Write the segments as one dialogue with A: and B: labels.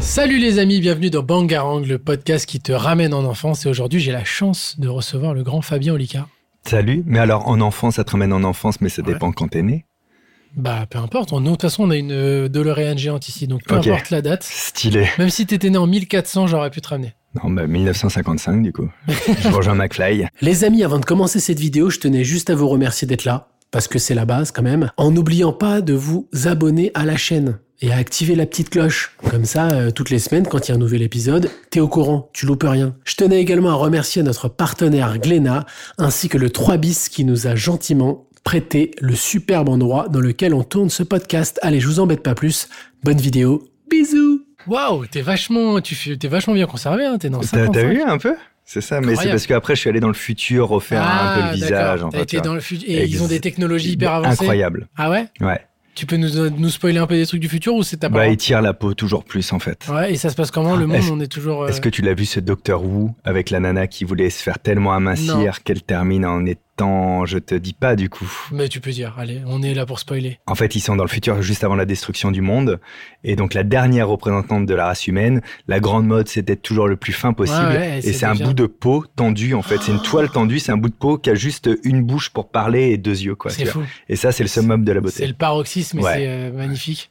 A: Salut les amis, bienvenue dans Bangarang, le podcast qui te ramène en enfance. Et aujourd'hui, j'ai la chance de recevoir le grand Fabien Olicard.
B: Salut. Mais alors, en enfance, ça te ramène en enfance, mais ça
A: Ouais.
B: dépend quand t'es né.
A: Bah, peu importe. On- nous, De toute façon, on a une euh, DeLorean géante ici, donc peu
B: Ok.
A: importe la date.
B: Stylé.
A: Même si t'étais né en 1400, j'aurais pu te ramener.
B: Non, bah, 1955, du coup. Je rejoins McFly.
C: Les amis, avant de commencer cette vidéo, je tenais juste à vous remercier d'être là, parce que c'est la base quand même, en n'oubliant pas de vous abonner à la chaîne et à activer la petite cloche. Comme ça, euh, toutes les semaines, quand il y a un nouvel épisode, t'es au courant, tu loupes rien. Je tenais également à remercier notre partenaire Glénat, ainsi que le 3 bis qui nous a gentiment prêté le superbe endroit dans lequel on tourne ce podcast. Allez, je vous embête pas plus, bonne vidéo, bisous
A: Waouh, t'es vachement, tu fais- t'es vachement bien conservé, hein, t'es dans
B: T'as
A: 55.
B: t'as vu un peu C'est ça, mais c'est
A: Incroyable.
B: parce qu'après, je suis allé dans le futur, refaire un peu
A: Ah,
B: le visage.
A: d'accord.
B: en
A: T'as
B: fait,
A: été
B: tu vois.
A: dans le futur. Et ils ont des
B: Ex-
A: technologies hyper avancées.
B: Incroyable.
A: Ah ouais
B: Ouais.
A: Tu peux nous, nous spoiler un peu des trucs du futur ou c'est ta
B: Bah,
A: parole
B: il tire la peau toujours plus, en fait.
A: Ouais, et ça se passe comment Le monde,
B: Est-ce-
A: on est toujours. euh,
B: Est-ce que tu l'as vu, ce docteur Wu, avec la nana qui voulait se faire tellement amincir qu'elle termine en étant, je te dis pas, du coup.
A: Mais tu peux dire, allez, on est là pour spoiler.
B: En fait, ils sont dans le futur juste avant la destruction du monde. Et donc, la dernière représentante de la race humaine, la grande mode, c'est d'être toujours le plus fin possible.
A: Ouais, ouais, c'est
B: et c'est un
A: déjà-
B: bout de peau tendue, en fait. C'est une toile tendue, c'est un bout de peau qui a juste une bouche pour parler et deux yeux, quoi.
A: C'est
B: tu
A: fou.
B: vois. Et ça, c'est le summum de la
A: C'est
B: beauté.
A: le paroxysme et
B: Ouais.
A: c'est euh, magnifique.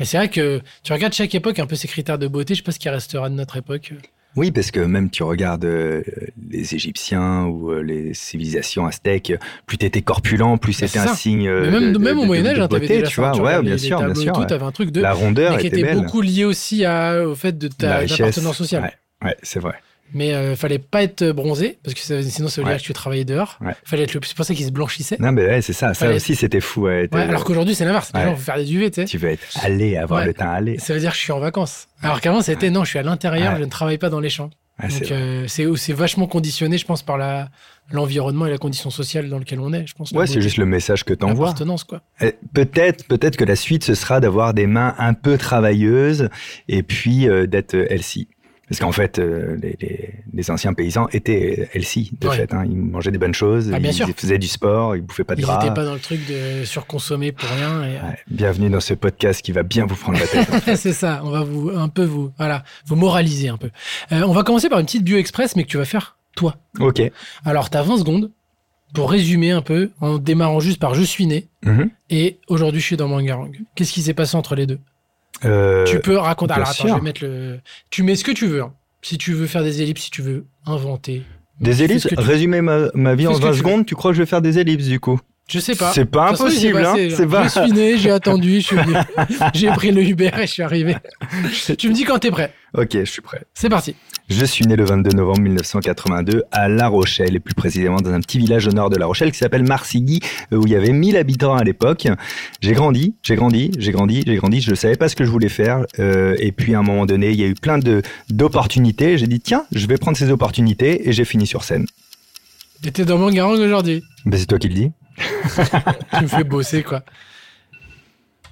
A: Mais c'est vrai que tu regardes chaque époque un peu ses critères de beauté. Je sais pas ce qui restera de notre époque.
B: Oui, parce que même tu regardes euh, les Égyptiens ou euh, les civilisations aztèques, plus t'étais corpulent, plus
A: Mais
B: c'était
A: Bah, c'est
B: un
A: ça.
B: signe. euh,
A: Mais même,
B: de,
A: même
B: de-
A: au
B: de-
A: Moyen
B: de
A: Âge, hein, t'avais
B: beauté,
A: déjà
B: tu
A: ça,
B: vois. Ouais,
A: regardais
B: bien
A: les
B: sûr, bien
A: tableaux et
B: sûr.
A: tout,
B: ouais.
A: T'avais un truc de
B: La
A: mais
B: rondeur
A: qui
B: était
A: était
B: belle.
A: beaucoup lié aussi à, au fait de
B: La
A: ta
B: richesse.
A: appartenance sociale.
B: Ouais, ouais, c'est vrai.
A: Mais euh, fallait pas être bronzé parce que ça- sinon ça veut dire
B: Ouais.
A: que tu travaillais dehors.
B: Ouais.
A: Fallait être le plus. C'est pour ça qu'ils se blanchissaient.
B: Non, mais ouais, c'est ça. Ça
A: Fallait-
B: aussi, c'était fou. ouais.
A: Ouais, alors qu'aujourd'hui c'est l'inverse. Les
B: Ouais.
A: gens vont faire des UV, tu sais.
B: Tu veux être allé, avoir
A: Ouais.
B: le teint allé.
A: Ça veut dire que je suis en vacances. Alors qu'avant c'était non, je suis à l'intérieur,
B: Ouais.
A: je ne travaille pas dans les champs.
B: Ah, c'est
A: Donc euh, c'est c'est vachement conditionné, je pense, par la l'environnement et la condition sociale dans laquelle on est. Je pense. la
B: Ouais, c'est
A: beauté,
B: juste le message que t'envoies.
A: l'appartenance, quoi.
B: Eh, Peut-être, peut-être que la suite ce sera d'avoir des mains un peu travailleuses et puis euh, d'être euh, healthy. Parce qu'en fait, euh, les, les- les anciens paysans étaient euh, healthy de
A: Ouais.
B: fait. hein. Ils mangeaient des bonnes choses,
A: Ah, bien
B: ils
A: sûr.
B: faisaient du sport, ils bouffaient pas de
A: Ils
B: gras.
A: n'étaient pas dans le truc de surconsommer pour rien. et-
B: Ouais. Bienvenue dans ce podcast qui va bien vous prendre la tête. en fait.
A: c'est ça. On va vous un peu vous voilà vous moraliser un peu. Euh, on va commencer par une petite bio express, mais que tu vas faire toi.
B: ok.
A: Alors t'as 20 secondes pour résumer un peu en démarrant juste par je suis né
B: Mhm.
A: et aujourd'hui je suis dans Mangarang. Qu'est-ce qui s'est passé entre les deux
B: Euh,
A: Tu peux raconter.
B: bien
A: Alors attends, je
B: sûr.
A: vais mettre le. Tu mets ce que tu veux. hein. Si tu veux faire des ellipses, si tu veux inventer.
B: Des
A: Fais
B: ellipses
A: ce que tu-
B: Résumer ma, ma vie
A: Fais
B: en
A: ce que
B: 20
A: tu veux.
B: secondes, tu crois que je vais faire des ellipses du coup
A: Je sais pas.
B: C'est pas
A: De toute façon, il s'est
B: impossible,
A: passé,
B: hein.
A: genre,
B: C'est pas.
A: Je suis né, j'ai attendu, je suis venu. j'ai pris le Uber et je suis arrivé. tu me dis quand t'es prêt.
B: Ok, je suis prêt.
A: C'est parti.
B: Je suis né le 22 novembre 1982 à La Rochelle, et plus précisément dans un petit village au nord de La Rochelle qui s'appelle Marcigny, euh, où il y avait 1000 habitants à l'époque. J'ai grandi, j'ai grandi, j'ai grandi, j'ai grandi, je ne savais pas ce que je voulais faire, euh, et puis à un moment donné, il y a eu plein de d'opportunités, j'ai dit tiens, je vais prendre ces opportunités, et j'ai fini sur scène.
A: Et T'es dans Mangarang aujourd'hui.
B: Ben, c'est toi qui le dis
A: Tu me fais bosser, quoi.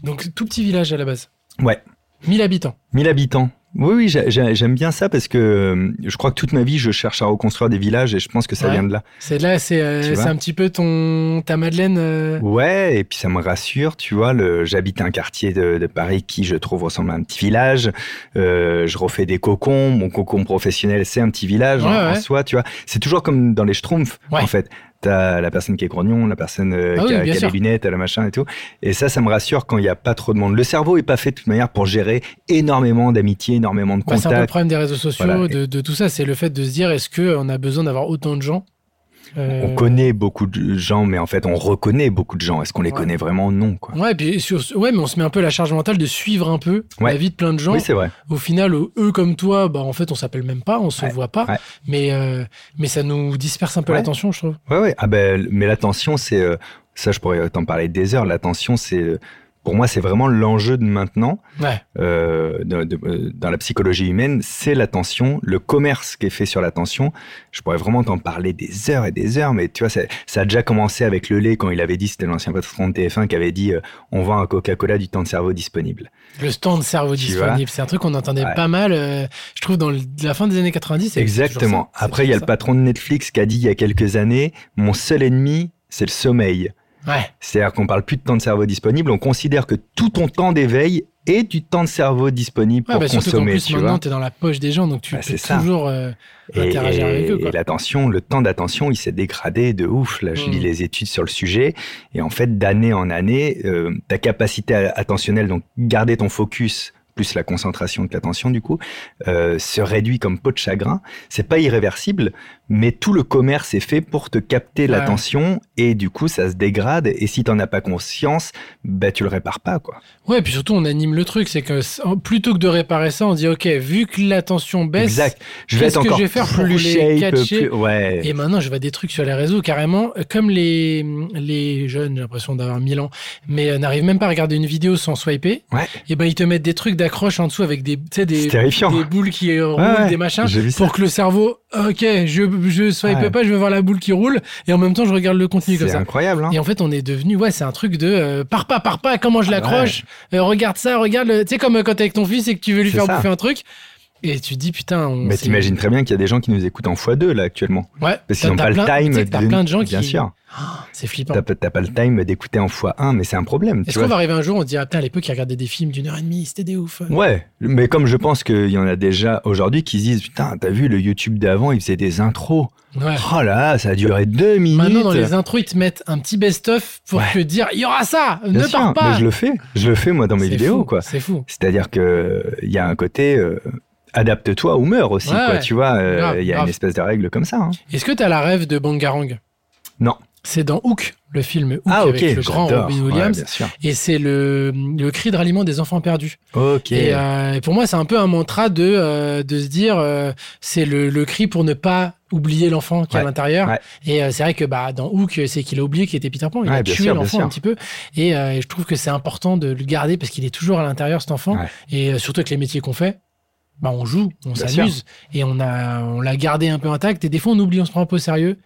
A: Donc, tout petit village à la base.
B: Ouais.
A: 1000 habitants.
B: 1000 habitants. Oui, oui, j'ai- j'ai- j'aime bien ça parce que euh, je crois que toute ma vie, je cherche à reconstruire des villages, et je pense que ça
A: Ouais.
B: vient de là.
A: C'est là, c'est euh,
B: Tu vois
A: c'est un petit peu ton ta Madeleine. euh,
B: Ouais, et puis ça me rassure, tu vois. le- J'habite un quartier de, de Paris qui, je trouve, ressemble à un petit village. Euh, je refais des cocons. Mon cocon professionnel, c'est un petit village en-
A: Ouais,
B: en,
A: ouais.
B: soi, tu vois. C'est toujours comme dans les Schtroumpfs,
A: Ouais.
B: en fait. T'as la personne qui est grognon, la personne euh,
A: Ah
B: qui
A: oui,
B: a,
A: bien
B: qui a
A: sûr.
B: les lunettes, la machin et tout. Et ça, ça me rassure quand il n'y a pas trop de monde. Le cerveau est pas fait de toute manière pour gérer énormément d'amitié, énormément de
A: bah, c'est un peu le
B: contacts.
A: problème des réseaux sociaux,
B: Voilà.
A: de, de tout ça. C'est le fait de se dire est-ce qu'on a besoin d'avoir autant de gens euh,
B: on connaît beaucoup de gens, mais en fait, on reconnaît beaucoup de gens. Est-ce qu'on les
A: Ouais.
B: connaît vraiment Non, quoi.
A: Ouais, et puis sur, ouais, mais on se met un peu la charge mentale de suivre un peu
B: Ouais.
A: la vie de plein de gens.
B: Oui, c'est vrai.
A: Au final, euh, eux comme toi, bah en fait, on s'appelle même pas, on se
B: Ouais,
A: voit pas,
B: ouais.
A: mais euh, mais ça nous disperse un peu
B: Ouais.
A: l'attention, je trouve.
B: Ouais, ouais. Ah ben, mais l'attention, c'est euh, ça, je pourrais t'en parler des heures. L'attention, c'est euh, pour moi, c'est vraiment l'enjeu de maintenant
A: Ouais,
B: euh, de- de- euh, dans la psychologie humaine. C'est l'attention, le commerce qui est fait sur l'attention. Je pourrais vraiment t'en parler des heures et des heures. Mais tu vois, c'est- ça a déjà commencé avec le lait quand il avait dit, c'était l'ancien patron de TF1 qui avait dit, euh, on vend un Coca-Cola du temps de cerveau disponible.
A: le stand cerveau
B: Tu
A: disponible, c'est un truc qu'on entendait
B: Ouais.
A: pas mal. euh, je trouve dans le- la fin des années 90. c'est toujours
B: Exactement.
A: ça, c'est
B: Après, il y a le
A: toujours
B: patron de Netflix qui a dit il y a quelques années, mon seul ennemi, c'est le sommeil.
A: ça. Ouais.
B: C'est-à-dire qu'on parle plus de temps de cerveau disponible, on considère que tout ton temps d'éveil est du temps de cerveau disponible
A: Ouais,
B: pour
A: bah, surtout qu'en
B: consommer,
A: plus,
B: tu
A: maintenant,
B: vois.
A: t'es dans la poche des gens, donc tu
B: Bah,
A: peux
B: c'est ça.
A: toujours euh,
B: Et,
A: interagir avec eux,
B: et
A: quoi.
B: l'attention, le temps d'attention, il s'est dégradé de ouf. Là, je
A: Mm.
B: lis les études sur le sujet. Et en fait, d'année en année, euh, ta capacité à- attentionnelle, donc garder ton focus plus la concentration que l'attention, du coup, euh, se réduit comme peau de chagrin. C'est pas irréversible, mais tout le commerce est fait pour te capter
A: Ouais.
B: l'attention et du coup, ça se dégrade. Et si t'en as pas conscience, bah, tu le répares pas, quoi.
A: Ouais, puis surtout, on anime le truc. C'est que s- en- plutôt que de réparer ça, on dit OK, vu que l'attention baisse,
B: Exact. Je vais
A: qu'est-ce
B: être
A: que
B: encore
A: je vais faire pour
B: plus
A: les
B: shape,
A: catcher
B: plus... Ouais.
A: et maintenant je vois des trucs sur les réseaux carrément, euh, comme les, les jeunes, j'ai l'impression d'avoir 1000 ans, mais euh, n'arrivent même pas à regarder une vidéo sans swiper.
B: Ouais.
A: Et ben ils te mettent des trucs d'accroche en dessous avec des, tu sais,
B: C'est
A: des,
B: terrifiant.
A: des boules qui euh, roulent,
B: ouais.
A: des machins.
B: J'ai vu ça.
A: Pour que le cerveau, ok, je, je swipe
B: Ouais.
A: pas, je veux voir la boule qui roule, et en même temps, je regarde le contenu comme
B: C'est
A: ça.
B: incroyable, hein.
A: Et en fait, on est devenu, ouais, c'est un truc de euh, pars pas, pars pas, comment je
B: Ah
A: l'accroche, euh, regarde ça, regarde, le- tu sais, comme euh, quand t'es avec ton fils et que tu veux lui
B: C'est
A: faire
B: ça.
A: bouffer un truc. Et tu te dis, putain, on.
B: Mais
A: c'est-
B: t'imagines très bien qu'il y a des gens qui nous écoutent en x2 là actuellement.
A: Ouais,
B: Parce qu'ils
A: t'as-
B: n'ont
A: t'as
B: pas
A: plein-
B: le
A: tu sais
B: time.
A: que T'as
B: de-
A: plein de gens
B: bien
A: qui.
B: sûr.
A: C'est flippant.
B: T'as pas t'as pas le time d'écouter en x1, mais c'est un problème. tu
A: Est-ce qu'on
B: vois.
A: va arriver un jour, on se dira, putain, à l'époque, ils regardaient des films d'une heure et demie, c'était des ouf.
B: Ouais, mais comme je pense qu'il y en a déjà aujourd'hui qui se disent Putain, t'as vu le YouTube d'avant, il faisait des intros.
A: Ouais.
B: Oh là, là, ça a duré deux minutes.
A: Maintenant, dans les intros, ils te mettent un petit best-of pour
B: Ouais.
A: te dire, il y aura ça,
B: Bien
A: ne
B: sûr,
A: pars
B: mais
A: pas.
B: je le fais. Je le fais moi dans mes
A: C'est
B: vidéos,
A: fou,
B: quoi.
A: C'est fou.
B: C'est-à-dire que il y a un côté. euh, Adapte-toi ou meurs aussi,
A: Ouais,
B: quoi,
A: ouais.
B: tu vois. euh, Il
A: Grave,
B: y a
A: grave.
B: une espèce de règle comme ça. hein.
A: Est-ce que t'as la rêve de Bangarang
B: Non.
A: C'est dans Hook, le film Hook
B: Ah, ok,
A: avec le grand
B: j'adore.
A: Robin
B: Ouais,
A: Williams.
B: bien sûr.
A: Et c'est le, le cri de ralliement des enfants perdus.
B: Ok.
A: Et, euh, et pour moi, c'est un peu un mantra de, euh, de se dire, euh, c'est le, le cri pour ne pas oublier l'enfant qui est à
B: Ouais,
A: l'intérieur.
B: ouais.
A: Et euh, c'est vrai que bah, dans Hook, c'est qu'il a oublié qu'il était Peter Pan. Il
B: Ouais,
A: a
B: bien
A: tué
B: sûr, bien
A: l'enfant
B: sûr.
A: un petit peu. Et, euh, et je trouve que c'est important de le garder parce qu'il est toujours à l'intérieur, cet enfant.
B: Ouais.
A: Et euh, surtout avec les métiers qu'on fait. Bah, on joue, on
B: Bien
A: s'amuse et on a on l'a gardé un peu intact. Et des fois, on oublie, on se prend un peu au sérieux.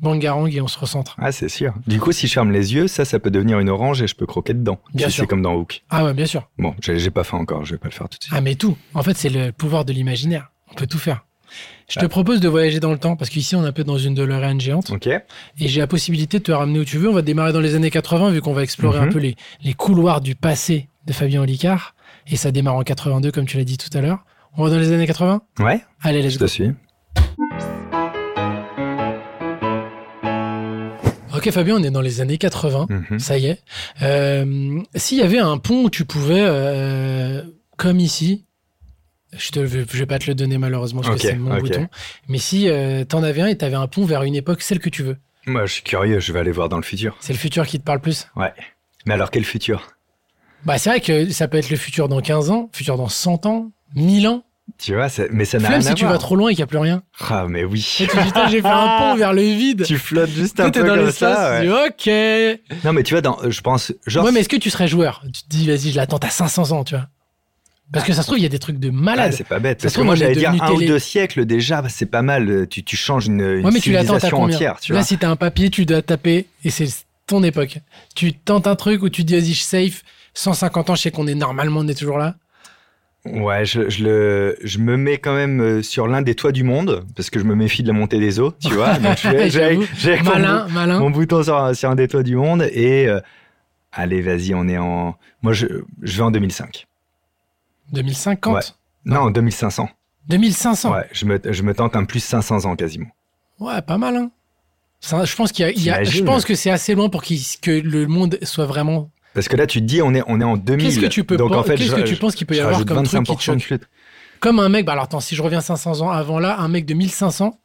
A: Bangarang et on se recentre.
B: Ah, c'est sûr. Du coup, si je ferme les yeux, ça, ça peut devenir une orange et je peux croquer dedans.
A: Bien
B: Si
A: sûr.
B: C'est comme dans Hook.
A: Ah ouais, bien sûr.
B: Bon, j'ai j'ai pas faim encore, je vais pas le faire tout de suite.
A: Ah mais tout. En fait, c'est le pouvoir de l'imaginaire. On peut tout faire. Je te propose de voyager dans le temps parce qu'ici on est un peu dans une DeLorean géante
B: Ok.
A: et j'ai la possibilité de te ramener où tu veux. On va démarrer dans les années 80 vu qu'on va explorer
B: Mhm.
A: un peu les, les couloirs du passé de Fabien Olicard et ça démarre en 82 comme tu l'as dit tout à l'heure. On va dans les années 80
B: Ouais,
A: Allez, let's
B: je te
A: go.
B: suis.
A: Ok Fabien, on est dans les années 80.
B: Mhm.
A: Ça y est. Euh, S'il y avait un pont où tu pouvais, euh, comme ici, je ne vais pas te le donner malheureusement parce
B: Ok,
A: que c'est mon
B: ok.
A: bouton, mais si tu t'en avais un et t'avais un pont vers une époque, celle que tu veux,
B: Moi, je suis curieux, je vais aller voir dans le futur.
A: c'est le futur qui te parle plus
B: Mais alors, quel futur
A: Bah c'est vrai que ça peut être le futur dans 15 ans, futur dans 100 ans, 1000 ans.
B: Tu vois, ça- mais ça n'a rien
A: Même si
B: à
A: tu
B: voir.
A: vas trop loin et qu'il n'y a plus rien.
B: Ah, mais oui.
A: Et tu dis, Putain, j'ai fait un pont vers le vide.
B: tu flottes juste
A: Toi,
B: un
A: t'es
B: peu
A: dans
B: comme
A: l'espace,
B: ça. ouais.
A: tu dis, ok.
B: Non, mais tu vois, dans, je pense, genre,
A: ouais, mais est-ce que tu serais joueur Tu te dis, vas-y, je l'attends à 500 ans, tu vois. Parce que ça se trouve, il y a des trucs de
B: ah,
A: malade.
B: c'est pas bête.
A: Ça se
B: Parce que
A: trouve, on
B: moi,
A: est
B: j'allais dire
A: devenu
B: un ou
A: télé.
B: deux siècles déjà, bah, c'est pas mal. Tu, tu changes une, une
A: Ouais, mais tu l'attends,
B: civilisation
A: t'as combien
B: entière, tu
A: Là,
B: vois.
A: si t'as un papier, tu dois taper, et c'est ton époque. Tu tentes un truc où tu dis, vas-y, je safe, 150 ans, je sais qu'on est normalement, on est toujours là.
B: Ouais, je, je le, je me mets quand même euh, sur l'un des toits du monde, parce que je me méfie de la montée des eaux, tu vois. Donc, je vais- j'ai
A: J'avoue.
B: j'ai avec mon
A: Malin, hein. malin.
B: mon bouton sur, un- sur un des toits du monde et euh, allez vas-y on est en moi je, je vais en 2005
A: 2050.
B: Ouais. non, 2500
A: 2500. Ouais.
B: ouais je me, je me tente un plus 500 ans quasiment
A: pas mal, hein. Ça, je pense qu'il y a- il y a- je
B: T'imagines
A: pense que c'est assez loin pour qu'il- que le monde soit vraiment.
B: parce que là tu te dis on est on est en 2000
A: Qu'est-ce que tu peux
B: donc
A: pen-
B: en fait
A: qu'est-ce
B: je-
A: que tu
B: je-
A: penses qu'il peut y
B: je
A: avoir
B: rajoute
A: comme truc qui te
B: 25% de
A: choque
B: chute.
A: Comme un mec, bah alors attends, si je reviens 500 ans avant là, un mec de 1500,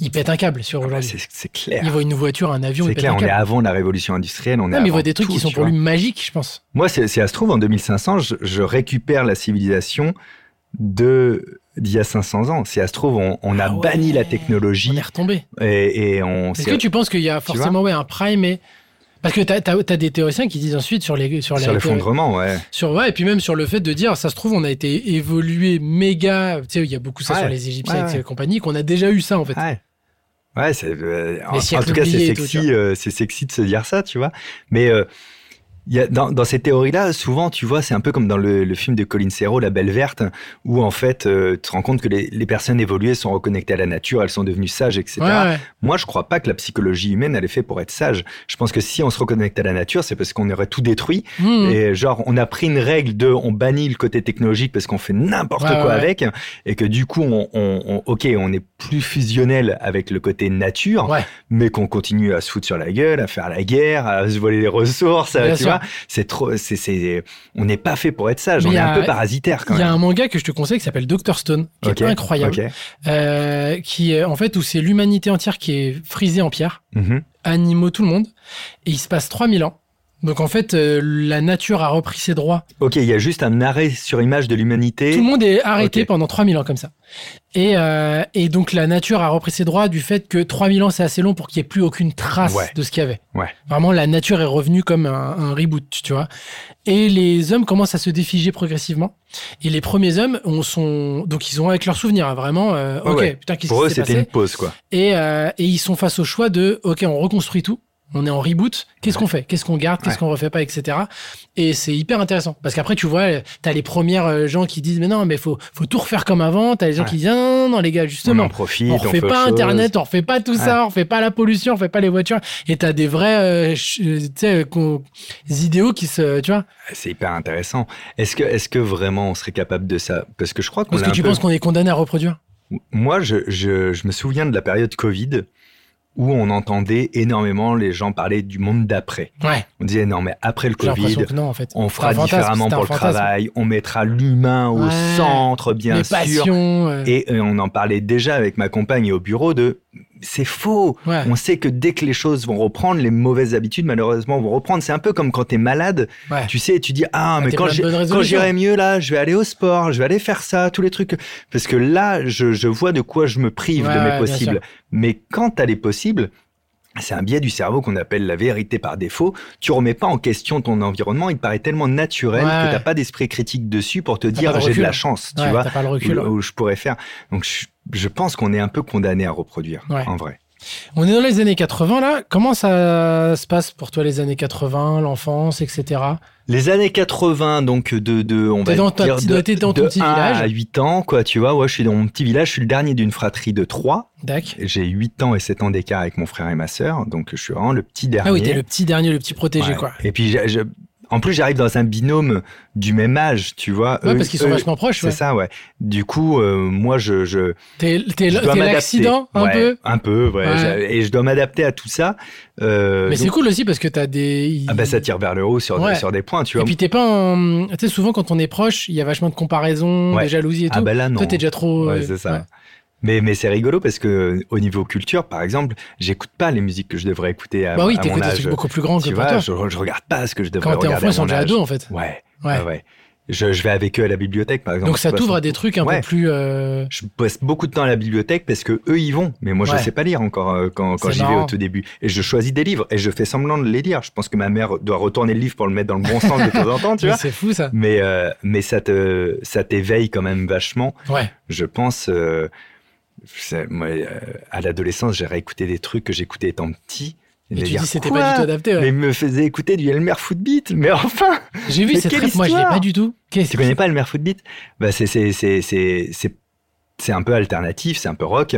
A: il pète un câble sur aujourd'hui.
B: Ah, c'est c'est clair
A: il voit une voiture, un avion, il
B: c'est
A: pète
B: clair
A: un
B: on est
A: câble.
B: avant la révolution industrielle on est
A: Non, mais il
B: avant
A: voit des trucs
B: tout,
A: qui sont
B: tu
A: pour
B: vois.
A: lui magiques, je pense.
B: moi c'est c'est- ça se trouve en 2500 je, je récupère la civilisation de d'il y a 500 ans si ça se trouve on, on a
A: Ah ouais.
B: banni la
A: On
B: technologie
A: est retombé.
B: et, et on
A: Est-ce
B: s'est-
A: que tu penses qu'il y a forcément ouais, un prime et... Parce que t'as as, des théoriciens qui disent ensuite sur les sur,
B: sur
A: les,
B: l'effondrement ouais
A: sur ouais et puis même sur le fait de dire ça se trouve on a été évolué méga tu sais il y a beaucoup ça
B: Ah Ouais,
A: sur les Égyptiens
B: ouais, Ah,
A: et compagnie qu'on a déjà eu ça en fait
B: Ouais. Ouais, c'est, euh, en,
A: siècles
B: en tout cas, c'est
A: oubliés et tout, tu
B: sexy, euh, c'est sexy de se dire ça, tu vois. Mais euh, Il y a- dans, dans ces théories-là, souvent, tu vois, c'est un peu comme dans le, le film de Colin Serrault, La Belle Verte, où en fait, euh, tu te rends compte que les, les personnes évoluées sont reconnectées à la nature, elles sont devenues sages, etc.
A: Ouais, ouais.
B: Moi, je crois pas que la psychologie humaine, elle est faite pour être sage. Je pense que si on se reconnecte à la nature, c'est parce qu'on aurait tout détruit.
A: Hmm.
B: Et genre, on a pris une règle de on bannit le côté technologique parce qu'on fait n'importe
A: Ouais,
B: quoi
A: ouais.
B: avec. Et que du coup, on, on- on- ok, on est plus fusionnel avec le côté nature,
A: Ouais.
B: mais qu'on continue à se foutre sur la gueule, à faire la guerre, à se voler les ressources.
A: Bien
B: tu
A: sûr.
B: vois, c'est trop. c'est c'est on n'est pas fait pour être sage.
A: Mais
B: on
A: il y
B: est
A: a-
B: un peu parasitaire quand
A: Il y a
B: même.
A: un manga que je te conseille qui s'appelle Doctor Stone, qui
B: Ok,
A: est incroyable,
B: Ok.
A: euh, qui est en fait où c'est l'humanité entière qui est frisée en pierre,
B: Mhm.
A: animaux, tout le monde, et il se passe 3000 ans. Donc en fait, euh, la nature a repris ses droits.
B: Ok, il y a juste un arrêt sur image de l'humanité.
A: Tout le monde est arrêté
B: Ok.
A: pendant 3000 ans comme ça. Et, euh, et donc la nature a repris ses droits du fait que 3000 ans c'est assez long pour qu'il n'y ait plus aucune trace
B: Ouais.
A: de ce qu'il y avait.
B: Ouais.
A: Vraiment la nature est revenue comme un, un reboot, tu vois. Et les hommes commencent à se défiger progressivement. Et les premiers hommes ont sont donc ils ont avec leurs souvenirs hein, vraiment. euh,
B: Ouais,
A: ok,
B: ouais.
A: putain qu'est-ce
B: Pour eux,
A: qui s'est
B: c'était
A: passé
B: une pause, quoi.
A: et, euh, et ils sont face au choix de ok on reconstruit tout on est en reboot qu'est-ce qu'on fait qu'est-ce qu'on garde qu'est-ce
B: Ouais.
A: qu'on refait pas etc et c'est hyper intéressant parce qu'après tu vois euh, t'as les premières euh, gens qui disent mais non mais faut faut tout refaire comme avant t'as les gens
B: Ouais.
A: qui disent non, non non, les gars
B: On en
A: justement
B: profite.
A: on
B: On
A: refait pas
B: fait autre chose.
A: internet on refait pas tout ça on refait pas la pollution on fait pas les voitures et t'as des vrais euh, ch- euh, tu sais euh, qu'on- idéaux qui se tu vois
B: C'est hyper intéressant. Est-ce que, est-ce que vraiment on serait capable de ça Parce que je crois qu'on
A: parce
B: l'a
A: que
B: un
A: tu
B: peu-
A: penses qu'on est condamné à reproduire
B: Moi, je, je, je me souviens de la période Covid où on entendait énormément les gens parler du monde d'après.
A: ouais
B: On disait non, mais après le
A: j'ai l'impression
B: Covid,
A: que non en fait
B: on fera
A: C'est un fantasme,
B: différemment
A: c'est un
B: pour le
A: fantasme.
B: travail, on mettra l'humain au
A: Ouais.
B: centre, bien
A: les
B: sûr.
A: passions euh,
B: Et euh, on en parlait déjà avec ma compagne au bureau de c'est faux.
A: ouais.
B: On sait que dès que les choses vont reprendre, les mauvaises habitudes malheureusement vont reprendre. C'est un peu comme quand t'es malade,
A: Ouais.
B: tu sais, tu dis ah
A: Ah,
B: mais
A: t'es
B: quand
A: plein de
B: j'ai-
A: bonnes
B: quand
A: résolutions.
B: j'irai mieux là, je vais aller au sport, je vais aller faire ça, tous les trucs. que- Parce que là, je, je vois de quoi je me prive
A: Ouais,
B: de
A: ouais,
B: mes
A: bien
B: possibles.
A: sûr.
B: Mais quand t'as les possibles, c'est un biais du cerveau qu'on appelle la vérité par défaut. Tu remets pas en question ton environnement, il te paraît tellement naturel
A: Ouais.
B: que t'as pas d'esprit critique dessus pour te
A: T'as pas
B: dire
A: de
B: j'ai de
A: recul.
B: la chance, tu
A: Ouais,
B: vois
A: t'as pas le recul
B: où, où je pourrais faire. Donc je, je pense qu'on est un peu condamné à reproduire,
A: Ouais.
B: en vrai.
A: On est dans les années 80 là. Comment ça se passe pour toi les années 80, l'enfance, etc.
B: Les années 80, donc de, de on
A: T'es
B: va
A: dans ta
B: dire
A: petite-
B: de,
A: t'es dans ton
B: de
A: petit
B: 1
A: village.
B: à 8 ans, quoi, tu vois. Ouais, je suis dans mon petit village, je suis le dernier d'une fratrie de 3.
A: Dac.
B: J'ai 8 ans et 7 ans d'écart avec mon frère et ma sœur, donc je suis vraiment le petit dernier.
A: Ah oui, t'es le petit dernier, le petit protégé
B: Ouais.
A: quoi.
B: Et puis j'ai- je- en plus j'arrive dans un binôme du même âge, tu vois.
A: Ouais,
B: Eux-
A: parce qu'ils sont
B: eux-
A: vachement proches.
B: Euh, C'est
A: ouais.
B: ça, ouais. Du coup, euh, moi, je, je,
A: T'es t'es-
B: je dois
A: t'es
B: m'adapter.
A: l'accident un
B: Ouais,
A: peu.
B: Un peu, ouais.
A: Ouais.
B: J'ai- Et je dois m'adapter à tout ça. Euh,
A: Mais
B: donc-
A: c'est cool aussi parce que t'as des.
B: Ah bah ça tire vers le haut sur,
A: Ouais.
B: sur des points, tu
A: Et
B: vois.
A: puis t'es pas en. Tu sais, souvent quand on est proche, il y a vachement de comparaisons,
B: Ouais.
A: de jalousie et tout.
B: ah bah là non.
A: Toi, t'es déjà trop.
B: Ouais,
A: euh,
B: c'est ça.
A: ouais.
B: Mais, mais c'est rigolo parce que euh, au niveau culture, par exemple, j'écoute pas les musiques que je devrais écouter à,
A: Bah oui,
B: à
A: t'écoutes
B: mon
A: des
B: âge.
A: trucs beaucoup plus grands que
B: tu
A: pour toi.
B: vois, je, je regarde pas ce que je devrais
A: Quand t'es enfant,
B: regarder à
A: ils sont
B: mon
A: déjà
B: âge.
A: ados en fait.
B: Ouais,
A: Ouais.
B: ouais, ouais. Je, je vais avec eux à la bibliothèque, par exemple.
A: Donc ça
B: Tu vois,
A: t'ouvre
B: c'est-
A: à des trucs un
B: Ouais.
A: peu plus. euh,
B: Je passe beaucoup de temps à la bibliothèque parce que eux y vont, mais moi
A: Ouais.
B: je sais pas lire encore euh, quand, quand
A: C'est
B: j'y vais
A: marrant.
B: au tout début. Et je choisis des livres et je fais semblant de les lire. Je pense que ma mère doit retourner le livre pour le mettre dans le bon sens de temps en temps, tu
A: mais
B: vois.
A: C'est fou ça.
B: Mais euh, mais ça te ça t'éveille quand même vachement.
A: Ouais.
B: je pense, euh, c'est- moi, euh, à l'adolescence, j'ai réécouté des trucs que j'écoutais étant petit.
A: Et
B: de
A: tu
B: dire,
A: dis c'était
B: Quoi
A: pas du tout adapté. ouais.
B: Mais il me faisait écouter du Elmer Footbeat. Mais enfin,
A: J'ai vu
B: mais
A: cette
B: quelle
A: rêve, moi je l'ai
B: histoire
A: pas du tout. Qu'est-ce
B: tu connais pas Elmer Footbeat bah, c'est, c'est, c'est, c'est, c'est, c'est un peu alternatif, c'est un peu rock,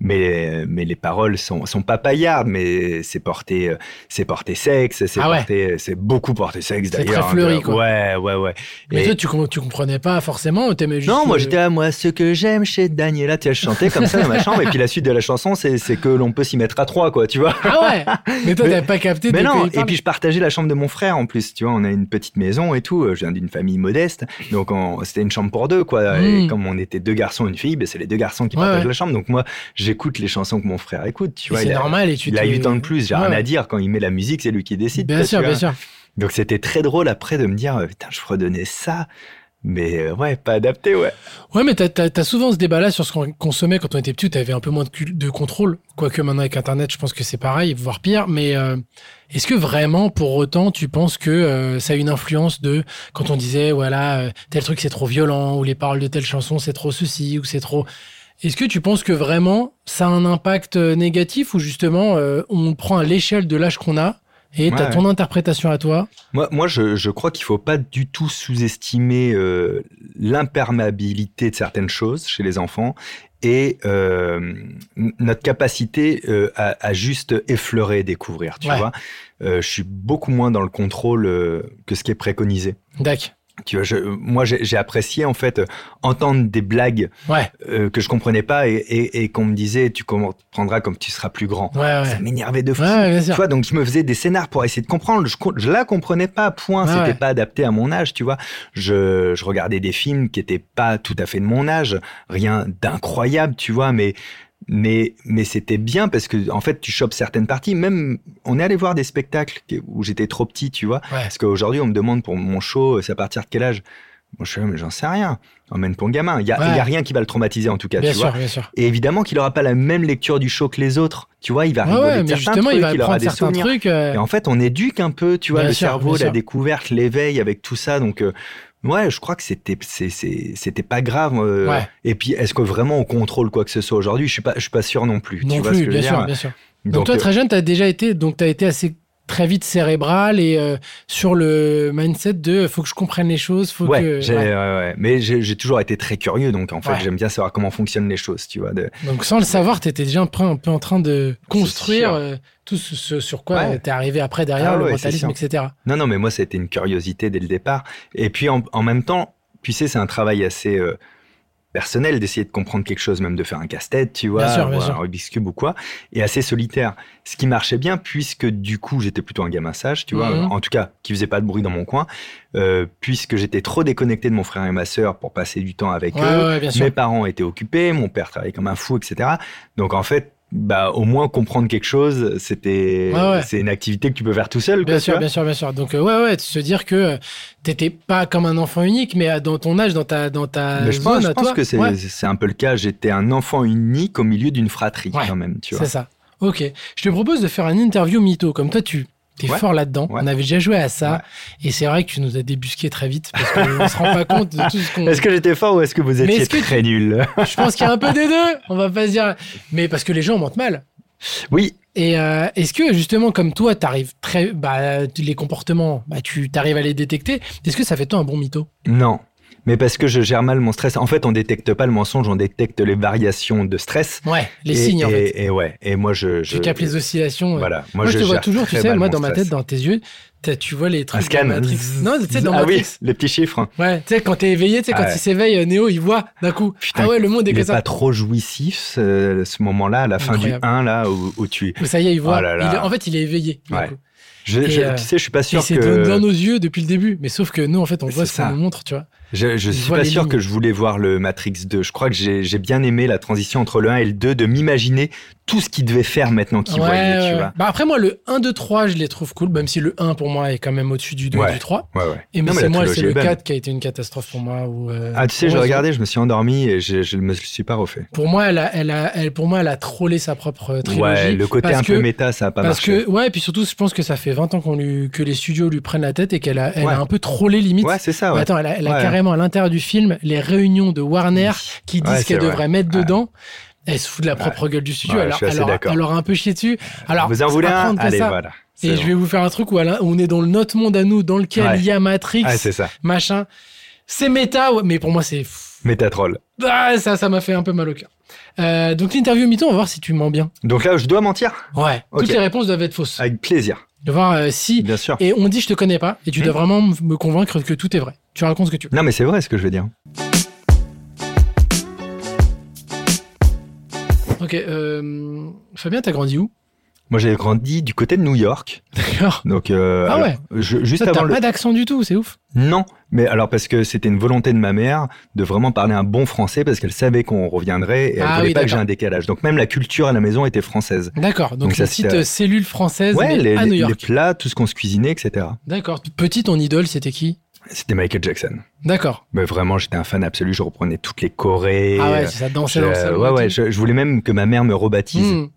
B: mais, mais les paroles sont, sont pas paillardes, mais c'est porté, euh, c'est porté sexe, c'est,
A: Ah ouais.
B: porté, c'est beaucoup porté sexe
A: C'est
B: d'ailleurs.
A: très fleuri,
B: hein,
A: quoi.
B: Ouais, ouais, ouais.
A: Mais
B: Et-
A: toi, tu, com- tu comprenais pas forcément, t'aimais juste.
B: Non, moi
A: le-
B: j'étais à moi, ce que j'aime chez Daniela, tu as chanté comme ça dans ma chambre, et puis la suite de la chanson, c'est c'est que l'on peut s'y mettre à trois, quoi, tu vois.
A: Ah ouais Mais toi,
B: Mais-
A: t'avais pas capté
B: Mais
A: de
B: non,
A: quoi euh, il
B: et
A: parlait.
B: puis je partageais la chambre de mon frère en plus, tu vois, on a une petite maison et tout, euh, je viens d'une famille modeste, donc on- c'était une chambre pour deux, quoi.
A: Mm.
B: Et comme on était deux garçons et une fille, ben, c'est les deux garçons qui
A: Ouais,
B: partagent
A: ouais.
B: la chambre, donc moi j'écoute les chansons que mon frère écoute, tu
A: Et
B: vois.
A: c'est
B: il a-
A: normal et tu
B: il a
A: te-
B: 8 ans de plus, j'ai
A: Ouais,
B: rien
A: ouais.
B: à dire. Quand il met la musique, c'est lui qui décide.
A: Bien
B: quoi,
A: sûr,
B: tu
A: bien
B: vois.
A: sûr.
B: Donc c'était très drôle après de me dire, euh, putain, je redonnais ça, mais euh, ouais, pas adapté, ouais.
A: Ouais, mais t'as- t'as t'as souvent ce débat-là sur ce qu'on consommait quand on était petit, où t'avais un peu moins de, cul- de contrôle. Quoique maintenant avec Internet, je pense que c'est pareil, voire pire. Mais euh, est-ce que vraiment, pour autant, tu penses que euh, ça a une influence de quand on disait, voilà, euh, tel truc c'est trop violent, ou les paroles de telle chanson c'est trop ceci, ou c'est trop. Est-ce que tu penses que vraiment ça a un impact euh, négatif, ou justement euh, on prend à l'échelle de l'âge qu'on a Et t'as
B: Ouais,
A: ton interprétation à toi.
B: Moi, moi je, je crois qu'il faut pas du tout sous-estimer euh, l'imperméabilité de certaines choses chez les enfants et euh, n- notre capacité euh, à, à juste effleurer et découvrir, tu
A: Ouais.
B: vois. Euh, je suis beaucoup moins dans le contrôle euh, que ce qui est préconisé.
A: Dac.
B: Tu vois, je- moi, j'ai j'ai apprécié en fait euh, entendre des blagues
A: Ouais,
B: euh, que je comprenais pas et, et- et qu'on me disait tu comprendras comme tu seras plus grand.
A: ouais, ouais.
B: Ça m'énervait de fou.
A: Ouais, bien sûr.
B: Tu vois, donc je me faisais des scénars pour essayer de comprendre. Je, co- je la comprenais pas, point.
A: Ouais,
B: C'était
A: ouais.
B: pas adapté à mon âge, tu vois. Je, je regardais des films qui étaient pas tout à fait de mon âge, rien d'incroyable, tu vois, mais mais mais c'était bien parce que en fait tu chopes certaines parties. Même on est allé voir des spectacles que- où j'étais trop petit, tu vois.
A: Ouais.
B: Parce qu'aujourd'hui on me demande pour mon show, euh, c'est à partir de quel âge Moi je suis là, mais j'en sais rien. Emmène ton gamin. Il y a, il y
A: Ouais.
B: a rien qui va le traumatiser en tout cas,
A: Bien
B: tu
A: sûr,
B: vois.
A: bien sûr.
B: Et évidemment qu'il aura pas la même lecture du show que les autres. Tu vois, il va
A: Ouais,
B: rigoler
A: ouais,
B: de
A: mais
B: certains
A: justement, il
B: trucs,
A: va
B: aura
A: apprendre
B: des
A: certains
B: souvenirs.
A: trucs. euh,
B: Et en fait, on éduque un peu, tu vois,
A: Bien
B: le
A: sûr,
B: cerveau,
A: bien
B: la
A: sûr.
B: découverte, l'éveil avec tout ça. Donc, euh, ouais, je crois que c'était, c'est- c'est- c'était pas grave. euh,
A: Ouais.
B: Et puis, est-ce que vraiment on contrôle quoi que ce soit aujourd'hui Je suis pas, je suis pas sûr non plus. tu
A: Non
B: vois ce
A: plus,
B: que
A: bien
B: je veux dire
A: sûr, bien sûr.
B: Donc,
A: Donc, toi,
B: euh,
A: très jeune, t'as déjà été, donc t'as été assez très vite cérébral et euh, sur le mindset de euh, faut que je comprenne les choses, faut
B: ouais,
A: que.
B: j'ai-
A: ouais.
B: ouais, ouais. mais j'ai j'ai toujours été très curieux. Donc, en fait,
A: Ouais.
B: j'aime bien savoir comment fonctionnent les choses, tu vois. de-
A: Donc sans le savoir, t'étais déjà un peu, un peu en train de construire
B: sûr.
A: euh, tout ce, ce sur quoi
B: Ouais.
A: euh, t'es arrivé après derrière
B: Ah
A: le
B: ouais, c'est
A: mentalisme, etc.
B: Non, non, mais moi, ça a été une curiosité dès le départ. Et puis, en, en même temps, tu sais, c'est un travail assez euh, personnel d'essayer de comprendre quelque chose, même de faire un casse-tête, tu vois,
A: Bien sûr, bien
B: ou un
A: sûr.
B: Rubik's Cube ou quoi, et assez solitaire. Ce qui marchait bien, puisque du coup, j'étais plutôt un gamin sage, tu vois,
A: Mhm.
B: en tout cas, qui faisait pas de bruit dans mon coin, euh, puisque j'étais trop déconnecté de mon frère et ma sœur pour passer du temps avec
A: Ouais,
B: eux.
A: ouais, ouais, bien sûr.
B: Mes parents étaient occupés, mon père travaillait comme un fou, etc. Donc en fait, bah, au moins comprendre quelque chose, c'était,
A: Ouais, ouais.
B: c'est une activité que tu peux faire tout seul.
A: Bien
B: quoi, tu
A: sûr,
B: vois.
A: bien sûr, bien sûr. Donc euh, ouais, ouais, de se dire que euh, t'étais pas comme un enfant unique, mais euh, dans ton âge, dans ta, dans ta
B: Mais je
A: zone
B: pense, je
A: à
B: pense
A: Euh, toi.
B: que c'est
A: Ouais,
B: c'est un peu le cas. J'étais un enfant unique au milieu d'une fratrie
A: Ouais,
B: quand même, tu vois.
A: c'est ça. Ok. Je te propose de faire un interview mytho, comme toi tu. T'es
B: Ouais.
A: fort là-dedans.
B: Ouais.
A: On avait déjà joué à ça.
B: Ouais.
A: Et c'est vrai que tu nous as débusqué très vite parce qu'on se rend pas compte de tout ce qu'on.
B: Est-ce que j'étais fort ou est-ce que vous
A: Mais
B: étiez
A: est-ce que
B: très nul
A: Je pense qu'il y a un peu des deux. On va pas se dire. Mais parce que les gens mentent mal.
B: Oui,
A: Et euh, est-ce que justement, comme toi, t'arrives très, bah, tu- les comportements, bah, tu t'arrives à les détecter. Est-ce que ça fait de toi un bon mytho
B: non. Mais parce que je gère mal mon stress. En fait, on détecte pas le mensonge, on détecte les variations de stress.
A: Ouais, les
B: Et-
A: signes en
B: et,
A: fait.
B: Et ouais. Et moi, je. je
A: Tu captes les oscillations. ouais.
B: Voilà. Moi,
A: Moi, je, te vois
B: gère
A: toujours, tu
B: très
A: sais,
B: mal
A: moi
B: mon
A: dans ma tête,
B: stress.
A: dans tes yeux, t'as- tu vois les trucs.
B: Un
A: de
B: scan.
A: Matrix. Non, tu sais, dans
B: ah
A: Matrix.
B: oui, les petits chiffres.
A: Ouais, tu sais, quand t'es éveillé, tu sais, quand
B: Ouais.
A: il s'éveille, euh, Néo, il voit d'un coup.
B: Putain,
A: ah ouais, le monde est
B: Il
A: comme
B: est pas
A: ça.
B: trop jouissif ce, ce moment-là, à la fin
A: Incroyable.
B: du 1 là où, où tu.
A: Mais ça y est, il voit.
B: Oh là là.
A: Il est- en fait, il est éveillé. d'un
B: Ouais.
A: coup.
B: Je,
A: Et,
B: je-
A: euh,
B: tu sais, je suis pas sûr
A: Et c'est
B: que.
A: dans- dans nos yeux depuis le début. Mais sauf que nous, en fait, on
B: C'est
A: voit ce qu'on
B: ça.
A: nous montre, tu vois.
B: Je, je
A: Je
B: suis
A: vois
B: pas
A: les
B: sûr
A: lignes.
B: que je voulais voir le Matrix 2. Je crois que j'ai j'ai bien aimé la transition entre le 1 et le 2, de m'imaginer tout ce qu'il devait faire maintenant qu'il
A: Ouais,
B: voyait,
A: ouais.
B: tu vois.
A: Bah après, moi, le 1, 2, 3, je les trouve cool, même si le 1 pour moi est quand même au-dessus du 2
B: Ouais.
A: et du 3.
B: Ouais, ouais.
A: Et mais
B: Non, mais
A: c'est
B: la
A: moi,
B: trilogie
A: c'est
B: est
A: le
B: belle.
A: 4 qui a été une catastrophe pour moi. où, euh,
B: Ah, tu sais,
A: pour
B: je
A: moi,
B: regardais, je me suis endormi et je, je me suis pas refait.
A: Pour moi, elle a, elle a, elle, pour moi, elle a trollé sa propre euh, trilogie.
B: ouais, le côté
A: parce
B: un
A: que-
B: peu méta, ça a pas
A: Parce
B: marché.
A: que, ouais, et puis surtout, je pense que ça fait 20 ans qu'on lui, que les studios lui prennent la tête et qu'elle a, elle
B: Ouais.
A: a un peu trollé limite.
B: Ouais, c'est ça,
A: Mais
B: Ah ouais.
A: Attends, elle a, elle a
B: Ouais.
A: carrément à l'intérieur du film les réunions de Warner qui disent
B: Ouais, c'est
A: qu'elle
B: vrai.
A: devrait mettre
B: Ouais.
A: dedans. Elle se fout de la propre gueule du studio.
B: Ouais,
A: elle,
B: je
A: leur-
B: suis assez
A: elle leur-
B: d'accord.
A: elle leur a un peu chié dessus. Alors,
B: Vous en
A: faut
B: voulez
A: pas
B: un
A: prendre que
B: Allez,
A: ça.
B: voilà. C'est
A: Et
B: bon.
A: je vais vous faire un truc où Alain- on est dans le- notre monde à nous, dans lequel
B: Ouais.
A: il y a Matrix,
B: Ah, c'est ça.
A: machin. C'est méta, ouais, mais pour moi, c'est.
B: Métatroll.
A: Ah, ça, ça m'a fait un peu mal au cœur. Euh, donc, l'interview mi-temps, on va voir si tu mens bien.
B: Donc là, je dois mentir
A: Ouais.
B: Ok.
A: Toutes les réponses doivent être fausses.
B: Avec plaisir,
A: De voir euh, si.
B: bien sûr.
A: Et on dit, je te connais pas, et tu
B: Hmm.
A: dois vraiment m- me convaincre que tout est vrai. Tu racontes ce que tu veux.
B: Non, mais c'est vrai ce que je veux dire.
A: Ok, euh, Fabien, t'as grandi où
B: Moi, j'ai grandi du côté de New York.
A: D'accord.
B: Donc, euh,
A: Ah
B: alors,
A: ouais.
B: je- juste
A: Ça, T'as
B: avant le.
A: pas d'accent du tout, c'est ouf.
B: Non, mais alors parce que c'était une volonté de ma mère de vraiment parler un bon français parce qu'elle savait qu'on reviendrait et elle
A: Ah
B: voulait
A: oui,
B: pas que j'ai
A: d'accord.
B: un décalage. Donc même la culture à la maison était française.
A: D'accord. Donc,
B: Donc ça,
A: la
B: c'est,
A: petite
B: euh,
A: euh, cellule française
B: ouais,
A: mais
B: les,
A: à New
B: les- les
A: York.
B: plats, tout ce qu'on se cuisinait, etc.
A: D'accord. Petit, ton idole, c'était qui
B: C'était Michael Jackson.
A: D'accord.
B: Mais vraiment, j'étais un fan absolu. Je reprenais toutes les chorées.
A: ah ouais,
B: euh,
A: ça dansait
B: je-
A: dans le salon.
B: ouais,
A: et
B: ouais,
A: tout.
B: je, je voulais même que ma mère me rebaptise.
A: Hmm.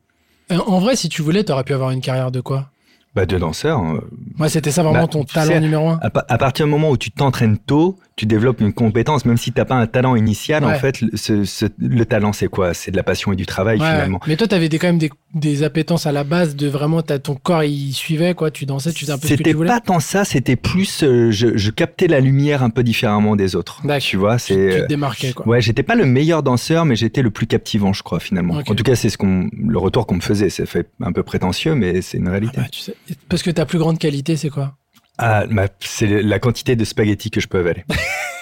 A: Euh, En vrai, si tu voulais, t'aurais pu avoir une carrière de quoi
B: Bah, de danseur. euh,
A: Moi, c'était ça vraiment
B: Bah,
A: ton
B: tu
A: talent
B: sais, ah
A: numéro un.
B: À, pa- à partir du moment où tu t'entraînes tôt, tu développes une compétence, même si t'as pas un talent initial.
A: Ouais.
B: En fait, le, ce- ce- le talent, c'est quoi C'est de la passion et du travail
A: Ouais,
B: finalement.
A: Mais toi, t'avais des, quand même des, des appétences à la base de vraiment, t'as- ton corps, il suivait, quoi. Tu dansais, tu faisais un peu ce que
B: C'était
A: tu voulais.
B: pas tant ça, c'était plus euh, je, je captais la lumière un peu différemment des autres.
A: D'accord.
B: Tu vois,
A: Tu,
B: c'est
A: tu
B: euh,
A: te démarquais, quoi.
B: ouais, j'étais pas le meilleur danseur, mais j'étais le plus captivant, je crois finalement.
A: Ok.
B: En tout cas, c'est ce qu'on le retour qu'on me faisait. Ça fait un peu prétentieux, mais c'est une réalité.
A: Bah, tu sais, parce que ta plus grande qualité, c'est quoi
B: Ah, bah, c'est la quantité de spaghettis que je peux avaler.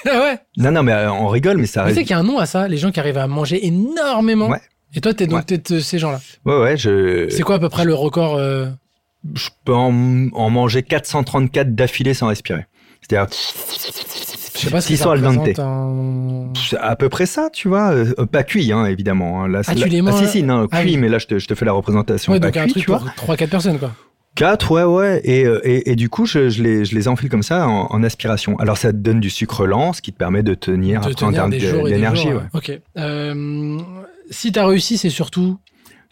A: Ah ouais
B: non, non, mais euh, on rigole, mais ça
A: Tu sais
B: reste.
A: qu'il y a un nom à ça, les gens qui arrivent à manger énormément.
B: Ouais.
A: Et toi, t'es donc
B: Ouais. Euh,
A: t'es de ces gens-là.
B: Ouais, ouais, je.
A: C'est quoi à peu près le record euh,
B: je peux en, en manger 434 d'affilée sans respirer. C'est-à-dire,
A: Je sais pas
B: S'ils
A: si ça
B: sont al dente.
A: représente en-
B: c'est à peu près ça, tu vois. euh, euh, pas cuit, hein, évidemment. hein. Là, c'est-
A: Ah, tu
B: là-
A: les manges-
B: si, si, non,
A: Ah
B: cuit,
A: oui.
B: mais là, je te, je te fais la représentation.
A: Ouais,
B: pas
A: donc un
B: Bah, cuit,
A: truc
B: tu vois.
A: pour 3-4 personnes, quoi.
B: 4, ouais, ouais. Et, euh, et, et du coup, je, je les, je les enfile comme ça en, en aspiration. Alors, ça te donne du sucre lent, ce qui te permet de tenir,
A: De
B: après, en
A: tenir
B: termes
A: des jours
B: de-
A: et des
B: d'énergie.
A: jours,
B: ouais.
A: ouais. Ok. Euh, si t'as réussi, c'est surtout.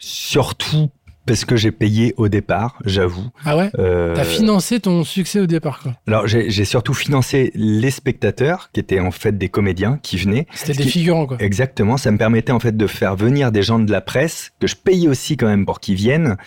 B: Surtout parce que j'ai payé au départ, j'avoue.
A: Ah ouais
B: Euh,
A: T'as financé ton succès au départ, quoi.
B: alors, j'ai j'ai surtout financé les spectateurs, qui étaient en fait des comédiens qui venaient.
A: C'était
B: ce
A: des
B: qui-
A: figurants, quoi.
B: Exactement, ça me permettait en fait de faire venir des gens de la presse que je paye aussi quand même pour qu'ils viennent.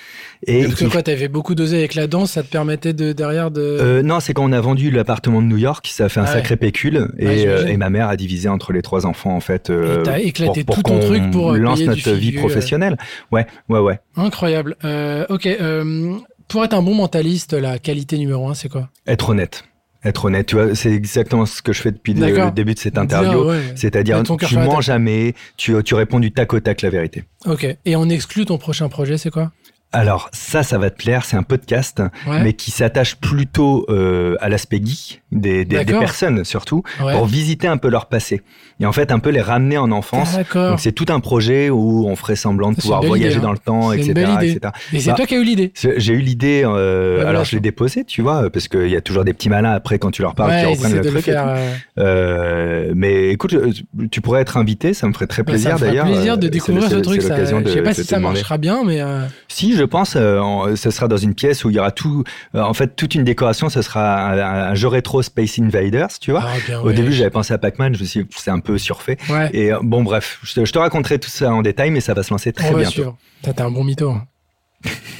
B: Et
A: Parce que
B: qui-
A: quoi, t'avais beaucoup dosé avec la danse, ça te permettait de derrière de.
B: Euh, non, c'est quand on a vendu l'appartement de New York, ça a fait un
A: Ah ouais.
B: sacré pécule et,
A: Ouais, j'imagine.
B: euh, et ma mère a divisé entre les trois enfants en fait euh,
A: Et t'as éclaté
B: pour,
A: tout
B: pour
A: ton
B: qu'on
A: truc pour euh,
B: lance
A: payer du
B: notre vie
A: figure, euh,
B: professionnelle. Ouais, ouais, ouais.
A: Incroyable. Euh, ok. euh, pour être un bon mentaliste, la qualité numéro un, c'est quoi
B: Être honnête, être honnête. Tu vois, c'est exactement ce que je fais depuis le
A: D'accord.
B: début de cette interview.
A: Dire, ouais.
B: C'est-à-dire,
A: Mettre son cœur
B: tu
A: sur la
B: mens
A: table.
B: jamais, tu, tu réponds du tac au tac la vérité.
A: Ok. Et on exclut ton prochain projet, c'est quoi
B: Alors, ça, ça va te plaire, c'est un podcast.
A: Ouais.
B: mais qui s'attache plutôt euh, à l'aspect geek des, des- des
A: D'accord.
B: personnes surtout,
A: Ouais.
B: pour visiter un peu leur passé et en fait un peu les ramener en enfance.
A: Ah, D'accord.
B: Donc c'est tout un projet où on ferait semblant de
A: C'est
B: pouvoir
A: une belle
B: voyager
A: idée, hein.
B: dans le temps,
A: C'est une
B: etc.,
A: belle idée.
B: etc.
A: Et c'est
B: Bah,
A: toi qui as eu l'idée.
B: C'est- J'ai eu l'idée, euh,
A: Ouais,
B: alors
A: voilà.
B: je l'ai déposée, tu vois, parce qu'il y a toujours des petits malins après quand tu leur parles bah, qui
A: ouais, ils
B: reprennent
A: essaient
B: le
A: de
B: truc.
A: le
B: et
A: faire.
B: tout.
A: euh,
B: Euh, mais écoute, je- tu pourrais être invité, ça me ferait très
A: bah, ça
B: plaisir
A: me fera
B: d'ailleurs.
A: plaisir
B: Euh,
A: de
B: c'est-
A: découvrir
B: c'est-
A: ce truc.
B: C'est
A: ça.
B: l'occasion de
A: Je sais pas
B: de
A: si
B: te
A: ça
B: demander.
A: marchera bien, mais euh,
B: Si, je pense, euh, en- ce sera dans une pièce où il y aura tout, euh, en fait, toute une décoration. Ce sera un, un jeu rétro Space Invaders, tu vois.
A: ah, bien,
B: Au
A: ouais.
B: début, j'avais pensé à Pac-Man, je me suis dit, c'est un peu surfait.
A: Ouais,
B: Et euh, bon, bref, je te, je te raconterai tout ça en détail, mais ça va se lancer très
A: on va
B: bientôt.
A: suivre. Putain, T'es un bon mytho. hein.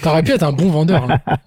A: T'aurais pu être un bon vendeur. hein.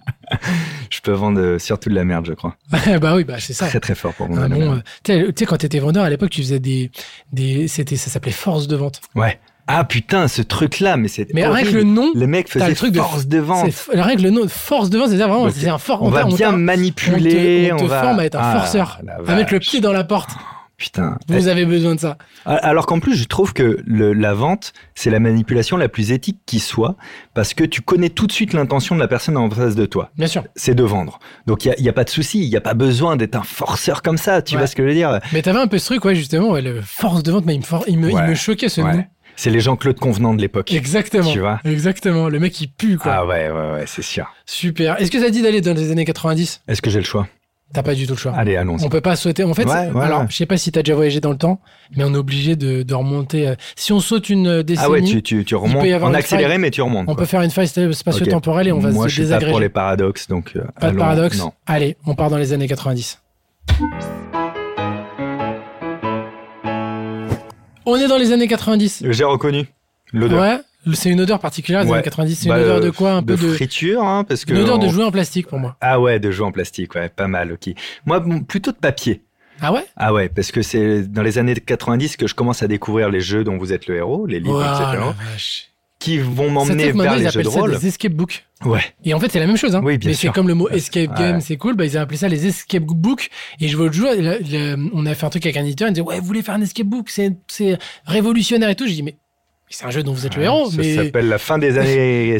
B: Je peux vendre euh, surtout de la merde, je crois.
A: bah oui, bah c'est ça.
B: Très, très fort pour moi.
A: Un
B: la
A: bon,
B: merde.
A: euh, tu sais, tu sais, quand t'étais vendeur à l'époque, tu faisais des, des c'était, ça s'appelait force de vente.
B: Ouais. Ah putain, ce truc-là, mais c'est.
A: Mais rien
B: horrible.
A: que le nom,
B: Le mec
A: le
B: faisait
A: truc de-
B: force de, vente.
A: c'est, rien que le nom, force de vente, c'est-à-dire vraiment,
B: Donc,
A: c'est un fort.
B: Bah, On, va
A: t'a-
B: bien
A: t'a-
B: manipuler.
A: on te, on te
B: va...
A: forme à être un
B: Ah,
A: forceur,
B: la
A: à mettre le
B: vache.
A: pied dans la porte.
B: Putain.
A: Vous avez besoin de ça.
B: Alors qu'en plus, je trouve que le- la vente, c'est la manipulation la plus éthique qui soit, parce que tu connais tout de suite l'intention de la personne en face de toi.
A: Bien sûr.
B: C'est de vendre. Donc il n'y a, y a pas de souci, il n'y a pas besoin d'être un forceur comme ça, tu
A: Ouais.
B: vois ce que je veux dire
A: Mais t'avais un peu ce truc, ouais, justement, ouais, le force de vente, mais il me, for- il me, il
B: Ouais.
A: me choquait ce nom.
B: Ouais. C'est les Jean-Claude Convenant de l'époque.
A: Exactement.
B: Tu vois
A: Exactement. Le mec, il pue, quoi.
B: Ah ouais, ouais, ouais, c'est sûr.
A: Super. Est-ce que ça te dit d'aller dans les années 90
B: Est-ce que j'ai le choix
A: T'as pas du tout le choix.
B: Allez, allons-y.
A: On peut pas sauter. En fait,
B: Ah, Ouais,
A: c'est-
B: ouais,
A: alors,
B: ouais.
A: je sais pas si t'as déjà voyagé dans le temps, mais on est obligé de, de remonter. euh, Si on saute une euh, décennie,
B: Ah ouais, tu, tu, tu remontes
A: peut y avoir
B: en
A: une
B: accéléré, mais tu remontes.
A: on
B: quoi.
A: peut faire une faille spatio-temporelle et on va
B: Moi,
A: se
B: je suis pas pour
A: désagréger.
B: les paradoxes, donc. euh,
A: Pas de
B: allons-
A: paradoxe.
B: Non.
A: Allez, on part dans les années 90. On est dans les années 90.
B: J'ai reconnu l'odeur.
A: Ouais, c'est une odeur particulière des
B: Ouais.
A: années 90. C'est
B: Bah,
A: une odeur de
B: euh,
A: quoi Un peu de.
B: friture, hein, parce que.
A: Une odeur de
B: on-
A: jouer en plastique pour moi.
B: Ah ouais, de jouets en plastique, ouais, pas mal, ok. Moi, bon, plutôt de papier.
A: Ah ouais
B: Ah ouais, parce que c'est dans les années 90 que je commence à découvrir les jeux dont vous êtes le héros, les livres,
A: Ouah,
B: etc.,
A: la vache.
B: qui vont
A: Ça, tu
B: m'emmener
A: sais que
B: hein. vers
A: maintenant, ils
B: les jeux de
A: appellent ça
B: rôle.
A: des escape books.
B: Ouais,
A: Et en fait, c'est la même chose. Hein.
B: Oui, bien
A: Mais
B: sûr.
A: c'est comme le mot escape
B: Ouais.
A: game, c'est cool. Bah, ils ont appelé ça les escape books. Et je vois l'autre jour, le- le- on a fait un truc avec un éditeur. Il disait Ouais, vous voulez faire un escape book C'est c'est révolutionnaire et tout. J'ai dit Mais c'est un jeu dont vous êtes le héros.
B: ça
A: mais
B: s'appelle la fin des années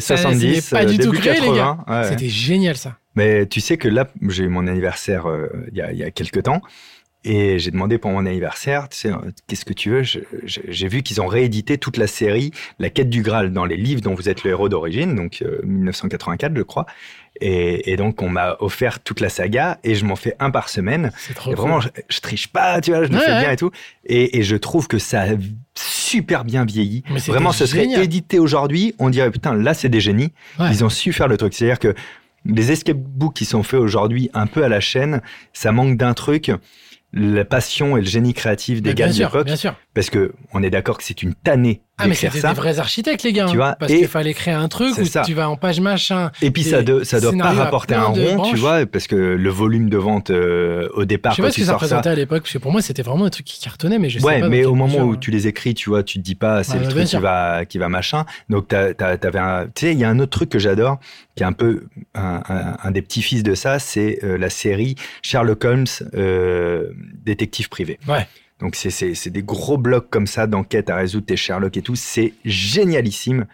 A: Ça,
B: 70,
A: c'est pas
B: euh,
A: du tout
B: début
A: créé, les
B: 80. ouais.
A: c'était génial ça.
B: Mais tu sais que là, j'ai eu mon anniversaire euh, il y, a, il y a quelques temps. Et j'ai demandé pour mon anniversaire, tu sais, euh, qu'est-ce que tu veux Je- je- J'ai vu qu'ils ont réédité toute la série La quête du Graal dans les livres dont vous êtes le héros d'origine, donc euh, 1984, je crois. Et, et donc, on m'a offert toute la saga et je m'en fais un par semaine.
A: C'est trop
B: Et
A: cool.
B: vraiment, je, je triche pas, tu vois, je le
A: Ouais,
B: fais bien
A: ouais.
B: et tout. Et, et je trouve que ça a super bien vieilli.
A: Mais c'était
B: Vraiment, ce serait
A: génial.
B: édité aujourd'hui, on dirait putain, là, c'est des génies.
A: Ouais.
B: Ils ont su faire le truc. C'est-à-dire que les escape books qui sont faits aujourd'hui un peu à la chaîne, ça manque d'un truc. la passion et le génie créatif des
A: Mais
B: gars
A: bien
B: de
A: sûr,
B: l'époque.
A: bien sûr.
B: Parce que on est d'accord que c'est une tannée
A: Ah, mais
B: d'écrire
A: c'était
B: ça.
A: des vrais architectes, les gars.
B: Tu
A: hein,
B: vois,
A: parce
B: et-
A: qu'il fallait créer un truc
B: C'est
A: où
B: ça.
A: tu vas en page machin.
B: Et puis ça
A: des
B: ne ça doit pas
A: scénarios à
B: rapporter
A: plein
B: un
A: de
B: rond, tu
A: branches.
B: vois, parce que le volume de vente euh, au départ,
A: je sais
B: quand
A: pas ce
B: tu
A: que ça
B: sors ça,
A: représentait à l'époque, parce que pour moi, c'était vraiment un truc qui cartonnait, mais je sais
B: ouais,
A: pas.
B: mais au moment où tu les écris, tu vois, tu te dis pas c'est
A: Ouais,
B: le
A: ouais,
B: truc
A: bien
B: qui
A: sûr.
B: va qui va machin. Donc t'as- t'as- t'avais un, tu sais, il y a un autre truc que j'adore, qui est un peu un, un- un des petits fils de ça, c'est euh, la série Sherlock Holmes euh, détective privé.
A: Ouais.
B: Donc c'est- c'est c'est des gros blocs comme ça d'enquête à résoudre, tes Sherlock et tout, c'est génialissime.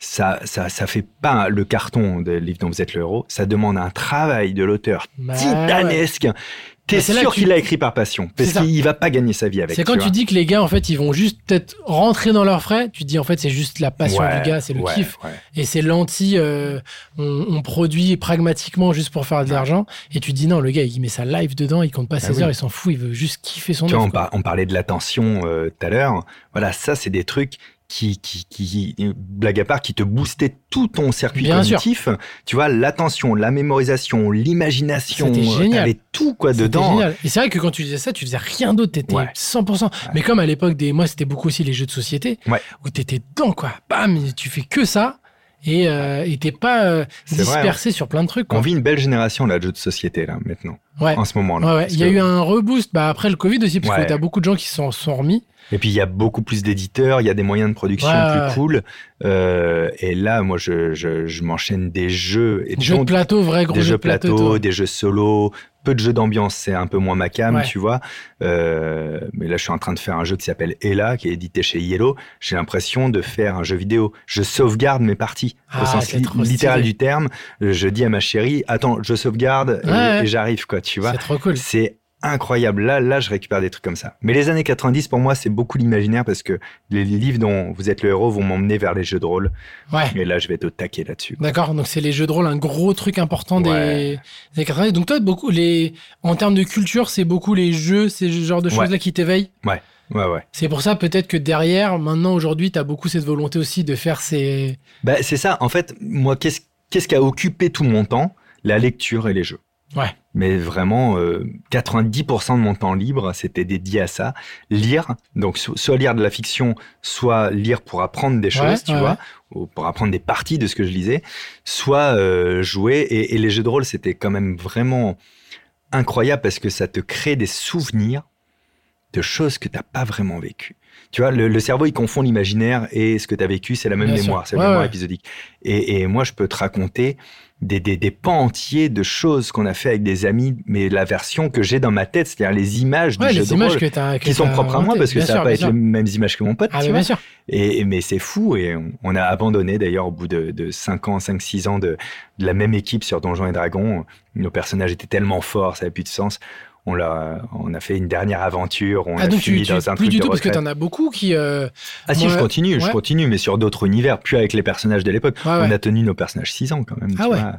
B: Ça, ça, ça fait pas le carton des livres dont vous êtes le héros. Ça demande un travail de l'auteur titanesque. T'es
A: Bah, c'est là
B: sûr
A: que tu-
B: qu'il a écrit par passion, parce
A: C'est ça.
B: qu'il va pas gagner sa vie avec.
A: C'est quand
B: tu
A: tu
B: vois.
A: dis que les gars, en fait, ils vont juste peut-être rentrer dans leurs frais. Tu dis, en fait, c'est juste la passion
B: Ouais,
A: du gars, c'est le
B: ouais,
A: kiff.
B: ouais.
A: Et c'est l'anti, euh, on, on produit pragmatiquement juste pour faire de l'argent. Et tu dis, non, le gars, il met sa life dedans, il compte pas ses
B: Bah oui.
A: heures, il s'en fout, il veut juste kiffer son
B: Tu vois,
A: œuvre,
B: on,
A: quoi.
B: par- on parlait de l'attention euh, tout à l'heure. Voilà, ça, c'est des trucs qui, qui, qui, blague à part, qui te boostaient tout ton circuit
A: Bien sûr.
B: cognitif. Tu vois, l'attention, la mémorisation, l'imagination.
A: C'était
B: euh,
A: génial.
B: T'avais tout, quoi,
A: C'était
B: dedans.
A: génial. Et c'est vrai que quand tu faisais ça, tu faisais rien d'autre, t'étais
B: Ouais.
A: 100%. Mais comme à l'époque des, moi c'était beaucoup aussi les jeux de société,
B: Ouais.
A: où t'étais dedans quoi, bam, tu fais que ça et euh, et t'es pas euh,
B: C'est vrai, hein.
A: dispersé sur plein de trucs
B: On
A: quoi.
B: vit une belle génération, là, de jeux de société, là, maintenant.
A: Ouais.
B: En ce moment-là.
A: Ouais, ouais.
B: Parce
A: Il y a
B: que-
A: eu un reboost bah, après le Covid aussi, parce
B: Ouais.
A: que t'as beaucoup de gens qui s'en sont remis.
B: Et puis il y a beaucoup plus d'éditeurs, il y a des moyens de production
A: Ouais,
B: plus
A: ouais.
B: cool. Euh, et là, moi, je, je, je m'enchaîne des jeux et
A: Des jeux de
B: donc,
A: plateau, vrai gros
B: des
A: jeux
B: jeux
A: de plateau.
B: plateaux,
A: toi.
B: des jeux solo, peu de jeux d'ambiance, c'est un peu moins ma cam,
A: Ouais.
B: tu vois. Euh, mais là, je suis en train de faire un jeu qui s'appelle Ella, qui est édité chez Yellow. J'ai l'impression de faire un jeu vidéo. Je sauvegarde mes parties,
A: Ah,
B: au sens
A: c'est
B: li-
A: trop stylé.
B: littéral du terme. Euh, Je dis à ma chérie, attends, je sauvegarde et,
A: Ouais, ouais.
B: et j'arrive, quoi, tu vois.
A: C'est trop cool.
B: C'est incroyable. Là, là, je récupère des trucs comme ça. Mais les années 90, pour moi, c'est beaucoup l'imaginaire parce que les livres dont vous êtes le héros vont m'emmener vers les jeux de rôle.
A: Ouais.
B: Et là, je vais te taquer là-dessus.
A: D'accord, donc c'est les jeux de rôle, un gros truc important des,
B: Ouais.
A: des années 90. Donc toi, beaucoup les, en termes de culture, c'est beaucoup les jeux, ces genres de
B: Ouais.
A: choses-là qui t'éveillent.
B: Ouais, ouais.
A: C'est pour ça peut-être que derrière, maintenant aujourd'hui, t'as beaucoup cette volonté aussi de faire ces.
B: Bah, c'est ça. En fait, moi, qu'est-ce qu'est-ce qui a occupé tout mon temps La lecture et les jeux.
A: Ouais.
B: Mais vraiment, euh, 90% de mon temps libre, c'était dédié à ça. Lire, donc so- soit lire de la fiction, soit lire pour apprendre des choses,
A: Ouais,
B: tu
A: ouais,
B: vois, ou pour apprendre des parties de ce que je lisais, soit euh, jouer. Et, et les jeux de rôle, c'était quand même vraiment incroyable parce que ça te crée des souvenirs de choses que t'as pas vraiment vécues. Tu vois, le, le cerveau, il confond l'imaginaire et ce que tu as vécu, c'est la même
A: Bien sûr.
B: mémoire, c'est la
A: Ouais,
B: mémoire
A: ouais.
B: épisodique. Et, et moi, je peux te raconter des, des, des pans entiers de choses qu'on a fait avec des amis, mais la version que j'ai dans ma tête, c'est-à-dire les images
A: Ouais,
B: du jeu
A: les
B: de
A: images
B: rôle,
A: que t'as. que
B: qui sont
A: t'as
B: propres à moi,
A: inventées.
B: parce que
A: Bien
B: ça
A: sûr,
B: va pas
A: bien
B: être
A: sûr.
B: les mêmes images que mon pote.
A: Ah,
B: tu
A: mais
B: vois.
A: bien sûr.
B: Et, et- mais c'est fou, et on, on a abandonné d'ailleurs au bout de, de 5 ans, 5, 6 ans de, de la même équipe sur Donjons et Dragons. Nos personnages étaient tellement forts, ça n'avait plus de sens. On l'a, on a fait une dernière aventure, on
A: Ah,
B: a
A: donc tu,
B: fini
A: tu-
B: dans un
A: plus
B: truc
A: du
B: de
A: tout, parce que
B: retraite.
A: t'en as beaucoup qui. euh,
B: Ah si,
A: Moi,
B: je continue, je
A: ouais. Ah
B: continue, mais sur d'autres univers, puis avec les personnages de l'époque.
A: ouais,
B: On
A: ouais.
B: a tenu nos personnages 6 ans quand même.
A: Ah
B: tu
A: ouais.
B: vois.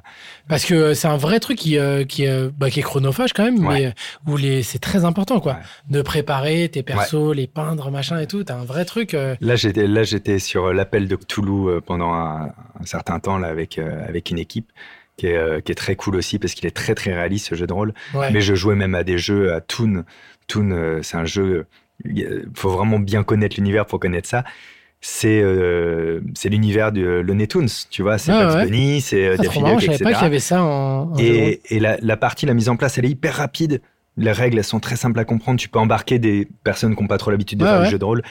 A: Parce que euh, c'est un vrai truc qui, euh, qui, euh, bah, qui est chronophage quand même,
B: Ouais.
A: mais euh, où les, c'est très important, quoi.
B: Ouais.
A: De préparer tes persos, les peindre, machin et tout. T'as un vrai truc. euh,
B: Là, j'étais, là, j'étais sur euh, l'appel de Cthulhu euh, pendant un, un certain temps là, avec, euh, avec une équipe qui est, euh, qui est très cool aussi parce qu'il est très très réaliste ce jeu de rôle.
A: ouais.
B: Mais je jouais même à des jeux à Toon. Toon, euh, c'est un jeu. Il faut vraiment bien connaître l'univers pour connaître ça. C'est, euh, c'est l'univers de Le Netoons, tu vois. C'est
A: Ah
B: Bugs
A: ouais.
B: Bunny, c'est
A: Ah,
B: euh,
A: c'est
B: Daffy
A: trop marrant,
B: Duck,
A: je savais
B: etc.
A: pas qu'il y avait ça en. en jeu de rôle.
B: Et, et la, la partie, la mise en place, elle est hyper rapide. Les règles, elles sont très simples à comprendre. Tu peux embarquer des personnes qui n'ont pas trop l'habitude de
A: Ouais,
B: faire
A: ouais.
B: du jeu de rôle.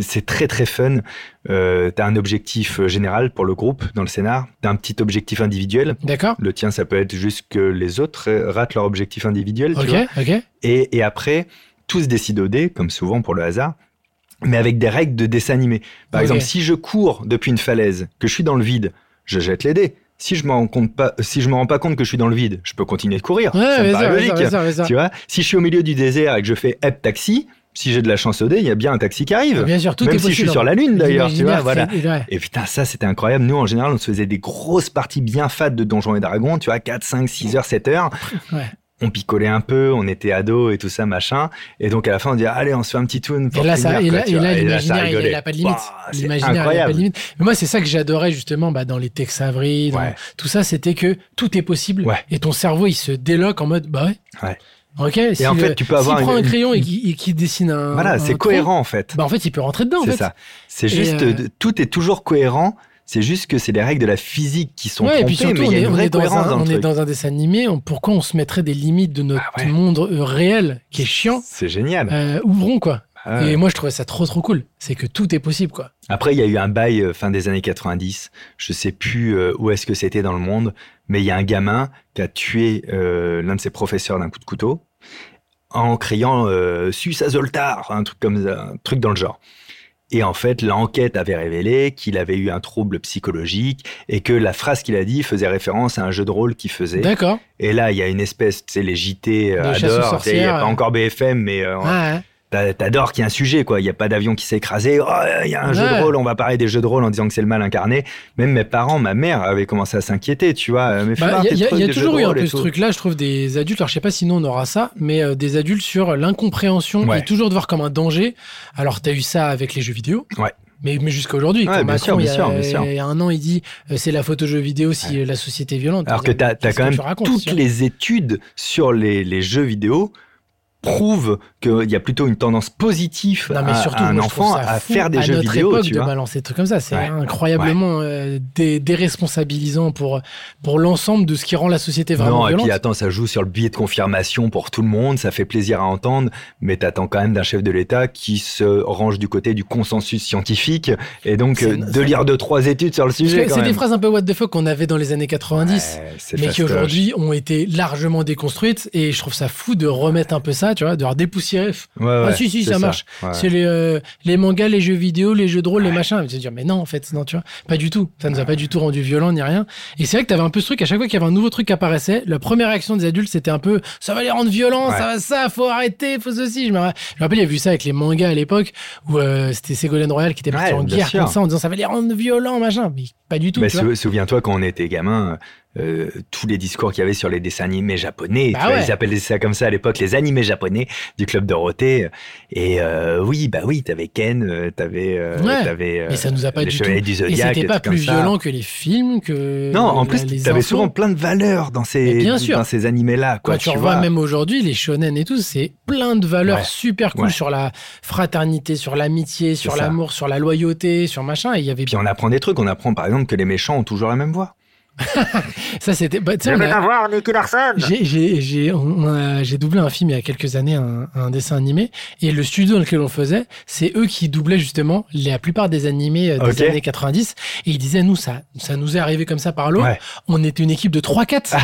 B: C'est très très fun. Euh, t'as un objectif euh, général pour le groupe dans le scénar. T'as un petit objectif individuel.
A: D'accord.
B: Le tien, ça peut être juste que les autres euh, ratent leur objectif individuel. tu
A: Ok,
B: vois.
A: ok.
B: Et, et après, tous décident au dé, comme souvent pour le hasard, mais avec des règles de dessin animé. Par
A: Ok.
B: exemple, si je cours depuis une falaise, que je suis dans le vide, je jette les dés. Si je me rends compte pas, si je me rends pas compte que je suis dans le vide, je peux continuer de courir.
A: Ouais,
B: ça me
A: vas-y,
B: paraît
A: vas-y,
B: logique.
A: vas-y, vas-y.
B: Tu vois, si je suis au milieu du désert et que je fais hep taxi, si j'ai de la chance au dé, il y a bien un taxi qui arrive.
A: Eh Bien sûr, tout
B: Même
A: est
B: si je suis
A: possible. hein.
B: sur la lune d'ailleurs, tu vois,
A: L'imaginaire,
B: voilà.
A: c'est- ouais.
B: Et putain, ça c'était incroyable. Nous en général, on se faisait des grosses parties bien fat de Donjons et Dragons, tu vois, 4, 5, 6 heures, 7 heures.
A: Ouais.
B: On picolait un peu, on était ados et tout ça, machin. Et donc à la fin, on dit allez, on se fait un petit tune.
A: Et
B: pour
A: là,
B: finir,
A: ça, et
B: quoi,
A: là,
B: tu
A: et
B: vois.
A: là,
B: Et ça
A: l'imaginaire, il
B: rigolait.
A: n'a pas de limite.
B: Bah, c'est
A: L'imaginaire, il n'a pas de
B: incroyable.
A: limite. Mais moi, c'est ça que j'adorais justement bah, dans les Tex Avery, dans
B: Ouais.
A: tout ça, c'était que tout est possible.
B: Ouais.
A: Et ton cerveau, il se déloque en mode, bah ouais.
B: Ouais.
A: Ok. si,
B: en fait,
A: euh,
B: tu peux
A: s'il
B: avoir
A: prend
B: une-
A: un crayon et qui, et qui dessine un.
B: Voilà,
A: un
B: c'est
A: tronc,
B: cohérent en fait.
A: Euh, Bah en fait, il peut rentrer dedans. En
B: C'est
A: fait.
B: ça. C'est
A: Et,
B: juste,
A: euh,
B: de- tout est toujours cohérent. C'est juste que c'est les règles de la physique qui sont
A: Ouais, et puis
B: trompées,
A: surtout,
B: mais
A: on
B: il y a
A: est,
B: une
A: on
B: vraie
A: est dans,
B: cohérence
A: un,
B: dans
A: on
B: le
A: est
B: truc.
A: dans un dessin animé. on- pourquoi on se mettrait des limites de notre
B: Ah ouais.
A: monde euh, réel qui est chiant
B: C'est génial.
A: Euh, Ouvrons quoi.
B: Ah ouais.
A: Et moi, je trouvais ça trop trop cool. C'est que tout est possible quoi.
B: Après, il y a eu un bail euh, fin des années 90. Je sais plus euh, où est-ce que c'était dans le monde, mais il y a un gamin qui a tué euh, l'un de ses professeurs d'un coup de couteau en criant euh, "Sus à Zoltar", un truc comme un truc dans le genre. Et en fait, l'enquête avait révélé qu'il avait eu un trouble psychologique et que la phrase qu'il a dit faisait référence à un jeu de rôle qu'il faisait.
A: D'accord.
B: Et là, il y a une espèce, tu sais, les JT euh,
A: De chasse aux
B: adorent, tu sais, il n'y a
A: sorcières,
B: pas
A: ouais.
B: encore BFM, mais euh,
A: Ah, ouais.
B: t'a- t'adores qu'il y a un sujet, quoi. Il n'y a pas d'avion qui s'est écrasé, Oh, il y a un jeu de
A: Ouais.
B: rôle, on va parler des jeux de rôle en disant que c'est le mal incarné. Même mes parents, ma mère avait commencé à s'inquiéter, tu vois. Euh, Mais
A: Bah,
B: Fleur,
A: Il y
B: tes
A: a, il y a-
B: trucs
A: il y a
B: de jeux
A: toujours
B: de
A: eu un
B: rôle et
A: peu ce
B: tout.
A: truc-là, je trouve, des adultes. Alors, je sais pas si nous on aura ça, mais euh, des adultes sur l'incompréhension
B: Ouais.
A: et toujours de voir comme un danger. Alors, t'as eu ça avec les jeux vidéo.
B: Ouais.
A: Mais, mais jusqu'à aujourd'hui,
B: Ouais,
A: quand
B: bien
A: Macron,
B: sûr,
A: il, y
B: bien
A: a,
B: sûr, bien sûr.
A: il y a un an, il dit euh, c'est la faute aux jeux vidéo si euh, la société est violente.
B: Alors que t'as as
A: Qu'est-ce
B: quand
A: que
B: même
A: tu racontes,
B: toutes
A: tu vois
B: les études sur les, les jeux vidéo prouvent qu'il y a plutôt une tendance positive
A: Non, mais
B: à-
A: surtout,
B: à un
A: moi, je trouve
B: enfant
A: ça
B: à
A: fou
B: faire des
A: à
B: jeux
A: notre
B: vidéo,
A: époque
B: tu
A: de
B: vois.
A: balancer des trucs comme ça. C'est
B: Ouais.
A: incroyablement euh, dé- déresponsabilisant pour, pour l'ensemble de ce qui rend la société vraiment
B: non, et
A: violente.
B: puis attends, ça joue sur le billet de confirmation pour tout le monde, ça fait plaisir à entendre, mais t'attends quand même d'un chef de l'État qui se range du côté du consensus scientifique, et donc
A: C'est-
B: euh, de lire deux, trois études sur le
A: Parce
B: sujet.
A: que
B: quand
A: c'est
B: même.
A: des phrases un peu what the fuck qu'on avait dans les années 90.
B: Ouais, c'est
A: mais qui
B: fastoche.
A: aujourd'hui ont été largement déconstruites et je trouve ça fou de remettre un peu ça, tu vois, de dépoussiérer.
B: Ouais, ouais,
A: ah si si
B: c'est
A: ça, marche.
B: ouais.
A: C'est les, euh, les mangas, les jeux vidéo, les jeux de rôle, les machins. Et tu te dis mais non en fait non tu vois pas du tout. Ça nous a pas du tout rendu violent ni rien. Et c'est vrai que t'avais un peu ce truc à chaque fois qu'il y avait un nouveau truc qui apparaissait, la première réaction des adultes c'était un peu ça va les rendre violents,
B: Ouais.
A: ça va ça, faut arrêter, faut ceci. Je me, ra- je me rappelle il y a vu ça avec les mangas à l'époque où euh, c'était Ségolène Royal qui était partie
B: Ouais,
A: en
B: bien
A: guerre
B: sûr.
A: comme ça en disant ça va les rendre violents machin. Mais pas du tout.
B: Mais
A: tu vois.
B: sou- souviens-toi quand on était gamin, euh, tous les discours qu'il y avait sur les dessins animés japonais,
A: Bah
B: tu vois,
A: ouais.
B: ils appelaient ça comme ça à l'époque, les animés japonais du club Dorothée. Et euh, oui, bah oui, t'avais Ken, euh, t'avais, euh,
A: Ouais.
B: t'avais,
A: Mais ça nous a pas
B: les
A: du
B: Chevaliers
A: tout-
B: du
A: Et
B: Zodiac,
A: c'était
B: des
A: pas
B: trucs comme
A: plus
B: ça.
A: violent que les films, que.
B: Non, en
A: la-
B: plus,
A: les
B: t'avais
A: infos.
B: souvent plein de valeurs dans ces,
A: Mais bien sûr.
B: dans ces animés-là. Quoi,
A: Quand tu revois même aujourd'hui les shonen et tout, c'est plein de valeurs
B: Ouais.
A: super cool
B: Ouais.
A: sur la fraternité, sur l'amitié, sur
B: C'est ça.
A: l'amour, sur la loyauté, sur machin. Et il y avait
B: Puis on apprend des trucs. On apprend par exemple que les méchants ont toujours la même voix.
A: ça, c'était. bah, tu sais, on a- J'ai- j'ai- j'ai- on a- J'ai doublé un film il y a quelques années, un, un dessin animé, et le studio dans lequel on faisait, c'est eux qui doublaient justement la plupart des animés euh, des
B: Ok.
A: années 90, et ils disaient, nous, ça, ça nous est arrivé comme ça par l'eau,
B: Ouais.
A: on était une équipe de 3-4,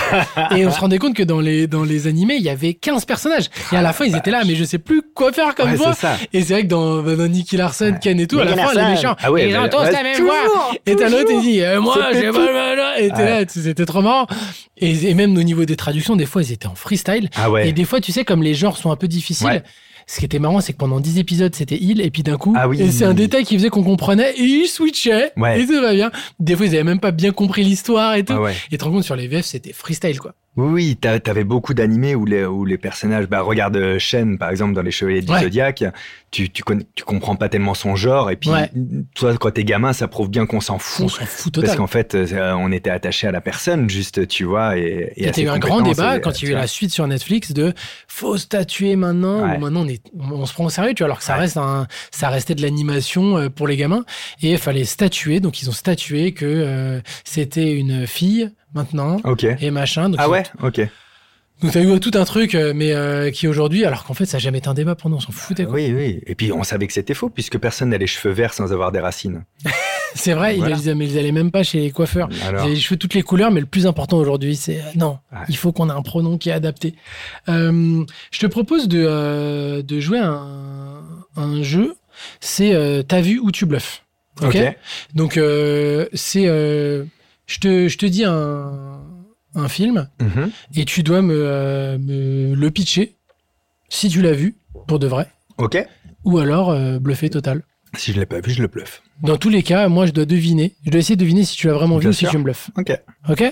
A: et on se rendait compte que dans les, dans les animés, il y avait 15 personnages, et à la fin, ils étaient là, mais je sais plus quoi faire comme
B: ouais,
A: voix.
B: c'est ça.
A: Et c'est vrai que dans, dans Nicky Larson, Ken et tout, à la
B: Nicky
A: fin,
B: Larson.
A: les méchants,
B: Ah
A: ils
B: ouais, mais-
A: entendent
B: ouais,
A: la même voix. Et t'as l'autre, il dit, euh, moi,
B: C'était
A: j'ai
B: tout.
A: pas Et t'es là, tu- c'était trop marrant. Et, et même au niveau des traductions, des fois, ils étaient en freestyle.
B: Ah ouais.
A: Et des fois, tu sais, comme les genres sont un peu difficiles.
B: Ouais.
A: Ce qui était marrant, c'est que pendant 10 épisodes, c'était il, et puis d'un coup,
B: Ah oui.
A: et c'est un détail qui faisait qu'on comprenait, et ils switchaient,
B: Ouais.
A: et tout va bien. Des fois, ils avaient même pas bien compris l'histoire et tout.
B: Ah ouais.
A: Et tu te rends compte, sur les VF, c'était freestyle, quoi.
B: Oui, oui, t'a- t'avais beaucoup d'animés où les, où les personnages, bah, regarde euh, Shen, par exemple, dans Les Chevaliers du
A: Ouais.
B: Zodiac, tu, tu, connais- tu comprends pas tellement son genre, et puis,
A: Ouais.
B: toi, quand t'es gamin, ça prouve bien qu'on s'en
A: On
B: fout.
A: s'en fout
B: Parce
A: total.
B: qu'en fait, euh, on était attaché à la personne, juste, tu vois, et, et
A: Il y
B: à ses
A: a eu un grand
B: compétences,
A: débat
B: et-
A: quand il y
B: tu
A: a eu
B: vois.
A: la suite sur Netflix de faut statuer maintenant
B: Ouais.
A: ou maintenant on, est, on, on se prend au sérieux tu vois alors que ça
B: Ouais.
A: reste un, ça restait de l'animation euh, pour les gamins et il fallait statuer donc ils ont statué que euh, c'était une fille maintenant
B: Ok.
A: et machin donc
B: Ah
A: ils ont-
B: ouais? Ok.
A: donc t'as eu tout un truc euh, mais euh, qui aujourd'hui alors qu'en fait ça a jamais été un débat pour nous on s'en foutait quoi.
B: Oui, oui. Et puis on savait que c'était faux puisque personne n'a les cheveux verts sans avoir des racines.
A: c'est vrai ils-
B: Voilà.
A: ils, mais ils allaient même pas chez les coiffeurs
B: Alors,
A: Vous avez les cheveux de toutes les couleurs, mais le plus important aujourd'hui, c'est euh, non,
B: Ouais.
A: il faut qu'on ait un pronom qui est adapté. Euh, je te propose de, euh, de jouer à un, un jeu, c'est euh, T'as vu ou tu bluffes. Ok. Donc, euh, c'est. euh, je, te, je te dis un, un film
B: Mhm.
A: et tu dois me, euh, me le pitcher si tu l'as vu, pour de vrai,
B: Ok.
A: ou alors euh, bluffer total.
B: Si je l'ai pas vu, je le bluffe.
A: Dans tous les cas, moi, je dois deviner. Je dois essayer de deviner si tu l'as vraiment vu
B: Bien
A: ou si
B: sûr.
A: tu me bluffes.
B: Ok.
A: Ok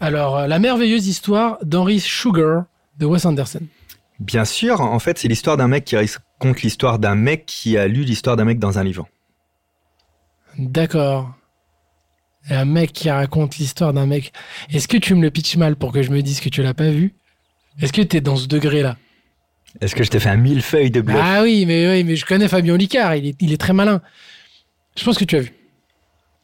A: Alors, euh, la merveilleuse histoire d'Henry Sugar de Wes Anderson.
B: Bien sûr. En fait, c'est l'histoire d'un mec qui raconte l'histoire d'un mec qui a lu l'histoire d'un mec dans un livre.
A: D'accord. un mec qui raconte l'histoire d'un mec. Est-ce que tu me le pitches mal pour que je me dise que tu l'as pas vu Est-ce que tu es dans ce degré-là
B: Est-ce que je t'ai fait un millefeuille de bluff
A: Ah oui, mais oui, mais je connais Fabien Licard, il est, il est très malin. Je pense que tu as vu.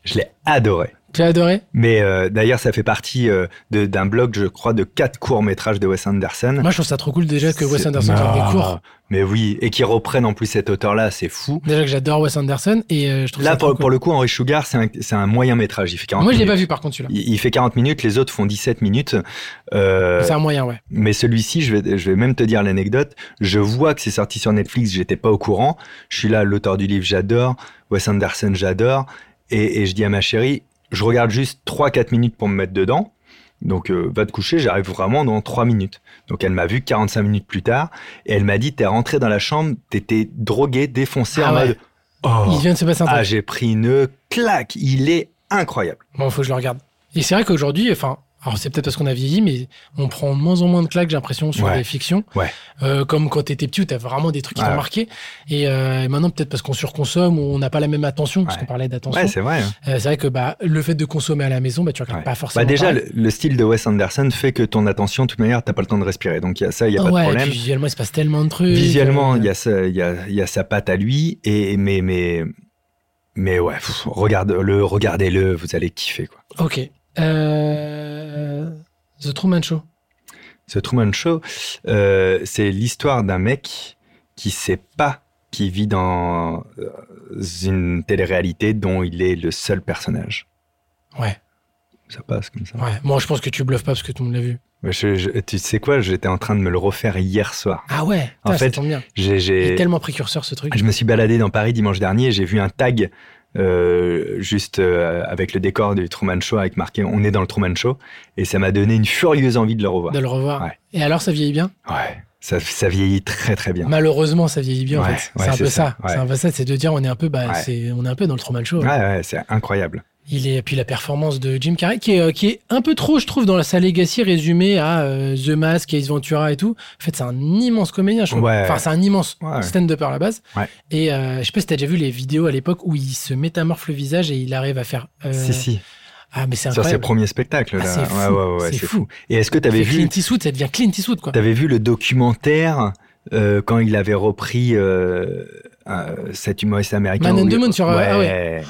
B: Je l'ai adoré.
A: Tu as adoré
B: Mais euh, d'ailleurs, ça fait partie euh, de- d'un blog, je crois, de quatre courts-métrages de Wes Anderson.
A: Moi, je trouve ça trop cool déjà que Wes
B: C'est-
A: Anderson fasse des
B: Ah,
A: cours.
B: Mais oui, et qui reprennent en plus cet auteur-là, c'est fou.
A: Déjà que j'adore Wes Anderson et euh, je trouve
B: Là,
A: ça trop
B: pour,
A: cool.
B: pour le coup, Henri Sugar, c'est un, c'est un moyen métrage. Il fait 40
A: Moi, je l'ai
B: minutes.
A: pas vu par contre celui-là.
B: Il, il fait 40 minutes, les autres font 17 minutes. Euh,
A: C'est un moyen, ouais.
B: mais celui-ci, je vais, je vais même te dire l'anecdote. Je vois que c'est sorti sur Netflix, j'étais pas au courant. Je suis là, l'auteur du livre, j'adore. Wes Anderson, j'adore. Et, et je dis à ma chérie, je regarde juste 3-4 minutes pour me mettre dedans. Donc, euh, va te coucher, j'arrive vraiment dans 3 minutes. Donc, elle m'a vu 45 minutes plus tard et elle m'a dit, t'es rentré dans la chambre, t'étais drogué, défoncé
A: Ah
B: en
A: ouais.
B: mode, oh,
A: Il vient de se passer un
B: ah,
A: truc.
B: j'ai pris une claque. Il est incroyable.
A: Bon, faut que je le regarde. Et c'est vrai qu'aujourd'hui, enfin, alors c'est peut-être parce qu'on a vieilli, mais on prend de moins en moins de claques, j'ai l'impression, sur
B: Ouais.
A: les fictions.
B: Ouais. Ah,
A: Euh, comme quand t'étais petit où t'avais vraiment des trucs qui
B: Ouais.
A: t'ont marqué. Et, euh, et maintenant, peut-être parce qu'on surconsomme ou on n'a pas la même attention, parce
B: Ouais.
A: qu'on parlait d'attention.
B: Ouais, c'est vrai. hein.
A: Euh, c'est vrai que bah, le fait de consommer à la maison, bah, tu regardes
B: Ouais.
A: pas forcément.
B: Bah déjà,
A: pareil.
B: le, le style de Wes Anderson fait que ton attention, de toute manière, t'as pas le temps de respirer. Donc il y a ça, il y a pas
A: ouais,
B: de
A: et
B: problème.
A: puis visuellement, il se passe tellement de trucs.
B: Visuellement,
A: Euh,
B: il y a sa- il y, a, il y a sa patte à lui. Et mais mais mais ouais, pff, regarde-le, regardez-le, vous allez kiffer quoi.
A: Ok. Euh, The Truman Show.
B: The Truman Show, euh, c'est l'histoire d'un mec qui sait pas qui vit dans euh, une télé-réalité dont il est le seul personnage.
A: Ouais,
B: Ça passe comme ça.
A: ouais. Moi, je pense que tu bluffes pas parce que tout le monde l'a vu.
B: Mais je- je- tu sais quoi, j'étais en train de me le refaire hier soir.
A: Ah ouais,
B: En
A: putain, ça
B: fait,
A: tombe bien.
B: J'ai-
A: Il
B: j'ai
A: est tellement précurseur ce truc.
B: Ah, Je me suis baladé dans Paris dimanche dernier et j'ai vu un tag euh, juste euh, avec le décor du Truman Show avec marqué On est dans le Truman Show et ça m'a donné une furieuse envie de le revoir.
A: De le revoir.
B: Ouais.
A: Et alors, ça vieillit bien
B: Ouais, ça, ça vieillit très très bien.
A: Malheureusement, ça vieillit bien, en
B: Ouais,
A: fait.
B: ouais,
A: c'est un
B: c'est
A: peu ça.
B: ça, ouais.
A: C'est un peu ça, c'est de dire on est un peu, bah,
B: Ouais.
A: c'est, on est un peu dans le Truman Show.
B: Ouais, ouais, c'est incroyable.
A: Il est, puis la performance de Jim Carrey, qui est, euh, qui est un peu trop, je trouve, dans sa legacy résumée à euh, The Mask, Ace Ventura et tout. En fait, c'est un immense comédien, je trouve.
B: Ouais.
A: Enfin, c'est un immense
B: Ouais.
A: stand-upper à la base.
B: Ouais.
A: Et euh, je sais pas si t'as déjà vu les vidéos à l'époque où il se métamorphe le visage et il arrive à faire. euh,
B: si, si.
A: Ah, mais c'est
B: Sur ses
A: incroyable.
B: premiers spectacles.
A: Ah,
B: là.
A: c'est
B: Ouais,
A: fou,
B: ouais, ouais,
A: c'est
B: c'est
A: fou.
B: fou. Et est-ce que tu avais
A: C'est
B: vu,
A: Clint Eastwood, ça devient Clint Eastwood, quoi.
B: avais vu le documentaire euh, quand il avait repris euh, euh, cet humoriste américain
A: Man on
B: où
A: the
B: il-
A: Moon sur, euh,
B: Ouais,
A: ah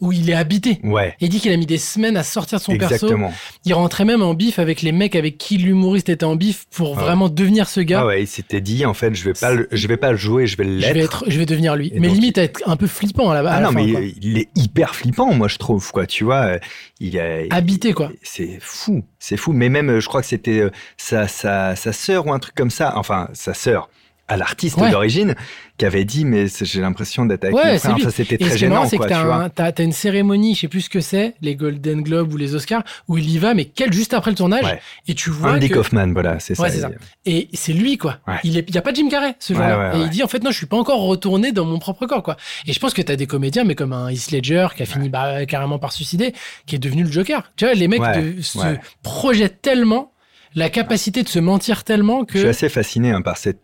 A: Où il est habité.
B: ouais,
A: Il dit qu'il a mis des semaines à sortir de son perso.
B: exactement.
A: Il rentrait même en bif avec les mecs avec qui l'humoriste était en bif pour
B: Ah ouais.
A: vraiment devenir ce gars.
B: Ah ouais, il s'était dit en fait, je vais pas, le- je vais pas le jouer, je vais
A: je vais
B: l'être.
A: être, je vais devenir lui.
B: Et
A: mais
B: donc,
A: limite à être un peu flippant à la, à
B: Ah
A: la
B: non,
A: fin,
B: mais
A: quoi.
B: il, il est hyper flippant, moi je trouve quoi. Tu vois, euh, il est.
A: habité quoi.
B: C'est fou, c'est fou. Mais même, euh, je crois que c'était euh, sa sa sa sœur ou un truc comme ça. Enfin, sa sœur à l'artiste
A: Ouais.
B: d'origine qui avait dit mais c'est- j'ai l'impression d'être avec
A: Ouais,
B: mon
A: c'est
B: frère
A: lui.
B: ça c'était
A: Et
B: très
A: ce qui est
B: gênant
A: marrant, c'est que
B: quoi tu
A: t'as,
B: vois
A: un- t'as- t'as une cérémonie, je sais plus ce que c'est, les Golden Globes ou les Oscars, où il y va, mais quel juste après le tournage,
B: Ouais.
A: et tu vois
B: Andy
A: que,
B: Kaufman voilà c'est
A: Ouais, c'est
B: ça,
A: ça. et c'est lui quoi.
B: Ouais.
A: Il est, y a pas de Jim Carrey ce jour-là.
B: Ouais, ouais,
A: et
B: ouais.
A: il dit en fait non, je suis pas encore retourné dans mon propre corps quoi. Et je pense que t'as des comédiens, mais comme un Heath Ledger qui a fini bah, carrément par se suicider, qui est devenu le Joker. Tu vois, les mecs
B: Ouais,
A: de- se
B: ouais.
A: projettent tellement, la capacité de se mentir tellement
B: je suis
A: que
B: assez fasciné hein, par cette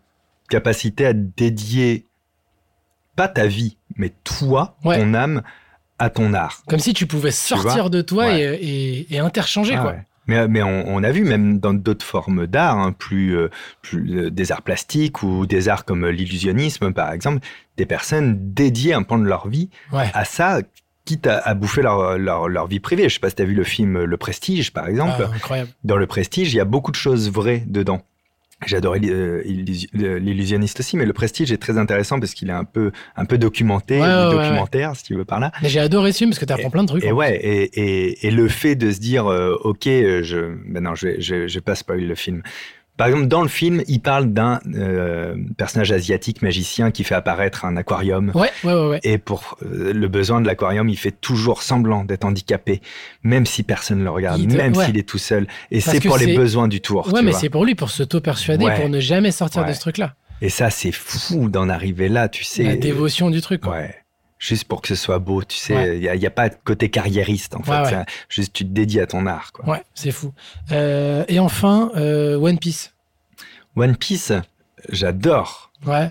B: capacité à dédier pas ta vie mais toi
A: Ouais.
B: ton âme à ton art
A: comme si tu pouvais sortir
B: vois
A: de toi
B: Ouais.
A: et, et- et interchanger
B: Ah
A: quoi.
B: ouais. Mais, mais on, on a vu même dans d'autres formes d'art, hein, plus, euh, plus, euh, des arts plastiques ou des arts comme euh, l'illusionnisme par exemple, des personnes dédiées un pan de leur vie
A: Ouais.
B: à ça, quitte à, à bouffer leur, leur, leur vie privée. Je sais pas si tu as vu le film euh, Le Prestige par exemple.
A: Ah, incroyable.
B: Dans Le Prestige, il y a beaucoup de choses vraies dedans. J'adorais euh, illusi- euh, l'illusionniste aussi, mais le prestige est très intéressant parce qu'il est un peu, un peu documenté,
A: Ouais,
B: ou
A: ouais, ouais, ouais.
B: documentaire, si tu veux par là.
A: Mais j'ai adoré ce film parce que t'apprends plein de trucs.
B: Et
A: en
B: ouais, et, et, et le fait de se dire, euh, ok, euh, je, ben non, je vais, je, je vais pas spoil le film. Par exemple, dans le film, il parle d'un euh, personnage asiatique magicien qui fait apparaître un aquarium.
A: Ouais, ouais, ouais, ouais.
B: Et pour euh, le besoin de l'aquarium, il fait toujours semblant d'être handicapé, même si personne ne le regarde,
A: Il te-
B: même
A: ouais.
B: s'il est tout seul. Et
A: Parce
B: c'est
A: que
B: pour les
A: c'est-
B: besoins du tour.
A: ouais,
B: tu
A: mais
B: vois.
A: c'est pour lui, pour s'auto-persuader,
B: Ouais.
A: pour ne jamais sortir de
B: Ouais.
A: ce truc-là.
B: Et ça, c'est fou d'en arriver là, tu sais.
A: La dévotion du truc. quoi.
B: Ouais. Juste pour que ce soit beau, tu
A: Ouais.
B: sais. Il n'y a, y a pas de côté carriériste, en fait.
A: ouais.
B: C'est- Juste, tu te dédies à ton art, quoi.
A: Ouais, c'est fou. Euh, et enfin, euh, One Piece.
B: One Piece, j'adore.
A: Ouais.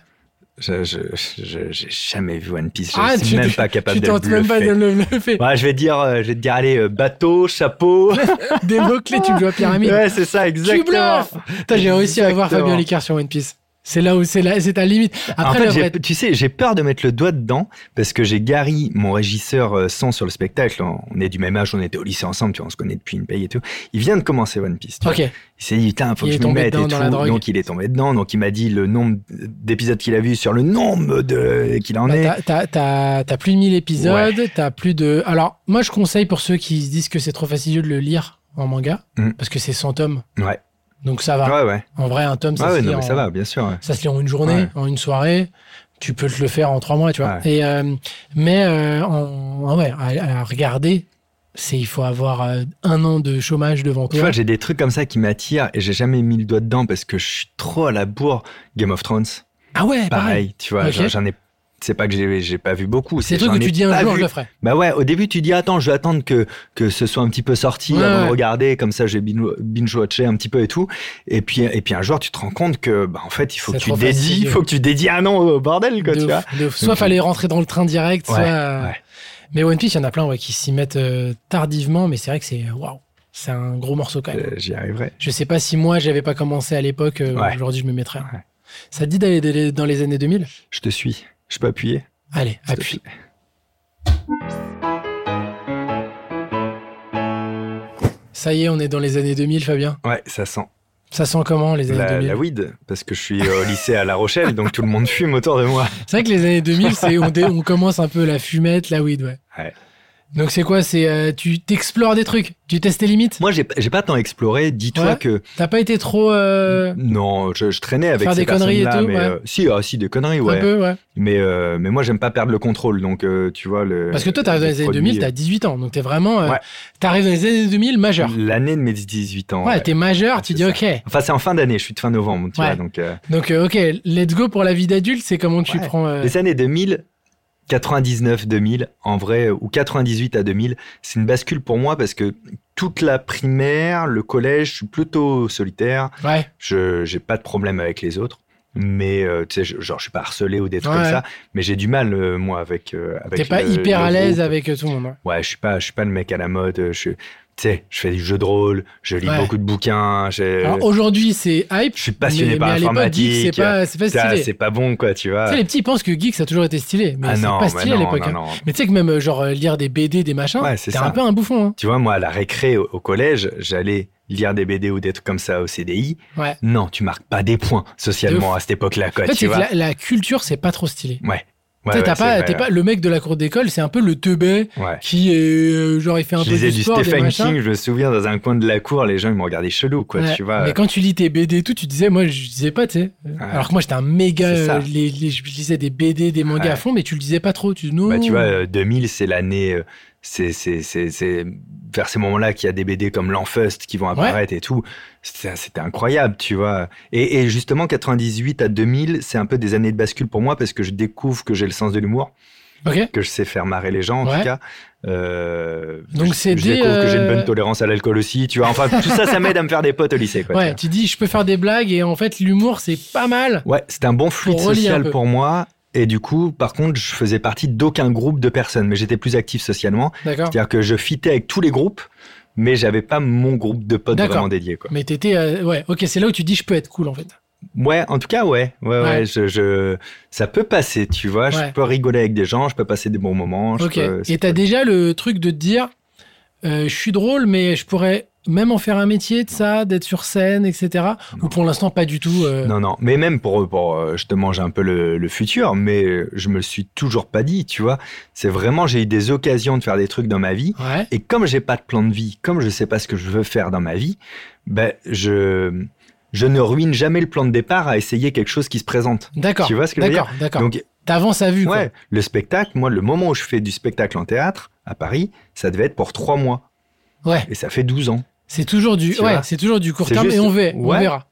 B: Je, je, je- j'ai jamais vu One Piece. Je
A: Ah,
B: suis
A: tu-
B: même pas capable
A: tu
B: de le
A: tentes même pas de
B: bluffer.
A: le bluffer.
B: Ouais, je vais dire, euh, je vais te dire, allez, euh, bateau, chapeau.
A: Démoclé, tu dois pyramide.
B: ouais, c'est ça,
A: tu
B: exactement.
A: bluffes Putain, J'ai réussi à voir
B: Exactement.
A: Fabien Licard sur One Piece. C'est là où c'est là, c'est ta limite. Après,
B: en
A: la
B: fait, j'ai-
A: vraie-
B: tu sais, j'ai peur de mettre le doigt dedans parce que j'ai Gary, mon régisseur euh, sang sur le spectacle. On on est du même âge, on était au lycée ensemble, tu vois, on se connaît depuis une paye et tout. Il vient de commencer One Piece. tu vois.
A: Ok.
B: Il s'est dit, putain, faut
A: Il est
B: que je m'y
A: tombé
B: mette
A: dedans
B: et
A: dans la
B: tout.
A: drogue.
B: Donc, il est tombé dedans. Donc, il m'a dit le nombre d'épisodes qu'il a vu sur le nombre de... qu'il en
A: Bah,
B: est.
A: t'as- T'as t'as- t'as plus de 1000 épisodes, t'as plus de. Alors, moi, je conseille pour ceux qui se disent que c'est trop fastidieux de le lire en manga,
B: Mm.
A: parce que c'est 100 tomes.
B: Ouais.
A: Donc ça va.
B: Ouais, ouais.
A: En vrai, un tome, Ah. ça, hein.
B: Ah
A: se,
B: ouais,
A: lit
B: non,
A: en...
B: mais ça va, bien sûr. ouais.
A: ça se lit en une journée,
B: Ouais.
A: en une soirée. Tu peux te le faire en trois mois, tu vois.
B: Ouais.
A: Et, euh, mais euh, en- ah ouais, à, à regarder, c'est il faut avoir euh, un an de chômage devant
B: Tu
A: toi.
B: vois, j'ai des trucs comme ça qui m'attirent et j'ai jamais mis le doigt dedans parce que je suis trop à la bourre. Game of Thrones,
A: ah ouais, pareil.
B: pareil, tu vois,
A: Ok.
B: j'en- j'en ai. C'est pas que j'ai j'ai pas vu beaucoup.
A: C'est le
B: j'en
A: truc que
B: ai
A: tu dis un
B: pas
A: jour,
B: vu.
A: je le ferai.
B: Bah ouais, au début tu dis attends, je vais attendre que que ce soit un petit peu sorti
A: Ouais,
B: avant
A: ouais.
B: de regarder, comme ça j'ai binge watché un petit peu et tout. Et puis et puis un jour tu te rends compte que bah en fait il faut
A: C'est
B: que tu
A: trop
B: dédies,
A: fastidieux.
B: il faut que tu dédies un an au bordel quoi,
A: De
B: tu vois.
A: ouf, de ouf. soit
B: Ok.
A: fallait rentrer dans le train direct,
B: Ouais,
A: soit. euh,
B: ouais.
A: Mais One Piece, il y en a plein ouais, qui s'y mettent euh, tardivement, mais c'est vrai que c'est waouh, c'est un gros morceau quand même.
B: Euh, J'y arriverai.
A: Je sais pas si moi j'avais pas commencé à l'époque, euh,
B: Ouais.
A: aujourd'hui je me mettrais. hein.
B: Ouais.
A: Ça te dit d'aller d'aller dans les années 2000
B: Je te suis. Je peux appuyer.
A: Allez,
B: S'il te
A: appuie. Ça y est, on est dans les années 2000, Fabien.
B: Ouais, ça sent
A: Ça sent comment les années
B: la,
A: 2000
B: la weed parce que je suis euh, au lycée à La Rochelle, donc tout le monde fume autour de moi.
A: C'est vrai que les années 2000, c'est on, dé- on commence un peu la fumette, la weed, ouais.
B: Ouais.
A: Donc c'est quoi C'est euh, tu t'explores des trucs, tu testes tes limites.
B: Moi j'ai j'ai pas tant exploré. Dis-toi
A: Ouais.
B: que
A: T'as pas été trop euh,
B: Non, je, je traînais avec
A: Faire
B: ces
A: des conneries et
B: personnes-là,
A: tout,
B: mais
A: ouais.
B: euh, si, ah, si, des conneries,
A: un
B: ouais.
A: peu, ouais.
B: Mais euh, mais moi, j'aime pas perdre le contrôle, donc euh, tu vois le.
A: Parce que toi, t'arrives dans les années 2000, t'as 18 ans, donc t'es vraiment, euh,
B: Ouais.
A: t'arrives dans les années 2000 majeur.
B: L'année de mes 18 ans.
A: Ouais,
B: ouais.
A: t'es majeur,
B: Ouais,
A: tu
B: c'est
A: dis
B: ça.
A: ok.
B: Enfin, c'est en fin d'année. Je suis de fin novembre, tu
A: Ouais.
B: vois. Donc euh,
A: Donc euh, ok, let's go pour la vie d'adulte, c'est comment tu
B: Ouais.
A: prends. euh,
B: les années 2000. 99 2000 en vrai ou 98 à 2000 c'est une bascule pour moi parce que toute la primaire le collège je suis plutôt solitaire
A: Ouais.
B: Je j'ai pas de problème avec les autres, mais euh, tu sais, je- genre je suis pas harcelé ou des trucs
A: Ouais.
B: comme ça, mais j'ai du mal euh, moi avec. euh, avec
A: T'es pas
B: le-
A: hyper
B: le
A: à l'aise
B: groupe.
A: avec euh, tout le monde. ouais.
B: Ouais, je suis pas je suis pas le mec à la mode. euh, Je suis- tu sais, je fais du jeu de rôle, je lis
A: Ouais.
B: beaucoup de bouquins, je,
A: Alors aujourd'hui, c'est hype.
B: je suis Euh, passionné
A: mais,
B: par
A: mais à l'époque, geek,
B: l'informatique.
A: c'est pas, c'est pas
B: Ça,
A: stylé.
B: C'est pas bon quoi, tu vois.
A: Tu sais, les petits pensent que geek, ça a toujours été stylé, mais
B: Euh. ah
A: c'est
B: non,
A: pas
B: mais
A: stylé à
B: non,
A: l'époque.
B: non,
A: hein.
B: non.
A: Mais tu sais que même euh, genre euh, lire des BD, des machins,
B: Ouais, c'est
A: t'es
B: ça.
A: un peu un bouffon. hein.
B: Tu vois, moi, à la récré au, au collège, j'allais lire des BD ou des trucs comme ça au CDI.
A: Ouais.
B: Non, tu marques pas des points socialement à cette époque-là, quoi.
A: En fait,
B: Bah, tu
A: c'est que
B: vois.
A: la, la culture, c'est pas trop stylé.
B: Ouais.
A: Tu
B: Ouais,
A: sais,
B: ouais,
A: t'as
B: c'est
A: pas,
B: vrai,
A: t'es pas le mec de la cour d'école, c'est un peu le teubé
B: Ouais.
A: qui est euh, genre il fait un
B: je
A: peu
B: lisais
A: du
B: du
A: sport, des
B: Stephen
A: machins.
B: King, je me souviens, dans un coin de la cour, les gens ils me regardaient chelou, quoi,
A: Ouais,
B: tu vois.
A: Mais quand tu lis tes BD et tout, tu disais, moi, je disais pas, tu sais. Alors que moi, j'étais un méga.
B: C'est ça.
A: euh, les- les- je lisais des BD, des mangas
B: Ouais.
A: à fond, mais tu le disais pas trop. Tu dis, non.
B: Bah, tu vois, euh, 2000, c'est l'année. euh, C'est c'est- c'est- c'est vers ces moments-là qu'il y a des BD comme L'Enfust qui vont apparaître et tout. C'était c'était incroyable, tu vois. Et, et justement, 98 à 2000, c'est un peu des années de bascule pour moi parce que je découvre que j'ai le sens de l'humour,
A: Ok.
B: que je sais faire marrer les gens en
A: Ouais.
B: tout cas. Euh,
A: Donc,
B: je-
A: c'est
B: Je
A: des,
B: découvre que j'ai une
A: euh,
B: bonne tolérance à l'alcool aussi, tu vois. Enfin, tout ça, ça m'aide à me faire des potes au lycée, quoi. tu vois.
A: Ouais, tu dis, je peux faire des blagues, et en fait, l'humour, c'est pas mal.
B: Ouais, c'était un bon fluide
A: Pour relier un peu.
B: social pour moi. Et du coup, par contre, je faisais partie d'aucun groupe de personnes, mais j'étais plus actif socialement.
A: D'accord.
B: C'est-à-dire que je fitais avec tous les groupes, mais j'avais pas mon groupe de potes
A: D'accord.
B: vraiment dédié, quoi.
A: Mais t'étais. euh, ouais, ok, c'est là où tu dis, je peux être cool, en fait.
B: Ouais, en tout cas, ouais. Ouais, ouais,
A: Ouais.
B: je, je- ça peut passer, tu vois.
A: Ouais.
B: Je peux rigoler avec des gens, je peux passer des bons moments. je
A: Ok.
B: peux- c'est
A: et t'as
B: cool.
A: déjà le truc de te dire, euh, je suis drôle, mais je pourrais même en faire un métier de ça, d'être sur scène, etc. Ou
B: Non.
A: pour l'instant, pas du tout. euh,
B: Non, non, mais même pour, pour euh, je te mange un peu le, le futur, mais euh, je me le suis toujours pas dit, tu vois. C'est vraiment, j'ai eu des occasions de faire des trucs dans ma vie
A: Ouais.
B: Et comme j'ai pas de plan de vie, comme je sais pas ce que je veux faire dans ma vie, ben je je ne ruine jamais le plan de départ à essayer quelque chose qui se présente.
A: D'accord.
B: Tu vois ce que je veux dire
A: D'accord, d'accord.
B: Donc
A: T'avances à vue, quoi.
B: ouais, le spectacle, moi le moment où je fais du spectacle en théâtre à Paris, ça devait être pour trois mois
A: Ouais.
B: et ça fait 12 ans.
A: C'est toujours du,
B: Tu
A: ouais,
B: vois
A: c'est toujours du court
B: C'est
A: terme
B: juste-
A: et on, va- on
B: Ouais.
A: verra.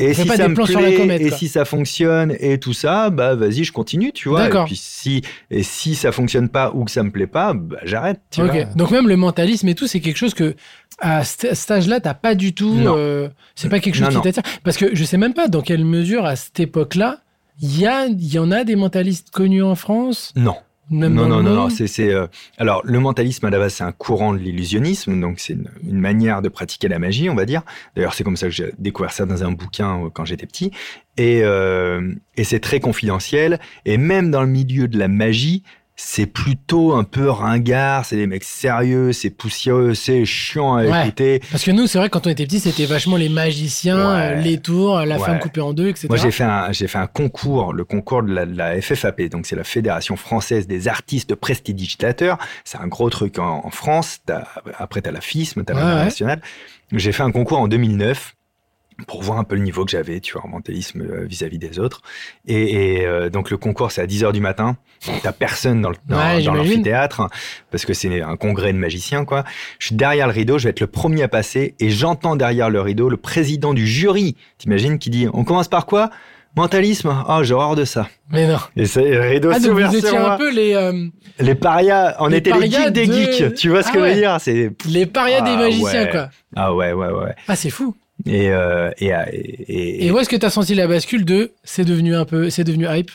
B: Et
A: fait
B: si
A: pas
B: ça
A: des
B: me
A: plans
B: plaît,
A: sur la comète,
B: et
A: quoi.
B: si ça fonctionne et tout ça, bah vas-y, je continue, tu vois.
A: D'accord.
B: Et puis si et si ça fonctionne pas ou que ça me plaît pas, bah, j'arrête, tu
A: Ok.
B: vois.
A: Donc même le mentalisme et tout, c'est quelque chose que à ce ce âge-là, t'as pas du tout.
B: Non.
A: euh, c'est pas quelque chose
B: Non,
A: qui
B: non.
A: t'attire. Parce que je sais même pas dans quelle mesure à cette époque-là, Il y, a, il y en a des mentalistes connus en France
B: Non.
A: Même
B: non,
A: dans
B: non,
A: le
B: non,
A: monde
B: non, c'est, c'est, euh, alors, le mentalisme, à la base, c'est un courant de l'illusionnisme, donc c'est une, une manière de pratiquer la magie, on va dire. D'ailleurs, c'est comme ça que j'ai découvert ça dans un bouquin euh, quand j'étais petit. Et, euh, et c'est très confidentiel. Et même dans le milieu de la magie, c'est plutôt un peu ringard, c'est des mecs sérieux, c'est poussiéreux, c'est chiant à
A: Ouais.
B: écouter.
A: Parce que nous, c'est vrai, quand on était petits, c'était vachement les magiciens,
B: Ouais.
A: euh, les tours, la
B: Ouais.
A: femme coupée en deux, etc.
B: Moi, j'ai fait, un, j'ai fait un concours, le concours de la, de la FFAP, donc c'est la Fédération Française des Artistes Prestidigitateurs. C'est un gros truc en, en France. T'as- après, tu as la FISM, tu as
A: Ouais, ouais.
B: l'international. J'ai fait un concours en 2009 pour voir un peu le niveau que j'avais, tu vois, en mentalisme euh, vis-à-vis des autres. Et, et, euh, donc, le concours, c'est à 10h du matin. Donc, T'as personne dans le- dans-
A: Ouais,
B: dans
A: j'imagine.
B: l'amphithéâtre parce que c'est un congrès de magiciens, quoi. Je suis derrière le rideau, je vais être le premier à passer et j'entends derrière le rideau le président du jury, t'imagines, qui dit On commence par quoi Mentalisme Ah, j'ai horreur de ça.
A: Mais non.
B: Et c'est le rideau
A: Ah, donc
B: s'ouvre
A: vous
B: sur
A: étiez un
B: moi.
A: peu les, euh,
B: Les parias, on
A: Les
B: était
A: parias
B: les geeks des
A: de-
B: geeks, tu vois ce
A: Ah
B: que je
A: ouais.
B: veux dire c'est...
A: les parias des
B: Ah,
A: magiciens,
B: ouais.
A: quoi.
B: Ah ouais, ouais, ouais.
A: Ah, c'est fou.
B: Et, euh, et, euh, et-
A: Et,
B: et-
A: où est-ce que t'as senti la bascule de c'est devenu un peu, c'est devenu hype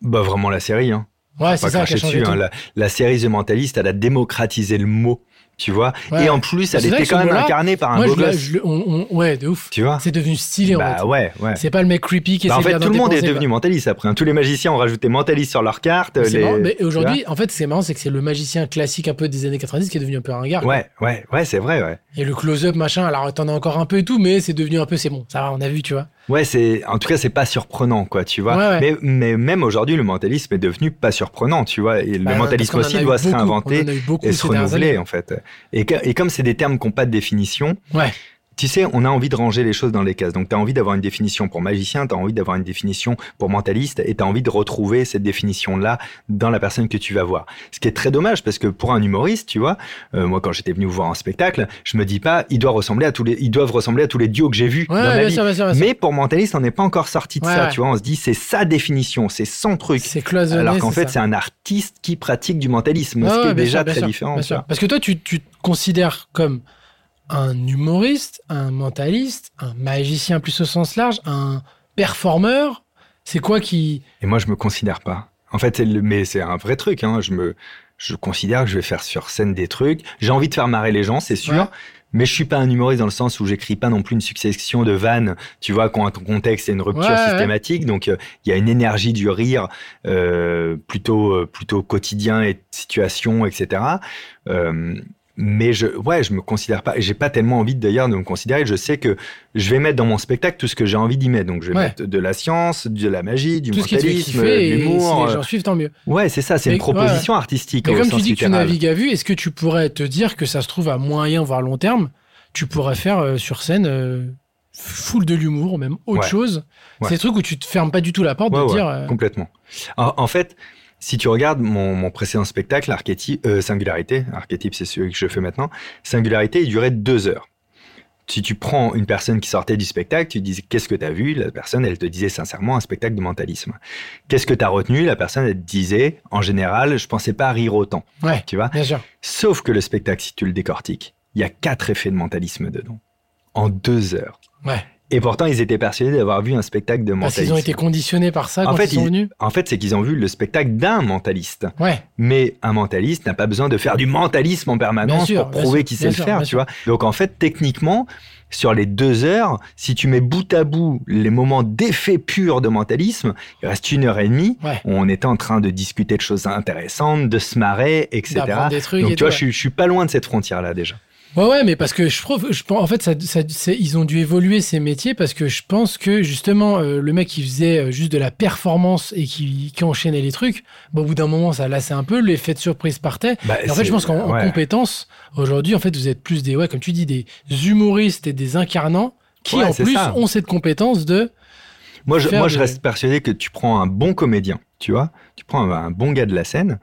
B: bah, vraiment la série, hein.
A: Ouais,
B: pas
A: c'est ça qui
B: cracher
A: a changé.
B: dessus.
A: tout.
B: hein. La, la série The Mentalist, elle a démocratisé le mot, tu vois.
A: Ouais.
B: hein. Et en plus, elle
A: C'est vrai
B: était
A: que
B: quand
A: ce
B: même
A: mot-là,
B: incarnée par un
A: Moi,
B: beau
A: je, la-
B: gosse,
A: je le- on- on- ouais, de ouf.
B: tu vois.
A: C'est devenu stylé en
B: Bah
A: fait.
B: ouais, ouais.
A: C'est pas le mec creepy qui
B: Bah, en
A: essaie de
B: fait,
A: garder
B: tout le
A: tes
B: monde est
A: pensées, quoi.
B: devenu mentaliste après. hein. Tous les magiciens ont rajouté mentaliste sur leur carte.
A: Mais C'est
B: les-
A: marrant, mais
B: tu
A: aujourd'hui, en fait, c'est marrant, c'est que c'est le magicien classique un peu des années 90 qui est devenu un peu un
B: vois
A: ringard.
B: Ouais, ouais, ouais, c'est vrai, ouais.
A: Et le close-up, machin, alors t'en as encore un peu et tout, mais c'est devenu un peu, c'est bon, ça va, on a vu, tu vois.
B: Ouais, c'est, en tout cas, c'est pas surprenant, quoi, tu vois.
A: Ouais, ouais.
B: Mais, mais même aujourd'hui, le mentalisme est devenu pas surprenant, tu vois. Et le
A: Bah, parce
B: mentalisme
A: qu'on en
B: aussi
A: a eu
B: doit se
A: beaucoup,
B: réinventer.
A: On en a eu beaucoup
B: et
A: ces
B: se
A: dernières
B: renouveler
A: années.
B: en fait. Et, que- et comme c'est des termes qui n'ont pas de définition,
A: Ouais.
B: tu sais, on a envie de ranger les choses dans les cases. Donc tu as envie d'avoir une définition pour magicien, tu as envie d'avoir une définition pour mentaliste et tu as envie de retrouver cette définition-là dans la personne que tu vas voir. Ce qui est très dommage parce que pour un humoriste, tu vois, euh, moi quand j'étais venu vous voir un spectacle, je me dis pas, ils doivent ressembler à tous les, ils doivent ressembler à tous les duos que j'ai vus
A: Ouais,
B: dans ma
A: bien
B: vie.
A: sûr, bien sûr, bien sûr.
B: Mais pour mentaliste, on n'est pas encore sorti de
A: Ouais,
B: ça,
A: ouais.
B: tu vois. On se dit, c'est sa définition, c'est son truc.
A: C'est cloisonné.
B: Alors qu'en fait,
A: ça.
B: c'est un artiste qui pratique du mentalisme,
A: Ouais,
B: ce qui
A: ouais,
B: est
A: bien
B: déjà
A: sûr, bien
B: très
A: sûr,
B: différent.
A: bien
B: tu
A: sûr.
B: vois.
A: Parce que toi, tu, tu te considères comme un humoriste, un mentaliste, un magicien plus au sens large, un performeur. C'est quoi qui.
B: Et moi, je me considère pas. En fait, c'est le- mais c'est un vrai truc. Hein. Je me, je considère que je vais faire sur scène des trucs. J'ai envie de faire marrer les gens, c'est sûr.
A: Ouais.
B: Mais je suis pas un humoriste dans le sens où j'écris pas non plus une succession de vannes, tu vois, qui ont un contexte et une rupture
A: Ouais, ouais.
B: systématique. Donc, euh, il y a une énergie du rire euh, plutôt, euh, plutôt quotidien et de situation, etc. Euh, mais je, ouais, je me considère pas. J'ai pas tellement envie d'ailleurs de me considérer. Je sais que je vais mettre dans mon spectacle tout ce que j'ai envie d'y mettre. Donc, je vais
A: Ouais.
B: mettre de la science, de la magie, du
A: Tout ce qui te fait
B: mentalisme, de
A: kiffer et si
B: l'humour.
A: les gens suivent, tant mieux.
B: euh, Ouais, c'est ça. C'est
A: Mais-
B: une proposition artistique
A: Mais
B: au
A: comme
B: sens
A: tu dis que tu
B: littéral.
A: navigues à vue, est-ce que tu pourrais te dire que ça se trouve à moyen, voire long terme, tu pourrais faire euh, sur scène euh, full de l'humour ou même autre
B: Ouais.
A: chose
B: Ouais.
A: C'est des trucs où tu te fermes pas du tout la porte
B: Ouais,
A: de
B: ouais,
A: dire. euh,
B: complètement. En, en fait, si tu regardes mon, mon précédent spectacle, Archétype, euh, Singularité, Archétype, c'est celui que je fais maintenant. Singularité, il durait deux heures. Si tu prends une personne qui sortait du spectacle, tu disais qu'est-ce que tu as vu La personne, elle te disait sincèrement un spectacle de mentalisme. Qu'est-ce que tu as retenu La personne, elle te disait en général, je pensais pas rire autant.
A: Ouais.
B: Tu vois
A: Bien sûr.
B: Sauf que le spectacle, si tu le décortiques, il y a quatre effets de mentalisme dedans. En deux heures.
A: Ouais.
B: Et pourtant, ils étaient persuadés d'avoir vu un spectacle de
A: Parce
B: mentalisme.
A: qu'ils ont été conditionnés par ça
B: En
A: quand
B: fait,
A: ils sont
B: ils-
A: venus.
B: En fait, c'est qu'ils ont vu le spectacle d'un mentaliste.
A: Ouais.
B: Mais un mentaliste n'a pas besoin de faire du mentalisme en permanence
A: Bien sûr,
B: pour
A: bien
B: prouver
A: sûr,
B: qu'il sait
A: bien
B: le
A: sûr,
B: faire,
A: bien
B: tu vois. Donc en fait, techniquement, sur les deux heures, si tu mets bout à bout les moments d'effet pur de mentalisme, il reste une heure et demie
A: Ouais.
B: où on était en train de discuter de choses intéressantes, de se marrer, etc.
A: D'apprendre des trucs
B: Donc
A: et
B: tu vois,
A: tout,
B: je, suis- je suis pas loin de cette frontière-là déjà.
A: Ouais, ouais, mais parce que je trouve, je pense, en fait, ça, ça- c'est- ils ont dû évoluer ces métiers parce que je pense que justement, euh, le mec qui faisait euh, juste de la performance et qui, qui enchaînait les trucs, bon, au bout d'un moment, ça lassait un peu, l'effet de surprise partait.
B: Bah,
A: Et en fait,
B: c'est-
A: je pense qu'en en
B: ouais.
A: compétence, aujourd'hui, en fait, vous êtes plus des, ouais, comme tu dis, des humoristes et des incarnants qui,
B: Ouais,
A: en
B: c'est
A: plus,
B: ça.
A: ont cette compétence de.
B: Moi, je,
A: faire
B: moi, je
A: des-
B: reste persuadé que tu prends un bon comédien, tu vois, tu prends un, un bon gars de la scène,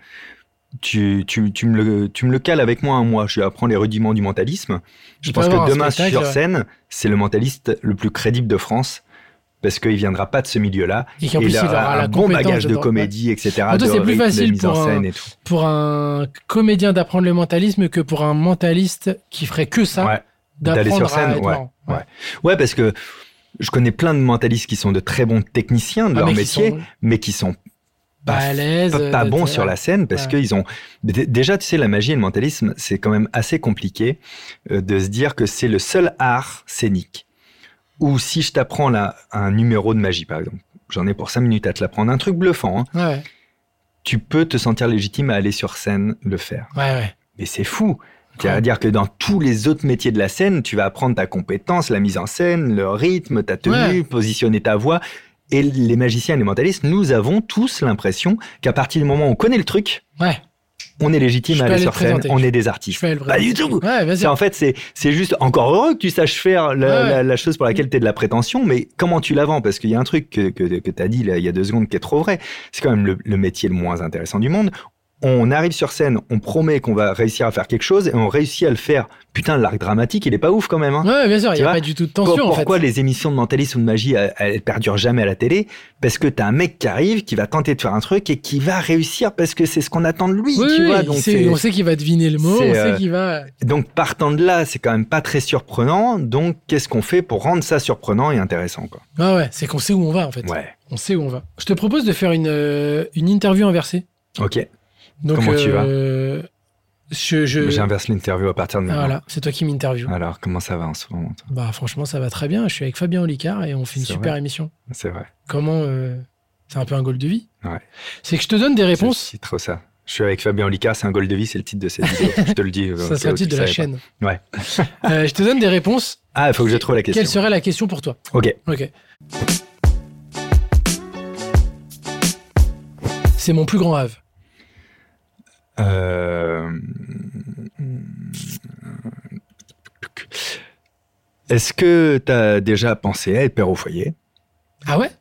B: tu, tu, tu, me le, tu me le cales avec moi un mois, je lui apprends les rudiments du mentalisme. Je
A: Il peut
B: pense
A: avoir
B: que
A: un
B: demain,
A: spectacle, euh,
B: sur
A: ouais.
B: scène, c'est le mentaliste le plus crédible de France. Parce qu'il viendra pas de ce milieu-là.
A: Et qu'en
B: Et
A: plus, il
B: il
A: aura
B: aura
A: la
B: un bon
A: compétence
B: bagage de
A: dedans.
B: comédie, etc.
A: En tout,
B: de
A: c'est plus
B: rythme, de
A: facile
B: mise en
A: pour un-
B: scène et tout.
A: Pour un comédien d'apprendre le mentalisme que pour un mentaliste qui ferait que ça,
B: Ouais. D'aller
A: d'apprendre
B: sur scène,
A: à être marrant.
B: Ouais, parce que je connais plein de mentalistes qui sont de très bons techniciens de
A: Ah,
B: leur
A: mais qui
B: métier,
A: sont-
B: mais qui sont pas,
A: Pas à l'aise,
B: pas, pas
A: euh,
B: bons
A: d'être-
B: sur la scène parce
A: Ouais.
B: qu'ils ont Dé- déjà tu sais la magie et le mentalisme c'est quand même assez compliqué euh, de se dire que c'est le seul art scénique où si je t'apprends là un numéro de magie par exemple j'en ai pour 5 minutes à te l'apprendre un truc bluffant hein,
A: euh, Ouais,
B: tu peux te sentir légitime à aller sur scène le faire
A: ouais, ouais.
B: mais c'est fou c'est-à-dire que dans tous les autres métiers de la scène, tu vas apprendre ta compétence, la mise en scène, le rythme, ta tenue,
A: Ouais.
B: positionner ta voix. Et les magiciens et les mentalistes, nous avons tous l'impression qu'à partir du moment où on connaît le truc,
A: Ouais,
B: on est légitime
A: Je
B: à
A: peux
B: aller
A: aller
B: sur
A: le
B: scène,
A: présenter.
B: on est des
A: je
B: artistes.
A: fais le
B: Pas
A: vrai.
B: du tout
A: Ouais, vas-y.
B: C'est- En fait, c'est c'est juste encore heureux que tu saches faire la,
A: Ouais, ouais.
B: la- la chose pour laquelle tu es de la prétention, mais comment tu la vends Parce qu'il y a un truc que, que, que tu as dit là, il y a deux secondes qui est trop vrai. C'est quand même le, le métier le moins intéressant du monde. On arrive sur scène, on promet qu'on va réussir à faire quelque chose et on réussit à le faire. Putain, l'arc dramatique, il est pas ouf quand même. hein.
A: Ouais, bien sûr, il n'y
B: Tu
A: a
B: vois,
A: pas du tout de tension
B: Pour-
A: en fait.
B: pourquoi les émissions de mentalisme ou de magie elles, elles perdurent jamais à la télé Parce que t'as un mec qui arrive, qui va tenter de faire un truc et qui va réussir parce que c'est ce qu'on attend de lui.
A: Oui,
B: tu
A: oui,
B: vois,
A: il
B: donc
A: sait-
B: c'est-
A: on sait qu'il va deviner le mot,
B: c'est,
A: on
B: euh,
A: sait qu'il va.
B: donc partant de là, c'est quand même pas très surprenant. Donc qu'est-ce qu'on fait pour rendre ça surprenant et intéressant quoi
A: Ouais, ouais, c'est qu'on sait où on va en fait.
B: Ouais.
A: On sait où on va. Je te propose de faire une, euh, une interview inversée. Euh,
B: Ok.
A: Donc,
B: Comment tu
A: euh, je, je-
B: J'inverse l'interview à partir de
A: Ah,
B: maintenant.
A: Voilà, c'est toi qui m'interview.
B: Alors comment ça va en ce moment toi
A: Bah franchement, ça va très bien. Je suis avec Fabien Olicard et on fait une
B: C'est
A: super
B: vrai.
A: émission.
B: C'est vrai.
A: Comment euh, C'est un peu un goal de vie.
B: Ouais.
A: C'est que je te donne des réponses.
B: C'est trop ça. Je suis avec Fabien Olicard, c'est un goal de vie, c'est le titre de cette vidéo. je te le dis.
A: Ça c'est le titre de la chaîne.
B: Ouais.
A: Euh, je te donne des réponses.
B: Ah, il faut que je trouve la question.
A: Quelle serait la question pour toi
B: Ok.
A: Ok. C'est mon plus grand rêve.
B: Euh, Est-ce que tu as déjà pensé à être père au foyer
A: Ah ouais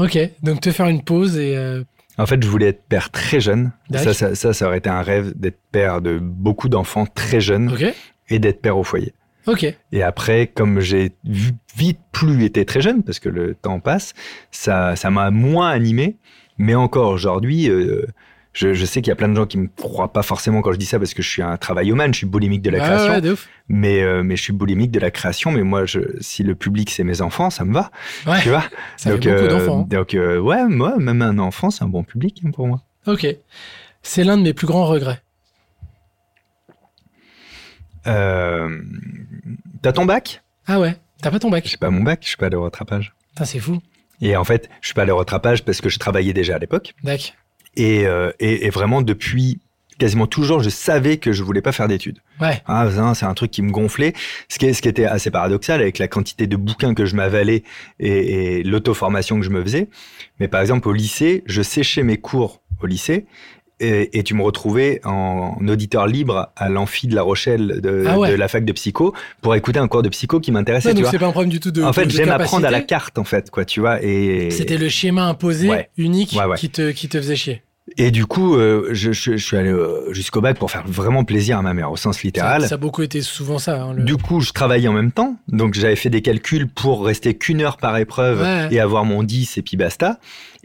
A: Ok, donc te faire une pause et... euh,
B: En fait, je voulais être père très jeune.
A: D'accord.
B: Ça ça, ça, ça aurait été un rêve d'être père de beaucoup d'enfants très jeunes
A: Ok,
B: et d'être père au foyer.
A: ok,
B: Et après, comme j'ai vu- vite plus été très jeune, parce que le temps passe, ça ça m'a moins animé. Mais encore aujourd'hui, euh, je, je sais qu'il y a plein de gens qui me croient pas forcément quand je dis ça, parce que je suis un travaillomane, je suis boulimique de la
A: Ouais,
B: création.
A: Ah ouais, de ouf.
B: mais, euh, mais je suis boulimique de la création. Mais moi, je, si le public, c'est mes enfants, ça me va.
A: Ouais.
B: Tu vois
A: Ça fait beaucoup
B: euh,
A: d'enfants.
B: donc euh, ouais, moi, même un enfant, c'est un bon public hein, pour moi.
A: hein. Ok. C'est l'un de mes plus grands regrets.
B: Euh, T'as ton bac
A: Ah ouais T'as pas ton bac
B: J'ai pas mon bac, je suis pas allé au rattrapage.
A: Putain, c'est fou.
B: Et en fait, je suis pas allé au rattrapage parce que je travaillais déjà à l'époque.
A: Dac.
B: Et, euh, et, et vraiment, depuis quasiment toujours, je savais que je voulais pas faire d'études.
A: Ouais.
B: Ah, ça, c'est un truc qui me gonflait. Ce qui, est- ce qui était assez paradoxal avec la quantité de bouquins que je m'avalais et, et l'auto-formation que je me faisais. Mais par exemple, au lycée, je séchais mes cours au lycée et, et tu me retrouvais en, auditeur libre à l'amphi de La Rochelle de,
A: Ah ouais.
B: de la fac de psycho pour écouter un cours de psycho qui m'intéressait,
A: Non,
B: tu
A: donc
B: vois.
A: c'est pas un problème du tout de.
B: En fait,
A: de
B: j'aime
A: capacité.
B: apprendre à la carte, en fait, quoi, tu vois. Et,
A: C'était le schéma imposé,
B: Ouais.
A: unique,
B: Ouais, ouais.
A: Qui, te, qui te faisait chier.
B: et du coup, euh, je, je- je suis allé euh, jusqu'au bac pour faire vraiment plaisir à ma mère, au sens littéral.
A: Ça, ça a beaucoup été souvent ça. hein, le-
B: Du coup, je travaillais en même temps, donc j'avais fait des calculs pour rester qu'une heure par épreuve
A: Ouais.
B: et avoir mon 10 et puis basta.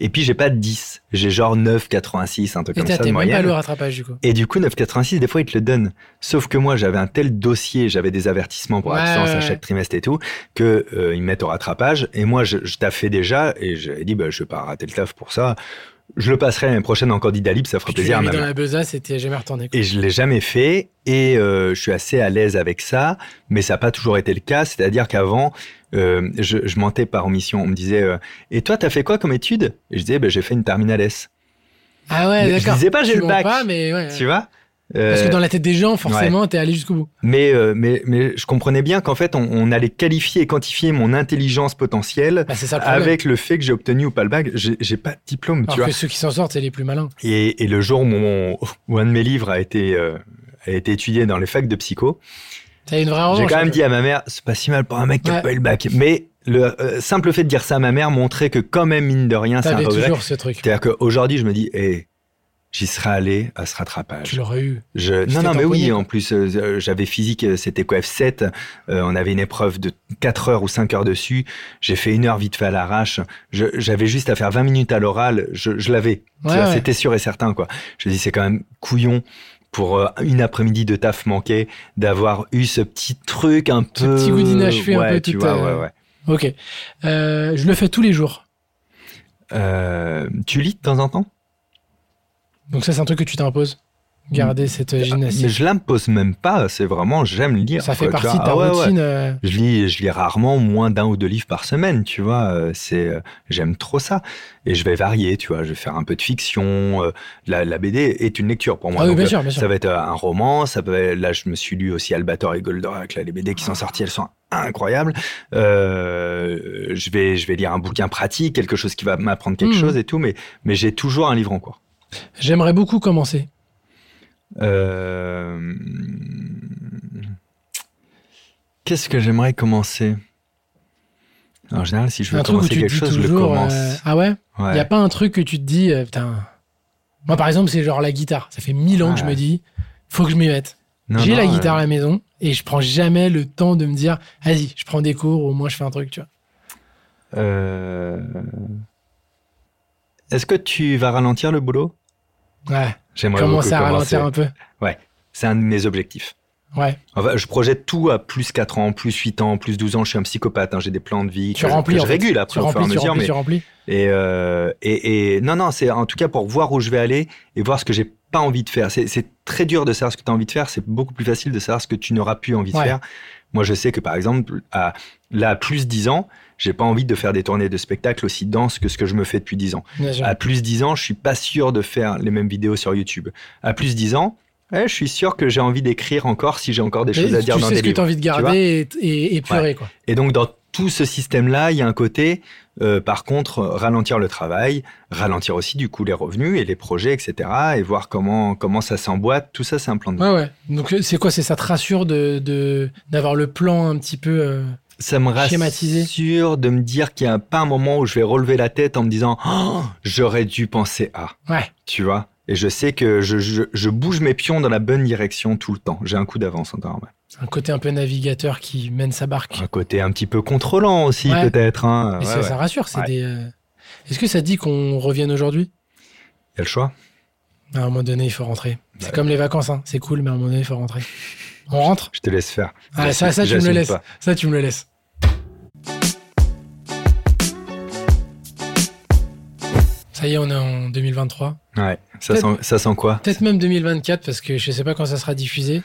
B: Et puis j'ai pas de 10, j'ai genre 9,86, un truc
A: Et
B: comme ça
A: t'as
B: de
A: t'es même pas
B: moyenne.
A: le rattrapage du coup.
B: Et du coup, 9,86, des fois, ils te le donnent. Sauf que moi, j'avais un tel dossier, j'avais des avertissements pour
A: Ouais,
B: absence
A: ouais,
B: à
A: ouais.
B: chaque trimestre et tout, que euh, ils me mettent au rattrapage. Et moi, je, je taffais déjà et j'avais dit, bah, je vais pas rater le taf pour ça. Je le passerai l'année prochaine en candidat libre, ça fera
A: Puis tu
B: plaisir
A: l'as
B: à
A: mis
B: ma
A: dans
B: mère.
A: la besace et t'es jamais retourné. quoi.
B: Et je l'ai jamais fait et euh, je suis assez à l'aise avec ça, mais ça n'a pas toujours été le cas. C'est-à-dire qu'avant, euh, je, je mentais par omission. On me disait euh, Et toi, t'as fait quoi comme étude Et je disais ben, J'ai fait une terminale S.
A: Ah ouais,
B: Mais je
A: d'accord.
B: disais pas, j'ai
A: Tu
B: le
A: mens
B: bac.
A: pas, mais ouais.
B: Tu vois Euh,
A: Parce que dans la tête des gens, forcément, t'es allé jusqu'au bout.
B: mais, euh, mais, mais je comprenais bien qu'en fait, on, on allait qualifier et quantifier mon intelligence potentielle
A: Bah, c'est ça le problème.
B: avec le fait que j'ai obtenu ou pas le bac. J'ai j'ai pas de diplôme, tu
A: Alors
B: vois.
A: que ceux qui s'en sortent, c'est les plus malins.
B: Et, et le jour où, mon- où un de mes livres a été, euh, a été étudié dans les facs de psycho,
A: T'as une vraie revanche. hein.
B: J'ai quand
A: un
B: même
A: peu.
B: dit à ma mère, c'est pas si mal pour un mec qui
A: Ouais.
B: a pas eu le bac. Mais le euh, simple fait de dire ça à ma mère montrait que quand même, mine de rien, ah, c'est un
A: T'avais
B: regret.
A: toujours ce truc.
B: C'est-à-dire qu'aujourd'hui, je me dis, eh, j'y serais allé à ce
A: Tu
B: rattrapage.
A: l'aurais eu.
B: Je...
A: tu t'es
B: Non, non, mais
A: tamponné,
B: oui,
A: quoi.
B: en plus, euh, euh, j'avais physique, euh, c'était quoi F7, euh, on avait une épreuve de 4 heures ou 5 heures dessus, j'ai fait une heure vite fait à l'arrache, Je- j'avais juste à faire 20 minutes à l'oral, je, je l'avais, Tu
A: Ouais,
B: vois,
A: ouais.
B: c'était sûr et certain, quoi. Je me dis, c'est quand même couillon pour euh, une après-midi de taf manqué d'avoir eu ce petit truc un
A: Ce
B: peu...
A: petit goût d'inachevé un
B: ouais,
A: peu
B: tu
A: tout,
B: vois,
A: euh,
B: ouais, ouais.
A: Ok. Euh, je le fais tous les jours.
B: Euh, tu lis de temps en temps
A: Donc ça, c'est un truc que tu t'imposes.
B: Mm.
A: Garder cette euh,
B: Mais
A: gymnastique.
B: je l'impose même pas, c'est vraiment, j'aime lire.
A: Ça fait
B: quoi, tu
A: partie de
B: vois.
A: ta
B: Ah ouais, ouais.
A: routine. euh,
B: Je lis, je lis rarement moins d'un ou deux livres par semaine, tu vois. euh, C'est, euh, j'aime trop ça. Et je vais varier, tu vois. Je vais faire un peu de fiction. euh, la, la BD est une lecture pour moi.
A: Ah oui,
B: donc,
A: bien
B: euh,
A: sûr, bien sûr.
B: Ça va être euh, un roman. Ça peut être- là, je me suis lu aussi Albator et Goldorak. Là, les BD
A: Ah.
B: qui sont sorties, elles sont incroyables. Euh, je vais, je vais lire un bouquin pratique, quelque chose qui va m'apprendre quelque
A: Mhm.
B: chose et tout. Mais, mais j'ai toujours un livre en cours.
A: J'aimerais beaucoup commencer.
B: Euh, Qu'est-ce que j'aimerais commencer En général, si je veux
A: un truc où
B: commencer
A: tu te
B: quelque
A: dis
B: chose, je le
A: toujours.
B: commence.
A: euh, Ah ouais Il
B: Ouais.
A: n'y a pas un truc que tu te dis, euh, putain. Moi, par exemple, c'est genre la guitare. Ça fait mille ans que je me
B: Ouais.
A: dis, faut que je m'y mette.
B: Non,
A: J'ai
B: non,
A: la
B: euh,
A: guitare à la maison et je prends jamais le temps de me dire, vas-y, je prends des cours, au moins je fais un truc, tu vois.
B: euh, Est-ce que tu vas ralentir le boulot
A: Ouais,
B: J'aimerais
A: commencer à
B: beaucoup
A: ralentir un peu.
B: C'est un de mes objectifs.
A: Ouais,
B: Enfin, je projette tout à plus 4 ans, plus 8 ans, plus 12 ans. Je suis un psychopathe, hein, j'ai des plans de vie.
A: Tu
B: que je-
A: remplis,
B: que
A: en
B: Je
A: fait.
B: régule après
A: tu
B: au fur et à
A: remplis, tu
B: mesure,
A: remplis,
B: mais-
A: tu remplis.
B: Et, euh, et, et non, non, c'est en tout cas pour voir où je vais aller et voir ce que j'ai pas envie de faire. C'est c'est très dur de savoir ce que tu as envie de faire. C'est beaucoup plus facile de savoir ce que tu n'auras plus envie
A: Ouais.
B: de faire. Moi, je sais que par exemple, à là, à plus 10 ans, j'ai pas envie de faire des tournées de spectacle aussi denses que ce que je me fais depuis 10 ans.
A: Bien sûr.
B: À plus 10 ans, je suis pas sûr de faire les mêmes vidéos sur YouTube. À plus 10 ans, eh, je suis sûr que j'ai envie d'écrire encore si j'ai encore des
A: Mais
B: choses à dire
A: tu
B: dans
A: sais
B: des
A: ce que
B: livres.
A: tu as envie de
B: vois.
A: garder et, et, et purer, quoi.
B: Et donc, dans tout ce système-là, il y a un côté, euh, par contre, euh, ralentir le travail, ralentir aussi, du coup, les revenus et les projets, etc., et voir comment, comment ça s'emboîte. Tout ça, c'est un plan de vie.
A: Ouais, ouais. Donc, euh, c'est quoi C'est ça te rassure d'avoir de, d'avoir le plan un petit peu. euh,
B: Ça me
A: Schématiser.
B: rassure de me dire qu'il n'y a pas un moment où je vais relever la tête en me disant Oh, j'aurais dû penser à »,
A: Ouais.
B: tu vois et je sais que je, je, je bouge mes pions dans la bonne direction tout le temps. J'ai un coup d'avance en temps normal.
A: Un côté un peu navigateur qui mène sa barque.
B: Un côté un petit peu contrôlant aussi,
A: Ouais.
B: peut-être. Hein.
A: Et
B: Ouais,
A: ça,
B: ouais.
A: ça rassure. C'est
B: Ouais.
A: des. euh, Est-ce que ça te dit qu'on revienne aujourd'hui
B: Il y a le choix.
A: À un moment donné, il faut rentrer. C'est
B: Ouais.
A: comme les vacances, hein. c'est cool, mais à un moment donné, il faut rentrer. On rentre
B: Je te laisse faire.
A: Ah, ça, ça, tu me
B: J'assume
A: le laisses.
B: pas.
A: Ça, tu me le laisses. Ça y est, on est en 2023.
B: Ouais. Ça
A: Peut-être-
B: sent, ça sent quoi
A: Peut-être même 2024, parce que je sais pas quand ça sera diffusé.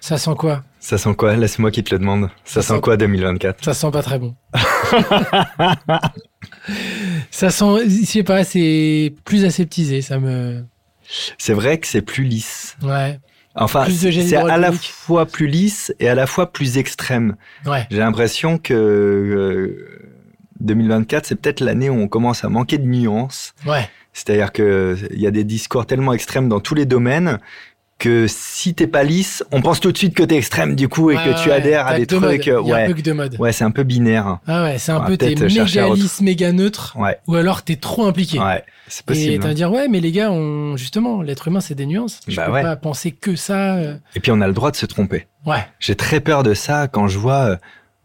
A: Ça sent quoi
B: Ça sent quoi Laisse-moi qui te le demande.
A: Ça
B: Ça,
A: sent-
B: sent quoi 2024
A: Ça sent pas très bon. ça sent, je sais pas, c'est plus aseptisé, ça me.
B: C'est vrai que c'est plus lisse.
A: Ouais,
B: Enfin,
A: Plus de gel
B: Ah, c'est à la
A: hydroalcoolique.
B: fois plus lisse et à la fois plus extrême.
A: ouais.
B: J'ai l'impression que euh, 2024, c'est peut-être l'année où on commence à manquer de nuances.
A: Ouais,
B: C'est-à-dire que il y a des discours tellement extrêmes dans tous les domaines que si t'es pas lisse, on pense tout de suite que t'es extrême du coup et
A: Ouais,
B: que tu
A: ouais,
B: adhères
A: t'as
B: à des
A: deux modes.
B: trucs. euh,
A: Il y a un
B: Ouais,
A: peu que deux modes.
B: ouais, c'est un peu binaire.
A: Ah ouais, c'est un
B: On va
A: peu t'es
B: peut-être chercher
A: méga
B: à autre-
A: lisse, méga neutre,
B: Ouais.
A: ou alors t'es trop impliqué.
B: Ouais, c'est
A: et
B: possible.
A: t'as
B: hein.
A: à dire ouais, mais les gars, on... justement, l'être humain, c'est des nuances. Je
B: Bah
A: peux
B: ouais.
A: pas penser que ça. euh,
B: Et puis on a le droit de se tromper.
A: Ouais,
B: J'ai très peur de ça quand je vois euh,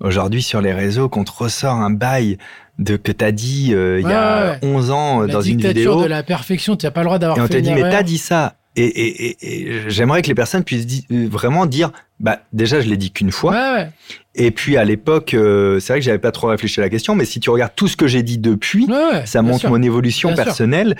B: aujourd'hui sur les réseaux qu'on te ressort un bail de que t'as dit euh, il y a
A: Ouais,
B: 11 ans euh,
A: la
B: dans une
A: dictature
B: vidéo
A: de la perfection, t'as pas le droit d'avoir
B: et on
A: fait
B: t'a dit
A: une
B: mais
A: erreur.
B: t'as dit ça et, et- et- et j'aimerais que les personnes puissent di- euh, vraiment dire bah déjà je l'ai dit qu'une fois
A: Ouais, ouais,
B: et puis à l'époque euh, c'est vrai que j'avais pas trop réfléchi à la question mais si tu regardes tout ce que j'ai dit depuis
A: ouais, ouais,
B: ça
A: bien
B: montre
A: sûr.
B: mon évolution
A: Bien sûr.
B: personnelle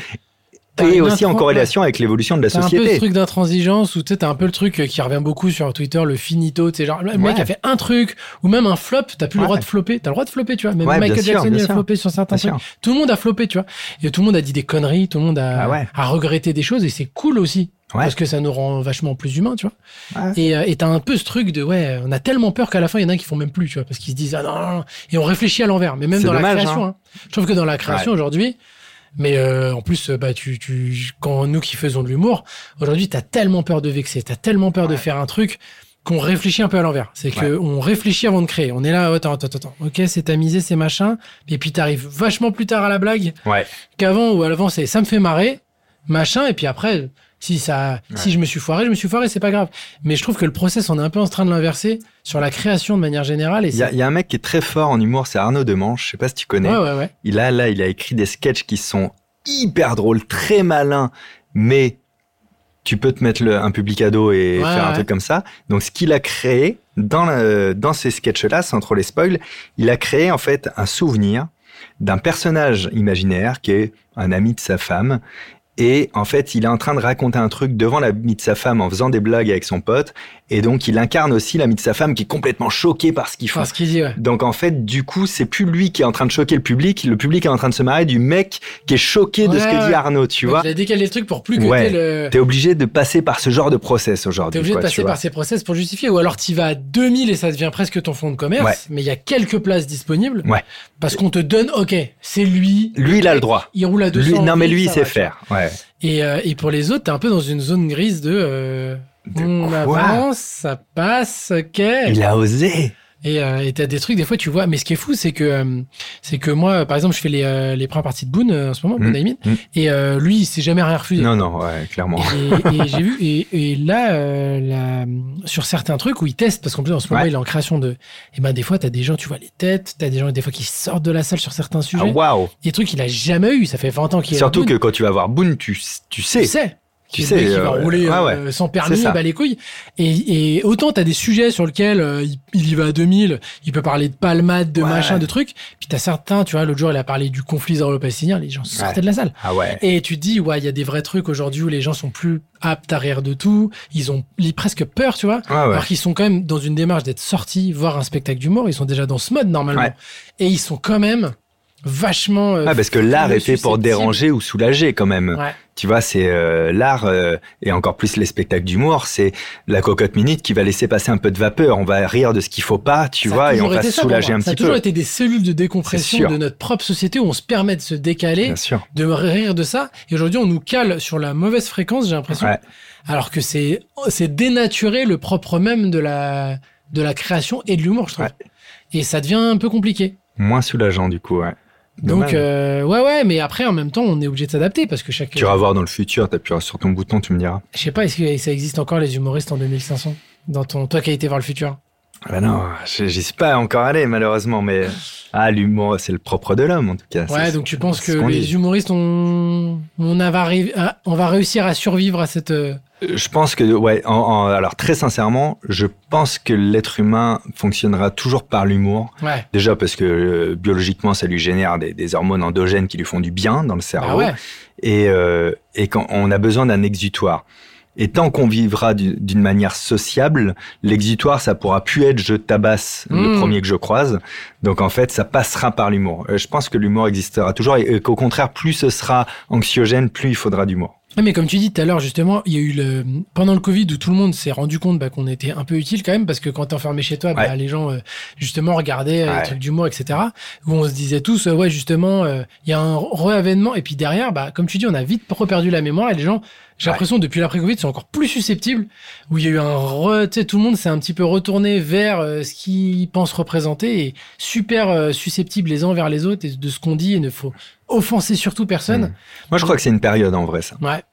A: T'as
B: et
A: une
B: aussi en
A: intran-
B: corrélation avec l'évolution de la
A: T'as un peu ce
B: société
A: truc d'intransigeance où tu sais, t'as un peu le truc euh, qui revient beaucoup sur Twitter, le finito, tu sais, genre le mec
B: Ouais.
A: a fait un truc, ou même un flop, t'as plus le
B: Ouais.
A: droit de flopper, t'as le droit de flopper, tu vois. Même
B: Ouais, bien
A: Michael
B: sûr,
A: Jackson,
B: bien
A: il a
B: sûr.
A: flopé sur certains
B: Bien
A: trucs.
B: sûr.
A: Tout le monde a flopé, tu vois. Et tout le monde a dit des conneries, tout le monde a,
B: Ah ouais.
A: a regretté des choses, et c'est cool aussi.
B: Ouais.
A: Parce que ça nous rend vachement plus humains, tu vois.
B: Ouais.
A: Et euh, et t'as un peu ce truc de, ouais, on a tellement peur qu'à la fin, il y en a qui font même plus, tu vois, parce qu'ils se disent, ah non, non, non. Et on réfléchit à l'envers, mais même
B: C'est
A: dans la
B: dommage,
A: création. hein. Je trouve que dans la création aujourd'hui, mais euh, en plus, euh, bah, tu, tu, quand nous qui faisons de l'humour, aujourd'hui, t'as tellement peur de vexer, t'as tellement peur de
B: Ouais.
A: faire un truc qu'on réfléchit un peu à l'envers. C'est que
B: Ouais.
A: on réfléchit avant de créer. On est là, attends, attends, attends, attends. ok, c'est tamisé, c'est machin, et puis t'arrives vachement plus tard à la blague
B: ouais
A: qu'avant ou à l'avant, c'est ça me fait marrer, machin, et puis après, si ça, si je me suis foiré, je me suis foiré, c'est pas grave. Mais je trouve que le process, on est un peu en train de l'inverser sur la création de manière générale. Et
B: il y, a- il y a un mec qui est très fort en humour c'est Arnaud Demanche je sais pas si tu
A: c'est-
B: connais
A: ouais, ouais, ouais.
B: Il a là, il a écrit des sketchs qui sont hyper drôles, très malins, mais tu peux te mettre le- un public ado et
A: Ouais,
B: faire un
A: ouais.
B: truc comme ça. Donc, ce qu'il a créé dans, le- dans ces sketchs-là, sans trop les spoils, il a créé en fait un souvenir d'un personnage imaginaire qui est un ami de sa femme. Et en fait, il est en train de raconter un truc devant l'ami de sa femme en faisant des blagues avec son pote. Et donc, il incarne aussi l'ami de sa femme qui est complètement choqué par ce qu'il fait.
A: Enfin, ce qu'il dit, ouais.
B: Donc en fait, du coup, c'est plus lui qui est en train de choquer le public, le public est en train de se marrer du mec qui est choqué de
A: Ouais,
B: ce que
A: ouais.
B: dit Arnaud, tu
A: Donc,
B: vois.
A: Il a décalé le truc pour plus que
B: Ouais.
A: t'aies le.
B: T'es obligé de passer par ce genre de process
A: T'es
B: aujourd'hui.
A: obligé
B: quoi,
A: de
B: tu
A: passer
B: vois.
A: par ces process pour justifier, ou alors t'y vas à 2000 et ça devient presque ton fonds de commerce, mais il y a quelques places disponibles.
B: Ouais.
A: Parce qu'on te donne, ok, c'est lui,
B: Lui, il a le droit.
A: il roule à 200.
B: Lui, non mais
A: en ville,
B: lui, il
A: ça
B: sait
A: va, tu vois.
B: faire. Ouais.
A: Et, euh, et pour les autres, t'es un peu dans une zone grise de. euh,
B: De
A: on
B: quoi
A: avance, ça passe, ok. Et
B: Il a osé.
A: euh, et t'as des trucs, des fois, tu vois. Mais ce qui est fou, c'est que, euh, c'est que moi, par exemple, je fais les, euh, les premières parties de Boone euh, en ce moment,
B: Mm,
A: Boone Aymin,
B: mm.
A: et euh, lui, il s'est jamais rien refusé.
B: Non, non, ouais, clairement.
A: Et, et j'ai vu, et, et là, euh, la- sur certains trucs où il teste, parce qu'en plus, en ce moment,
B: Ouais.
A: il est en création de. Et ben, des fois, t'as des gens, tu vois les têtes, t'as des gens, des fois, qui sortent de la salle sur certains
B: Ah,
A: sujets.
B: Waouh.
A: Des trucs qu'il a jamais eu, ça fait 20 ans qu'il est.
B: Surtout
A: là-dedans.
B: que quand tu vas voir Boone, tu, tu sais.
A: Tu sais.
B: Tu
A: Le
B: sais,
A: mec, il va
B: euh,
A: rouler
B: ouais,
A: euh, sans permis, il
B: C'est ça.
A: bat les couilles. Et, et autant t'as des sujets sur lesquels euh, il, il y va à 2000, il peut parler de palmade, de
B: Ouais.
A: machin, de trucs. Puis t'as certains, tu vois, l'autre jour, il a parlé du conflit israélo-palestinien, les gens sortaient
B: Ouais.
A: de la salle.
B: Ah ouais.
A: Et tu te dis, ouais, il y a des vrais trucs aujourd'hui où les gens sont plus aptes à rire de tout, ils ont ils- presque peur, tu vois.
B: Ah ouais.
A: Alors qu'ils sont quand même dans une démarche d'être sortis, voir un spectacle d'humour, ils sont déjà dans ce mode normalement.
B: Ouais.
A: Et ils sont quand même vachement. euh,
B: Ah, parce que l'art
A: le
B: était pour
A: susceptible.
B: déranger ou soulager quand même.
A: Ouais.
B: Tu vois, c'est euh, l'art euh, et encore plus les spectacles d'humour, c'est la cocotte minute qui va laisser passer un peu de vapeur. On va rire de ce qu'il faut pas, tu
A: Ça a
B: vois, et
A: toujours
B: on va
A: été
B: se
A: ça pour
B: soulager
A: moi.
B: un
A: Ça a
B: petit
A: toujours
B: peu.
A: été des cellules de
B: C'est
A: décompression
B: sûr.
A: de notre propre société où on se permet de se décaler,
B: Bien sûr.
A: de rire de ça. Et aujourd'hui, on nous cale sur la mauvaise fréquence, j'ai l'impression.
B: Ouais.
A: Alors que c'est c'est dénaturer le propre même de la de la création et de l'humour, je trouve.
B: Ouais.
A: Et ça devient un peu compliqué.
B: Moins soulageant du coup. Ouais.
A: Donc
B: Dommage.
A: euh, ouais ouais mais après en même temps on est obligé de s'adapter parce que chaque
B: tu vas voir dans le futur, t'appuieras sur ton bouton, tu me diras.
A: je sais pas est-ce que ça existe encore les humoristes en 2500 dans ton toi qui as été voir le futur
B: Ah bah non, j'y j'y suis pas encore allé malheureusement, mais ah l'humour, c'est le propre de l'homme en tout cas.
A: ouais
B: C'est-
A: donc tu penses
B: c'est
A: que
B: ce qu'on
A: les
B: dit.
A: humoristes on on a va arriver à- on va réussir à survivre à cette euh,
B: Je pense que, ouais, en- en- alors très sincèrement, je pense que l'être humain fonctionnera toujours par l'humour.
A: ouais
B: Déjà parce que euh, biologiquement, ça lui génère des, des hormones endogènes qui lui font du bien dans le cerveau.
A: bah ouais
B: Et, euh, et quand on a besoin d'un exutoire. Et tant qu'on vivra du- d'une manière sociable, l'exutoire, ça pourra plus être je tabasse
A: Mm.
B: le premier que je croise. Donc en fait, ça passera par l'humour. Euh, Je pense que l'humour existera toujours et euh, qu'au contraire, plus ce sera anxiogène, plus il faudra d'humour.
A: Ouais, mais comme tu dis tout à l'heure justement il y a eu le pendant le Covid où tout le monde s'est rendu compte bah, qu'on était un peu utile quand même parce que quand t'es enfermé chez toi bah,
B: Ouais.
A: les gens euh, justement regardaient euh,
B: Ouais.
A: les trucs d'humour etc où on se disait tous euh, ouais justement euh, il y a un réavènement et puis derrière bah comme tu dis on a vite reperdu la mémoire et les gens j'ai
B: Ouais.
A: l'impression depuis l'après Covid sont encore plus susceptibles où il y a eu un re, tu sais tout le monde s'est un petit peu retourné vers euh, ce qu'ils pensent représenter et super euh, susceptibles les uns vers les autres et de ce qu'on dit et ne faut offenser surtout personne
B: Moi, je crois que c'est une période en vrai, ça.
A: ouais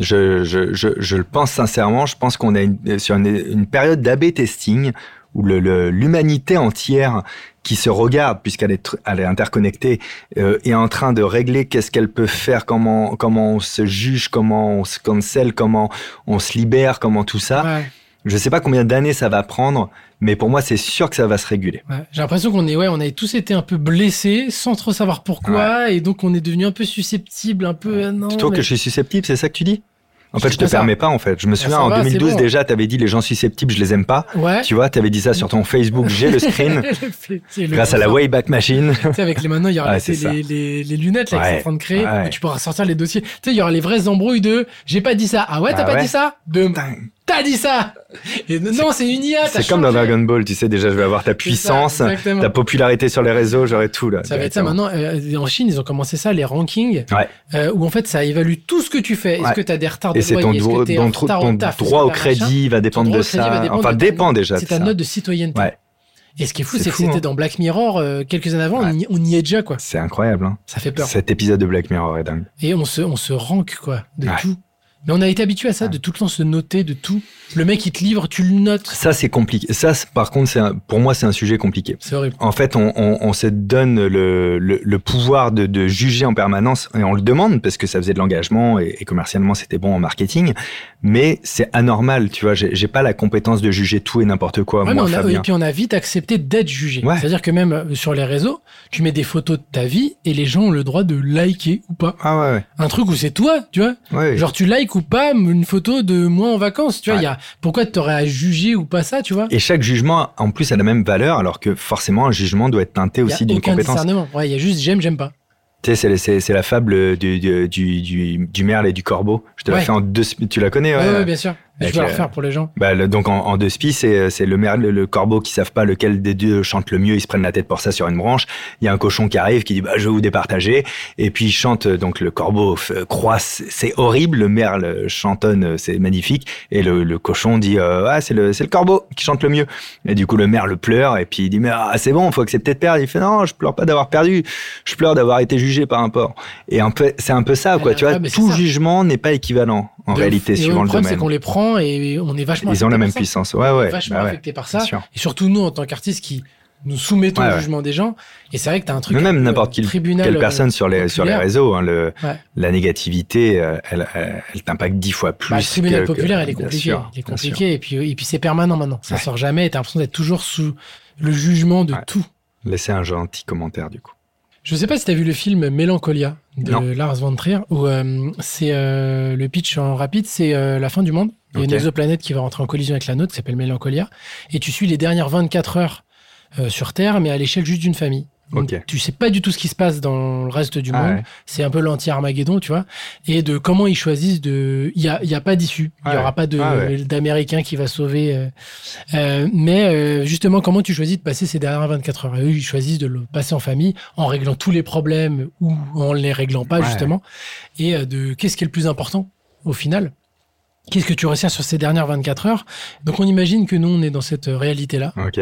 B: Je, je, je, je le pense sincèrement. Je pense qu'on est une- euh, sur une, une période d'AB testing où le- le- l'humanité entière qui se regarde, puisqu'elle est, tr- elle est interconnectée, euh, est en train de régler qu'est-ce qu'elle peut faire, comment, comment on se juge, comment on se cancel, comment on se libère, comment tout ça.
A: ouais.
B: Je sais pas combien d'années ça va prendre, mais pour moi, c'est sûr que ça va se réguler.
A: Ouais, j'ai l'impression qu'on est, ouais, on a tous été un peu blessés sans trop savoir pourquoi, et donc on est devenu un peu susceptible, un peu. euh, non,
B: Plutôt
A: mais-
B: que je suis susceptible, c'est ça que tu dis En
A: Je
B: fait,
A: dis
B: je te
A: pas ça. Ah,
B: permets pas, en fait. Je me souviens,
A: ça
B: en
A: va, c'est
B: 2012,
A: bon.
B: déjà, t'avais dit les gens susceptibles, je les aime pas.
A: Ouais.
B: Tu vois, tu avais dit ça sur ton Facebook, j'ai le screen,
A: C'est le Ah,
B: grâce à la
A: confort.
B: Wayback Machine.
A: Tu sais, avec les maintenant, il y aura
B: Ouais,
A: les-
B: c'est ça.
A: les, les, les lunettes là, qui sont
B: Ouais,
A: en train de créer,
B: ouais.
A: où tu pourras sortir les dossiers. Tu sais, il y aura les vraies embrouilles de j'ai pas dit ça. Ah ouais, t'as
B: Ah
A: pas
B: ouais.
A: dit ça De t'as dit ça et de- Non, c'est une IA. t'as
B: C'est comme dans
A: changé.
B: Dragon Ball, tu sais, déjà, je vais avoir ta
A: C'est ça,
B: puissance,
A: exactement.
B: ta popularité sur les réseaux, j'aurai tout là.
A: Ça va être ça maintenant. euh, en Chine, ils ont commencé ça, les rankings,
B: Ouais.
A: euh, où en fait ça évalue tout ce que tu fais. Est-ce
B: Ouais.
A: que t'as des retards de
B: Et c'est ton,
A: loyer Est-ce
B: dro-
A: que t'es
B: ton
A: en
B: tro-
A: retard au
B: ton
A: taf Est-ce
B: droit
A: que
B: au
A: t'as machin
B: crédit va dépendre
A: droit
B: de
A: au crédit va
B: ça.
A: dépendre
B: Enfin,
A: de ta-
B: dépend déjà.
A: C'est
B: de
A: ta
B: ça.
A: note de citoyenneté.
B: Ouais.
A: Et ce qui est fou,
B: C'est
A: c'est que
B: fou,
A: c'était
B: hein.
A: dans Black Mirror euh, quelques années avant, on,
B: Ouais.
A: y, on y est déjà, quoi.
B: C'est incroyable. hein.
A: Ça fait peur.
B: Cet épisode de Black Mirror est dingue.
A: Et on se, on se ranque, quoi, de
B: Ouais.
A: tout. Mais on a été habitué à ça, de tout le temps se noter de tout. Le mec, il te livre, tu le notes.
B: Ça, c'est compliqué. Ça, c'est- par contre, c'est un- pour moi, c'est un sujet compliqué.
A: C'est horrible.
B: En fait, on, on- on se donne le, le- le pouvoir de, de juger en permanence et on le demande parce que ça faisait de l'engagement et, et commercialement c'était bon en marketing, mais c'est anormal, tu vois. J'ai j'ai pas la compétence de juger tout et n'importe quoi,
A: Ouais, mais
B: moi,
A: on a- et
B: Fabien.
A: puis on a vite accepté d'être jugé.
B: Ouais.
A: C'est-à-dire que même euh, sur les réseaux, tu mets des photos de ta vie et les gens ont le droit de liker ou pas.
B: Ah ouais,
A: Un truc où c'est toi, tu vois.
B: ouais. ouais.
A: Genre tu likes ou pas une photo de moi en vacances, tu vois.
B: Ouais.
A: il Y a, pourquoi t'aurais à juger ou pas ça, tu vois
B: Et chaque jugement, en plus, a la même valeur, alors que forcément, un jugement doit être teinté
A: Il y a
B: aussi d'une
A: aucun
B: compétence.
A: discernement. Ouais, il y a juste j'aime, j'aime pas.
B: Tu sais, c'est- c'est c'est la fable du, du, du, du- du merle et du corbeau. Je te la
A: Ouais.
B: fais en deux. sp- Tu la connais,
A: Ouais,
B: ouais,
A: ouais, bien sûr. Mais
B: Avec
A: je vais le
B: le-
A: refaire pour les gens.
B: Bah, le- donc en, en deux spies, c'est euh, c'est le merle, le corbeau qui savent pas lequel des deux chante le mieux, ils se prennent la tête pour ça sur une branche. Il y a un cochon qui arrive qui dit bah je vais vous départager et puis il chante euh, donc le corbeau f- croit c'est c'est horrible, le merle chantonne euh, c'est magnifique et le, le cochon dit euh, ah c'est le c'est le corbeau qui chante le mieux et du coup le merle pleure et puis il dit mais ah, c'est bon faut accepter de perdre. Il fait non je pleure pas d'avoir perdu, je pleure d'avoir été jugé par un porc. Et un peu c'est un peu ça quoi
A: Ah,
B: tu vois
A: ouais, mais c'est
B: tout
A: ça.
B: jugement n'est pas équivalent en
A: De
B: réalité
A: ouf. Et
B: suivant
A: le
B: le
A: problème, c'est
B: domaine.
A: qu'on les prend et on est vachement.
B: Ils ont la
A: affecté
B: même
A: par ça.
B: puissance. Ouais ouais.
A: vachement
B: bah ouais.
A: affecté par
B: C'est
A: ça.
B: sûr.
A: Et surtout nous, en tant qu'artistes, qui nous soumettons
B: Ouais,
A: au
B: ouais.
A: jugement des gens. Et c'est vrai que t'as un truc.
B: Mais même
A: un peu,
B: n'importe
A: euh,
B: quel-
A: tribunal,
B: Quelle
A: euh,
B: personne sur les, sur les
A: populaire.
B: réseaux, hein, le,
A: Ouais.
B: la négativité, euh, elle, elle, elle t'impacte dix fois plus.
A: Bah, le tribunal
B: que- que-
A: populaire, il est
B: bien
A: compliqué.
B: sûr,
A: il est
B: bien sûr.
A: compliqué. Et puis, euh, et puis c'est permanent maintenant. Ça
B: Ouais.
A: sort jamais. et T'as l'impression d'être toujours sous le jugement de
B: Ouais.
A: tout.
B: Laissez un gentil commentaire, du coup.
A: Je sais pas si t'as vu le film Mélancolia de
B: Non.
A: Lars von Trier, où euh, c'est euh, le pitch en rapide, c'est euh, la fin du monde. Il y a
B: Ok.
A: une exoplanète qui va rentrer en collision avec la nôtre, qui s'appelle Mélancolia, et tu suis les dernières 24 heures euh, sur Terre, mais à l'échelle juste d'une famille. Donc,
B: Ok.
A: Tu sais pas du tout ce qui se passe dans le reste du
B: Ah
A: monde.
B: ouais.
A: C'est un peu l'anti-Armageddon, tu vois. Et de comment ils choisissent de. Il n'y a, il y a pas d'issue. Il y
B: Ouais.
A: aura pas de-
B: Ah ouais.
A: d'Américain qui va sauver. euh, euh, mais euh, justement, comment tu choisis de passer ces dernières 24 heures Et eux, ils choisissent de le passer en famille, en réglant tous les problèmes ou en les réglant pas,
B: Ouais.
A: justement. Et euh, de qu'est-ce qui est le plus important, au final Qu'est-ce que tu retiens sur ces dernières 24 heures Donc, on imagine que nous, on est dans cette euh, réalité-là.
B: Ah Ok.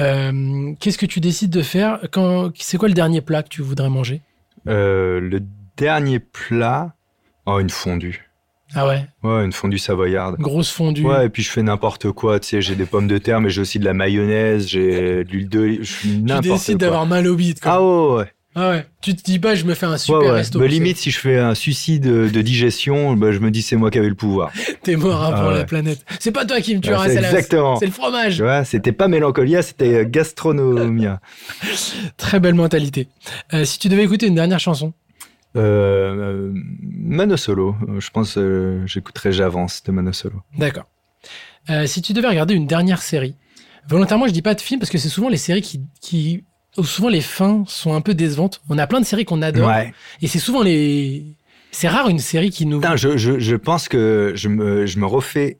A: Euh, qu'est-ce que tu décides de faire quand C'est quoi le dernier plat que tu voudrais manger
B: Euh, le dernier plat. Oh, une fondue.
A: Ah ouais,
B: Ouais, une fondue savoyarde.
A: grosse fondue.
B: Ouais, et puis je fais n'importe quoi, tu sais, j'ai des pommes de terre, mais j'ai aussi de la mayonnaise, j'ai de l'huile d'olive, je fais
A: tu
B: n'importe quoi.
A: décides d'avoir mal au bide. quoi.
B: Ah ouais, ouais.
A: Ah ouais. Tu te dis pas, je me fais un super
B: Ouais, ouais.
A: resto.
B: Bah,
A: tu sais.
B: limite, si je fais un suicide euh, de digestion, bah, je me dis c'est moi qui avais le pouvoir.
A: T'es mort hein,
B: Ah
A: pour
B: ouais.
A: la planète. C'est pas toi qui me tueras,
B: Ouais, c'est
A: c'est la-
B: exactement.
A: c'est le fromage.
B: Tu vois, c'était pas mélancolia, c'était euh, gastronomia.
A: Très belle mentalité. Euh, si tu devais écouter une dernière chanson,
B: Euh, euh, Mano Solo, euh, je pense euh, j'écouterai J'avance de Mano Solo.
A: d'accord. Euh, si tu devais regarder une dernière série, volontairement, je dis pas de film parce que c'est souvent les séries qui, qui où souvent les fins sont un peu décevantes. On a plein de séries qu'on adore
B: Ouais.
A: et c'est souvent les. C'est rare une série qui nous.
B: Putain, je, je, je pense que je me, je me refais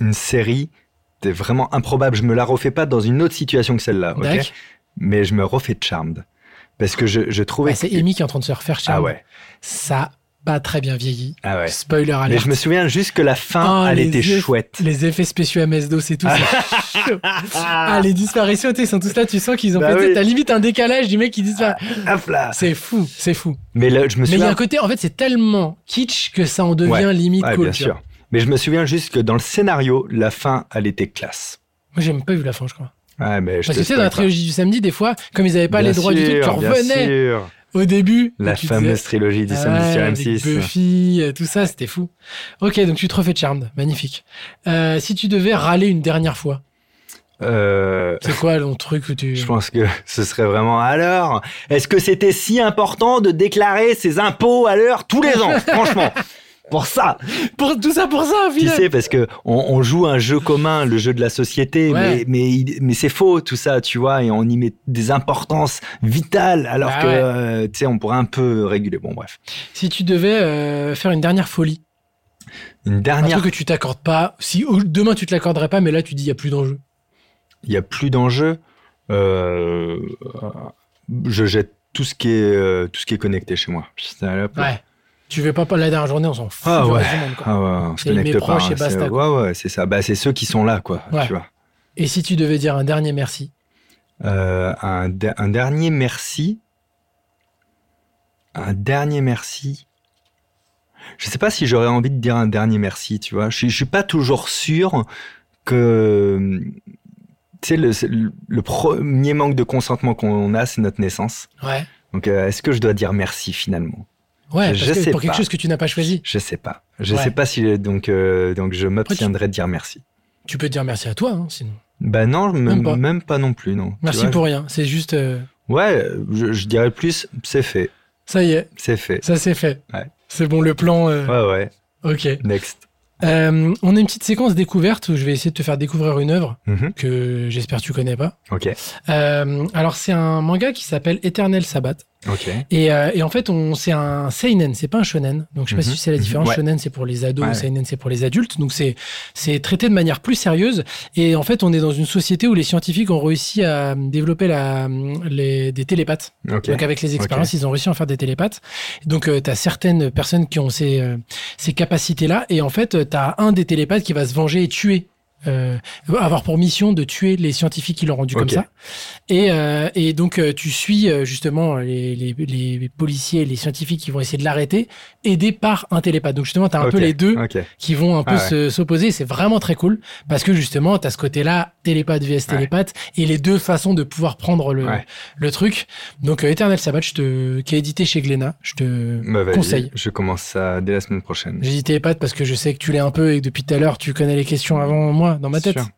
B: une série. C'est vraiment improbable. Je me la refais pas dans une autre situation que celle-là. ok
A: Dac.
B: Mais je me refais Charmed. Parce que je, je trouvais.
A: Bah, c'est
B: que-
A: Amy qui est en train de se refaire Charmed.
B: Ah ouais.
A: Ça a pas très bien vieilli.
B: Ah ouais.
A: Spoiler
B: Mais
A: alert.
B: je me souviens juste que la fin,
A: Ah,
B: elle
A: les
B: était
A: yeux.
B: chouette.
A: Les effets spéciaux MS-DOS et tout. c'est chaud. Ah, les disparitions, tu sais, ils sont tous là, tu sens qu'ils ont
B: Bah
A: fait. tu sais,
B: oui.
A: T'as limite un décalage du mec qui dit ça.
B: Hop là.
A: C'est fou, c'est fou.
B: Mais là, je me
A: Mais il y a
B: souviens.
A: un côté, en fait, c'est tellement kitsch que ça en devient
B: Ouais.
A: limite
B: Ouais,
A: cool.
B: bien
A: tu vois.
B: sûr. Mais je me souviens juste que dans le scénario, la fin, elle était classe.
A: Moi, j'ai même pas vu la fin, je crois.
B: Ouais, mais je
A: Parce que
B: te
A: tu sais, dans la
B: spoil
A: trilogie du samedi, des fois, comme ils avaient
B: pas.
A: pas les
B: Bien
A: droits du truc, tu
B: sûr, bien
A: revenais
B: sûr.
A: au début. et
B: La
A: tu
B: fameuse
A: disais, Ah
B: trilogie du samedi
A: ouais,
B: sur
A: avec
B: M6.
A: Buffy, euh, tout ça, c'était fou. Ok, donc tu te refais Charmed, magnifique. Euh, si tu devais râler une dernière fois,
B: Euh,
A: c'est quoi le truc où tu.
B: je pense que ce serait vraiment alors. Est-ce que c'était si important de déclarer ses impôts à l'heure tous les ans Franchement. Pour ça,
A: Pour, tout ça pour ça, au
B: qui
A: final.
B: sait, parce que on, on joue un jeu commun, le jeu de la société,
A: Ouais.
B: mais mais, il- mais c'est faux tout ça, tu vois, et on y met des importances vitales, alors
A: Bah
B: que
A: ouais.
B: euh, tu sais, on pourrait un peu réguler. Bon, bref.
A: Si tu devais euh, faire une dernière folie,
B: Une
A: un
B: dernière
A: truc que tu t'accordes pas, si au- demain tu te l'accorderais pas, mais là tu dis il y a plus d'enjeu.
B: il n'y a plus d'enjeu. Euh, je jette tout ce qui est euh, tout ce qui est connecté chez moi. Putain, hop, là.
A: Ouais. Tu veux pas pas la dernière journée, on s'en fout.
B: Ah
A: du
B: ouais.
A: reste du monde, quoi.
B: Ah ouais, on se
A: C'est mes
B: connecte pas.
A: proches et
B: hein, c'est-
A: basta,
B: ouais, ouais, c'est ça. Bah, c'est ceux qui sont là, quoi.
A: Ouais.
B: Tu vois.
A: Et si tu devais dire un dernier merci
B: Euh, un, de- un dernier merci. un dernier merci. Je sais pas si j'aurais envie de dire un dernier merci, tu vois. Je suis, je suis pas toujours sûr que. Tu sais, le, le- le premier manque de consentement qu'on a, c'est notre naissance.
A: Ouais.
B: Donc, euh, est-ce que je dois dire merci finalement
A: Ouais, parce
B: Je
A: que
B: sais
A: pour quelque
B: pas.
A: chose que tu n'as pas choisi,
B: Je sais pas. Je
A: Ouais.
B: sais pas si. Donc, euh, donc je m'obstiendrai de dire merci.
A: tu peux dire merci à toi, hein, sinon.
B: Ben non, je me-
A: Même pas.
B: même pas non plus, non. Tu
A: Merci
B: vois,
A: pour rien. C'est juste. euh,
B: Ouais, je, je dirais plus, c'est fait,
A: Ça y est,
B: c'est fait.
A: ça c'est fait.
B: Ouais.
A: C'est bon, le plan. euh,
B: Ouais, ouais,
A: Ok.
B: next.
A: Euh, on a une petite séquence découverte où je vais essayer de te faire découvrir une œuvre
B: Mhm,
A: que j'espère tu connais pas.
B: Ok,
A: Euh, alors c'est un manga qui s'appelle Éternel Sabbat
B: ok.
A: et, euh, et en fait on c'est un seinen, c'est pas un shonen. Donc je sais pas
B: Mhm.
A: si c'est la différence.
B: Ouais.
A: Shonen c'est pour les ados,
B: Ouais.
A: seinen c'est pour les adultes. Donc c'est c'est traité de manière plus sérieuse et en fait on est dans une société où les scientifiques ont réussi à euh, développer la les, des télépathes.
B: Ok.
A: Donc avec les expériences, ils ont réussi à en faire des télépathes. Donc tu as certaines personnes qui ont ces, euh, ces capacités-là, et en fait, tu as un des télépathes qui va se venger et tuer. euh, avoir pour mission de tuer les scientifiques qui l'ont rendu comme
B: Ok.
A: ça. Et, euh, et donc euh, tu suis euh, justement les, les, les policiers et les scientifiques qui vont essayer de l'arrêter, aidés par un télépathe. Donc justement, tu as un
B: Ok,
A: peu les deux
B: Ok.
A: qui vont un peu
B: Ah
A: se- s'opposer. C'est vraiment très cool parce que justement, tu as ce côté-là, télépathe vs télépathe, et les deux façons de pouvoir prendre le,
B: Ouais.
A: le truc. Donc, euh, Eternal Sabbat, je te, qui est édité chez Glénat, je te.
B: Bah, vas-y,
A: Conseil.
B: Je commence ça dès la semaine prochaine.
A: J'ai dit télépathe parce que je sais que tu l'es un peu et que depuis tout à l'heure, tu connais les questions avant moi dans ma tête.
B: Sûr.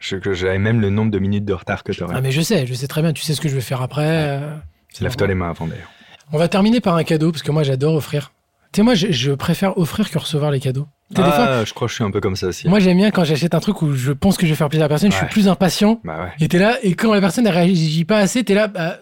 B: Je- que J'avais même le nombre de minutes de retard que tu
A: Ah, mais je sais, je sais très bien, tu sais ce que je vais faire après. euh, c'est
B: Lave-toi
A: normal.
B: les mains avant d'ailleurs.
A: On va terminer par un cadeau parce que moi, j'adore offrir. Tu sais, moi, je, je préfère offrir que recevoir les cadeaux. Tu sais, des fois,
B: Ah, je crois que je suis un peu comme ça aussi.
A: moi, j'aime bien quand j'achète un truc où je pense que je vais faire plaisir à la personne, je suis
B: Ouais.
A: plus impatient.
B: Bah ouais.
A: Et t'es là, et quand la personne ne réagit pas assez, t'es là, bah,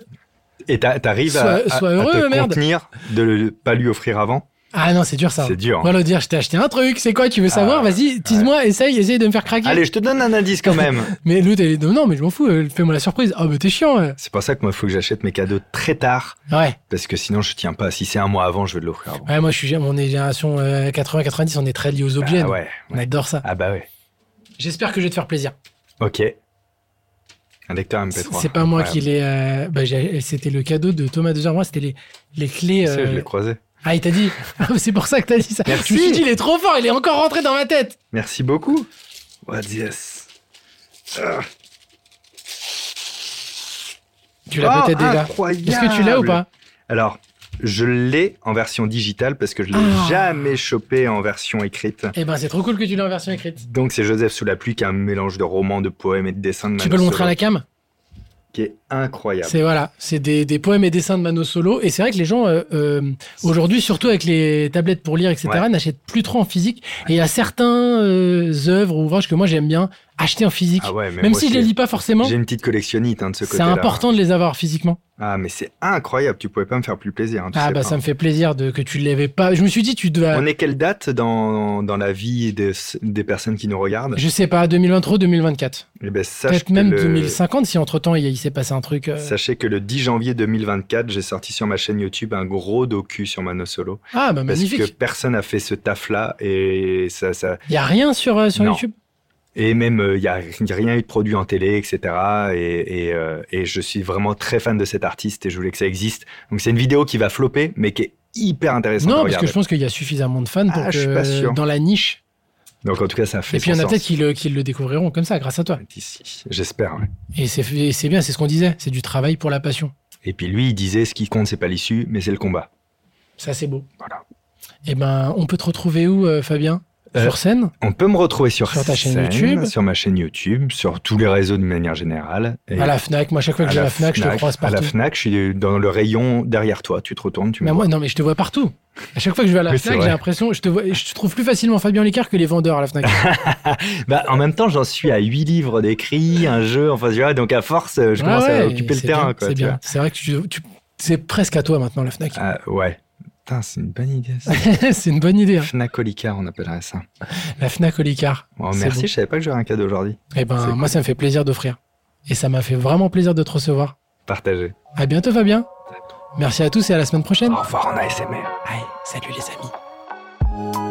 B: Et t'a- t'arrives à,
A: Sois-
B: à-
A: sois
B: à
A: heureux,
B: te
A: merde.
B: contenir de le- pas lui offrir avant.
A: ah non, c'est dur ça.
B: C'est dur. hein.
A: Voilà, dire, je t'ai acheté un truc, c'est quoi, tu veux savoir,
B: Ah,
A: vas-y, tease-moi, essaye, essaye de me faire craquer.
B: Allez, je te donne un indice quand même.
A: Mais l'autre, elle est, non, mais je m'en fous, euh, fais-moi la surprise. Ah, mais t'es chiant. euh.
B: c'est pour ça que moi, il faut que j'achète mes cadeaux très tard
A: Ouais,
B: parce que sinon, je tiens pas. Si c'est un mois avant, je vais de l'offrir avant.
A: ouais, moi, je suis, on est génération euh, 80-90, on est très liés aux objets.
B: ah
A: nous.
B: ouais.
A: On adore ça.
B: Ah bah ouais.
A: J'espère que je vais te faire plaisir.
B: Ok. Un lecteur
A: C'est
B: MP3.
A: c'est pas moi qui
B: Incroyable.
A: l'ai. euh, bah, j'ai- c'était le cadeau de Thomas de moi, c'était les, les clés.
B: Tu sais,
A: euh,
B: Je l'ai croisé.
A: Ah, il t'a dit. Ah, c'est pour ça que t'as dit ça. Je
B: Merci.
A: me suis dit, il est trop fort, il est encore rentré dans ma tête.
B: Merci beaucoup. What's this?
A: Tu l'as
B: Oh,
A: peut-être déjà.
B: incroyable.
A: Est-ce que tu l'as ou pas
B: Alors, je l'ai en version digitale parce que je l'ai
A: Ah.
B: jamais chopé en version écrite.
A: Eh ben, c'est trop cool que tu l'aies en version écrite.
B: Donc, c'est Joseph sous la pluie qui est un mélange de romans, de poèmes et de dessins de
A: Tu
B: Manu
A: peux le montrer à
B: Solo,
A: la cam
B: qui est incroyable.
A: C'est voilà, c'est des, des poèmes et dessins de Mano Solo. Et c'est vrai que les gens, euh, euh, aujourd'hui, surtout avec les tablettes pour lire, etc.,
B: Ouais.
A: n'achètent plus trop en physique. Et il y a certains euh, œuvres ou ouvrages que moi j'aime bien acheter en physique.
B: Ah ouais, mais
A: Même
B: moi,
A: si je
B: j'ai-
A: les lis pas forcément,
B: J'ai une petite collectionnite hein, de ce
A: c'est
B: côté-là.
A: important de les avoir physiquement.
B: Ah, mais c'est incroyable. Tu pouvais pas me faire plus plaisir. hein, tu
A: Ah
B: sais
A: bah
B: pas.
A: ça me fait plaisir de, que tu l'avais pas. Je me suis dit, tu dois.
B: On est quelle date dans, dans la vie des, des personnes qui nous regardent
A: Je sais pas, 2023, 2024.
B: Eh ben, sache
A: Peut-être
B: que
A: même
B: le-
A: 2050 si entre temps il, y a- il s'est passé un truc. euh.
B: Sachez que le 10 janvier 2024, j'ai sorti sur ma chaîne YouTube un gros docu sur Mano Solo.
A: Ah bah
B: Parce que
A: magnifique.
B: personne n'a fait ce taf-là et ça, ça
A: Il y a rien sur, euh, sur
B: Non.
A: YouTube.
B: et même il n'y a rien eu de produit en télé, etc. Et, et, euh, et je suis vraiment très fan de cet artiste et je voulais que ça existe. Donc c'est une vidéo qui va flopper, mais qui est hyper intéressante. à
A: Non, parce que
B: regarder.
A: je pense qu'il y a suffisamment de fans pour
B: Ah, je suis
A: que
B: pas sûr.
A: dans la niche.
B: Donc en tout cas, ça fait.
A: Et puis il y en a
B: son
A: peut-être
B: sens.
A: qui le, qui le découvriront comme ça, grâce à toi.
B: D'ici, J'espère. ouais.
A: Et c'est et c'est bien, c'est ce qu'on disait, c'est du travail pour la passion.
B: Et puis lui, il disait ce qui compte, c'est pas l'issue, mais c'est le combat.
A: Ça, c'est beau.
B: Voilà.
A: Eh ben, on peut te retrouver où, euh, Fabien
B: Euh,
A: Sur scène
B: On peut me retrouver sur,
A: Sur ta chaîne
B: scène,
A: YouTube.
B: sur ma chaîne YouTube, sur tous les réseaux de manière générale. Et-
A: À la Fnac. Moi, à chaque fois que
B: à
A: j'ai la Fnac, je te croise
B: À la
A: partout.
B: Fnac, je suis dans le rayon derrière toi. Tu te retournes, tu me
A: Mais moi, non, mais je te vois partout. À chaque fois que je vais à la
B: Oui, c'est
A: Fnac, j'ai
B: vrai.
A: l'impression, je te vois, je te trouve plus facilement Fabien Licard que les vendeurs à la Fnac.
B: Bah, en même temps, j'en suis à 8 livres d'écrits, un jeu, enfin, tu vois, donc à force, euh, je
A: Ouais,
B: commence
A: Ah ouais,
B: à occuper le
A: c'est
B: terrain,
A: bien,
B: quoi.
A: C'est
B: tu
A: bien. C'est vrai que tu, tu- c'est presque à toi maintenant la Fnac.
B: vois. Ah, ouais. Putain, c'est une bonne idée, ça.
A: c'est une bonne idée. hein.
B: Fnacolica, on appellerait ça.
A: La Fnac au Licard.
B: Bon,
A: C'est
B: Oh, merci,
A: bon.
B: je savais pas que j'aurais un cadeau aujourd'hui.
A: Eh ben,
B: C'est
A: moi, ça me fait plaisir d'offrir. Et ça m'a fait vraiment plaisir de te recevoir.
B: Partagez.
A: À bientôt Fabien. Merci à tous et à la semaine prochaine.
B: Au revoir en ASMR.
A: Allez, salut les amis.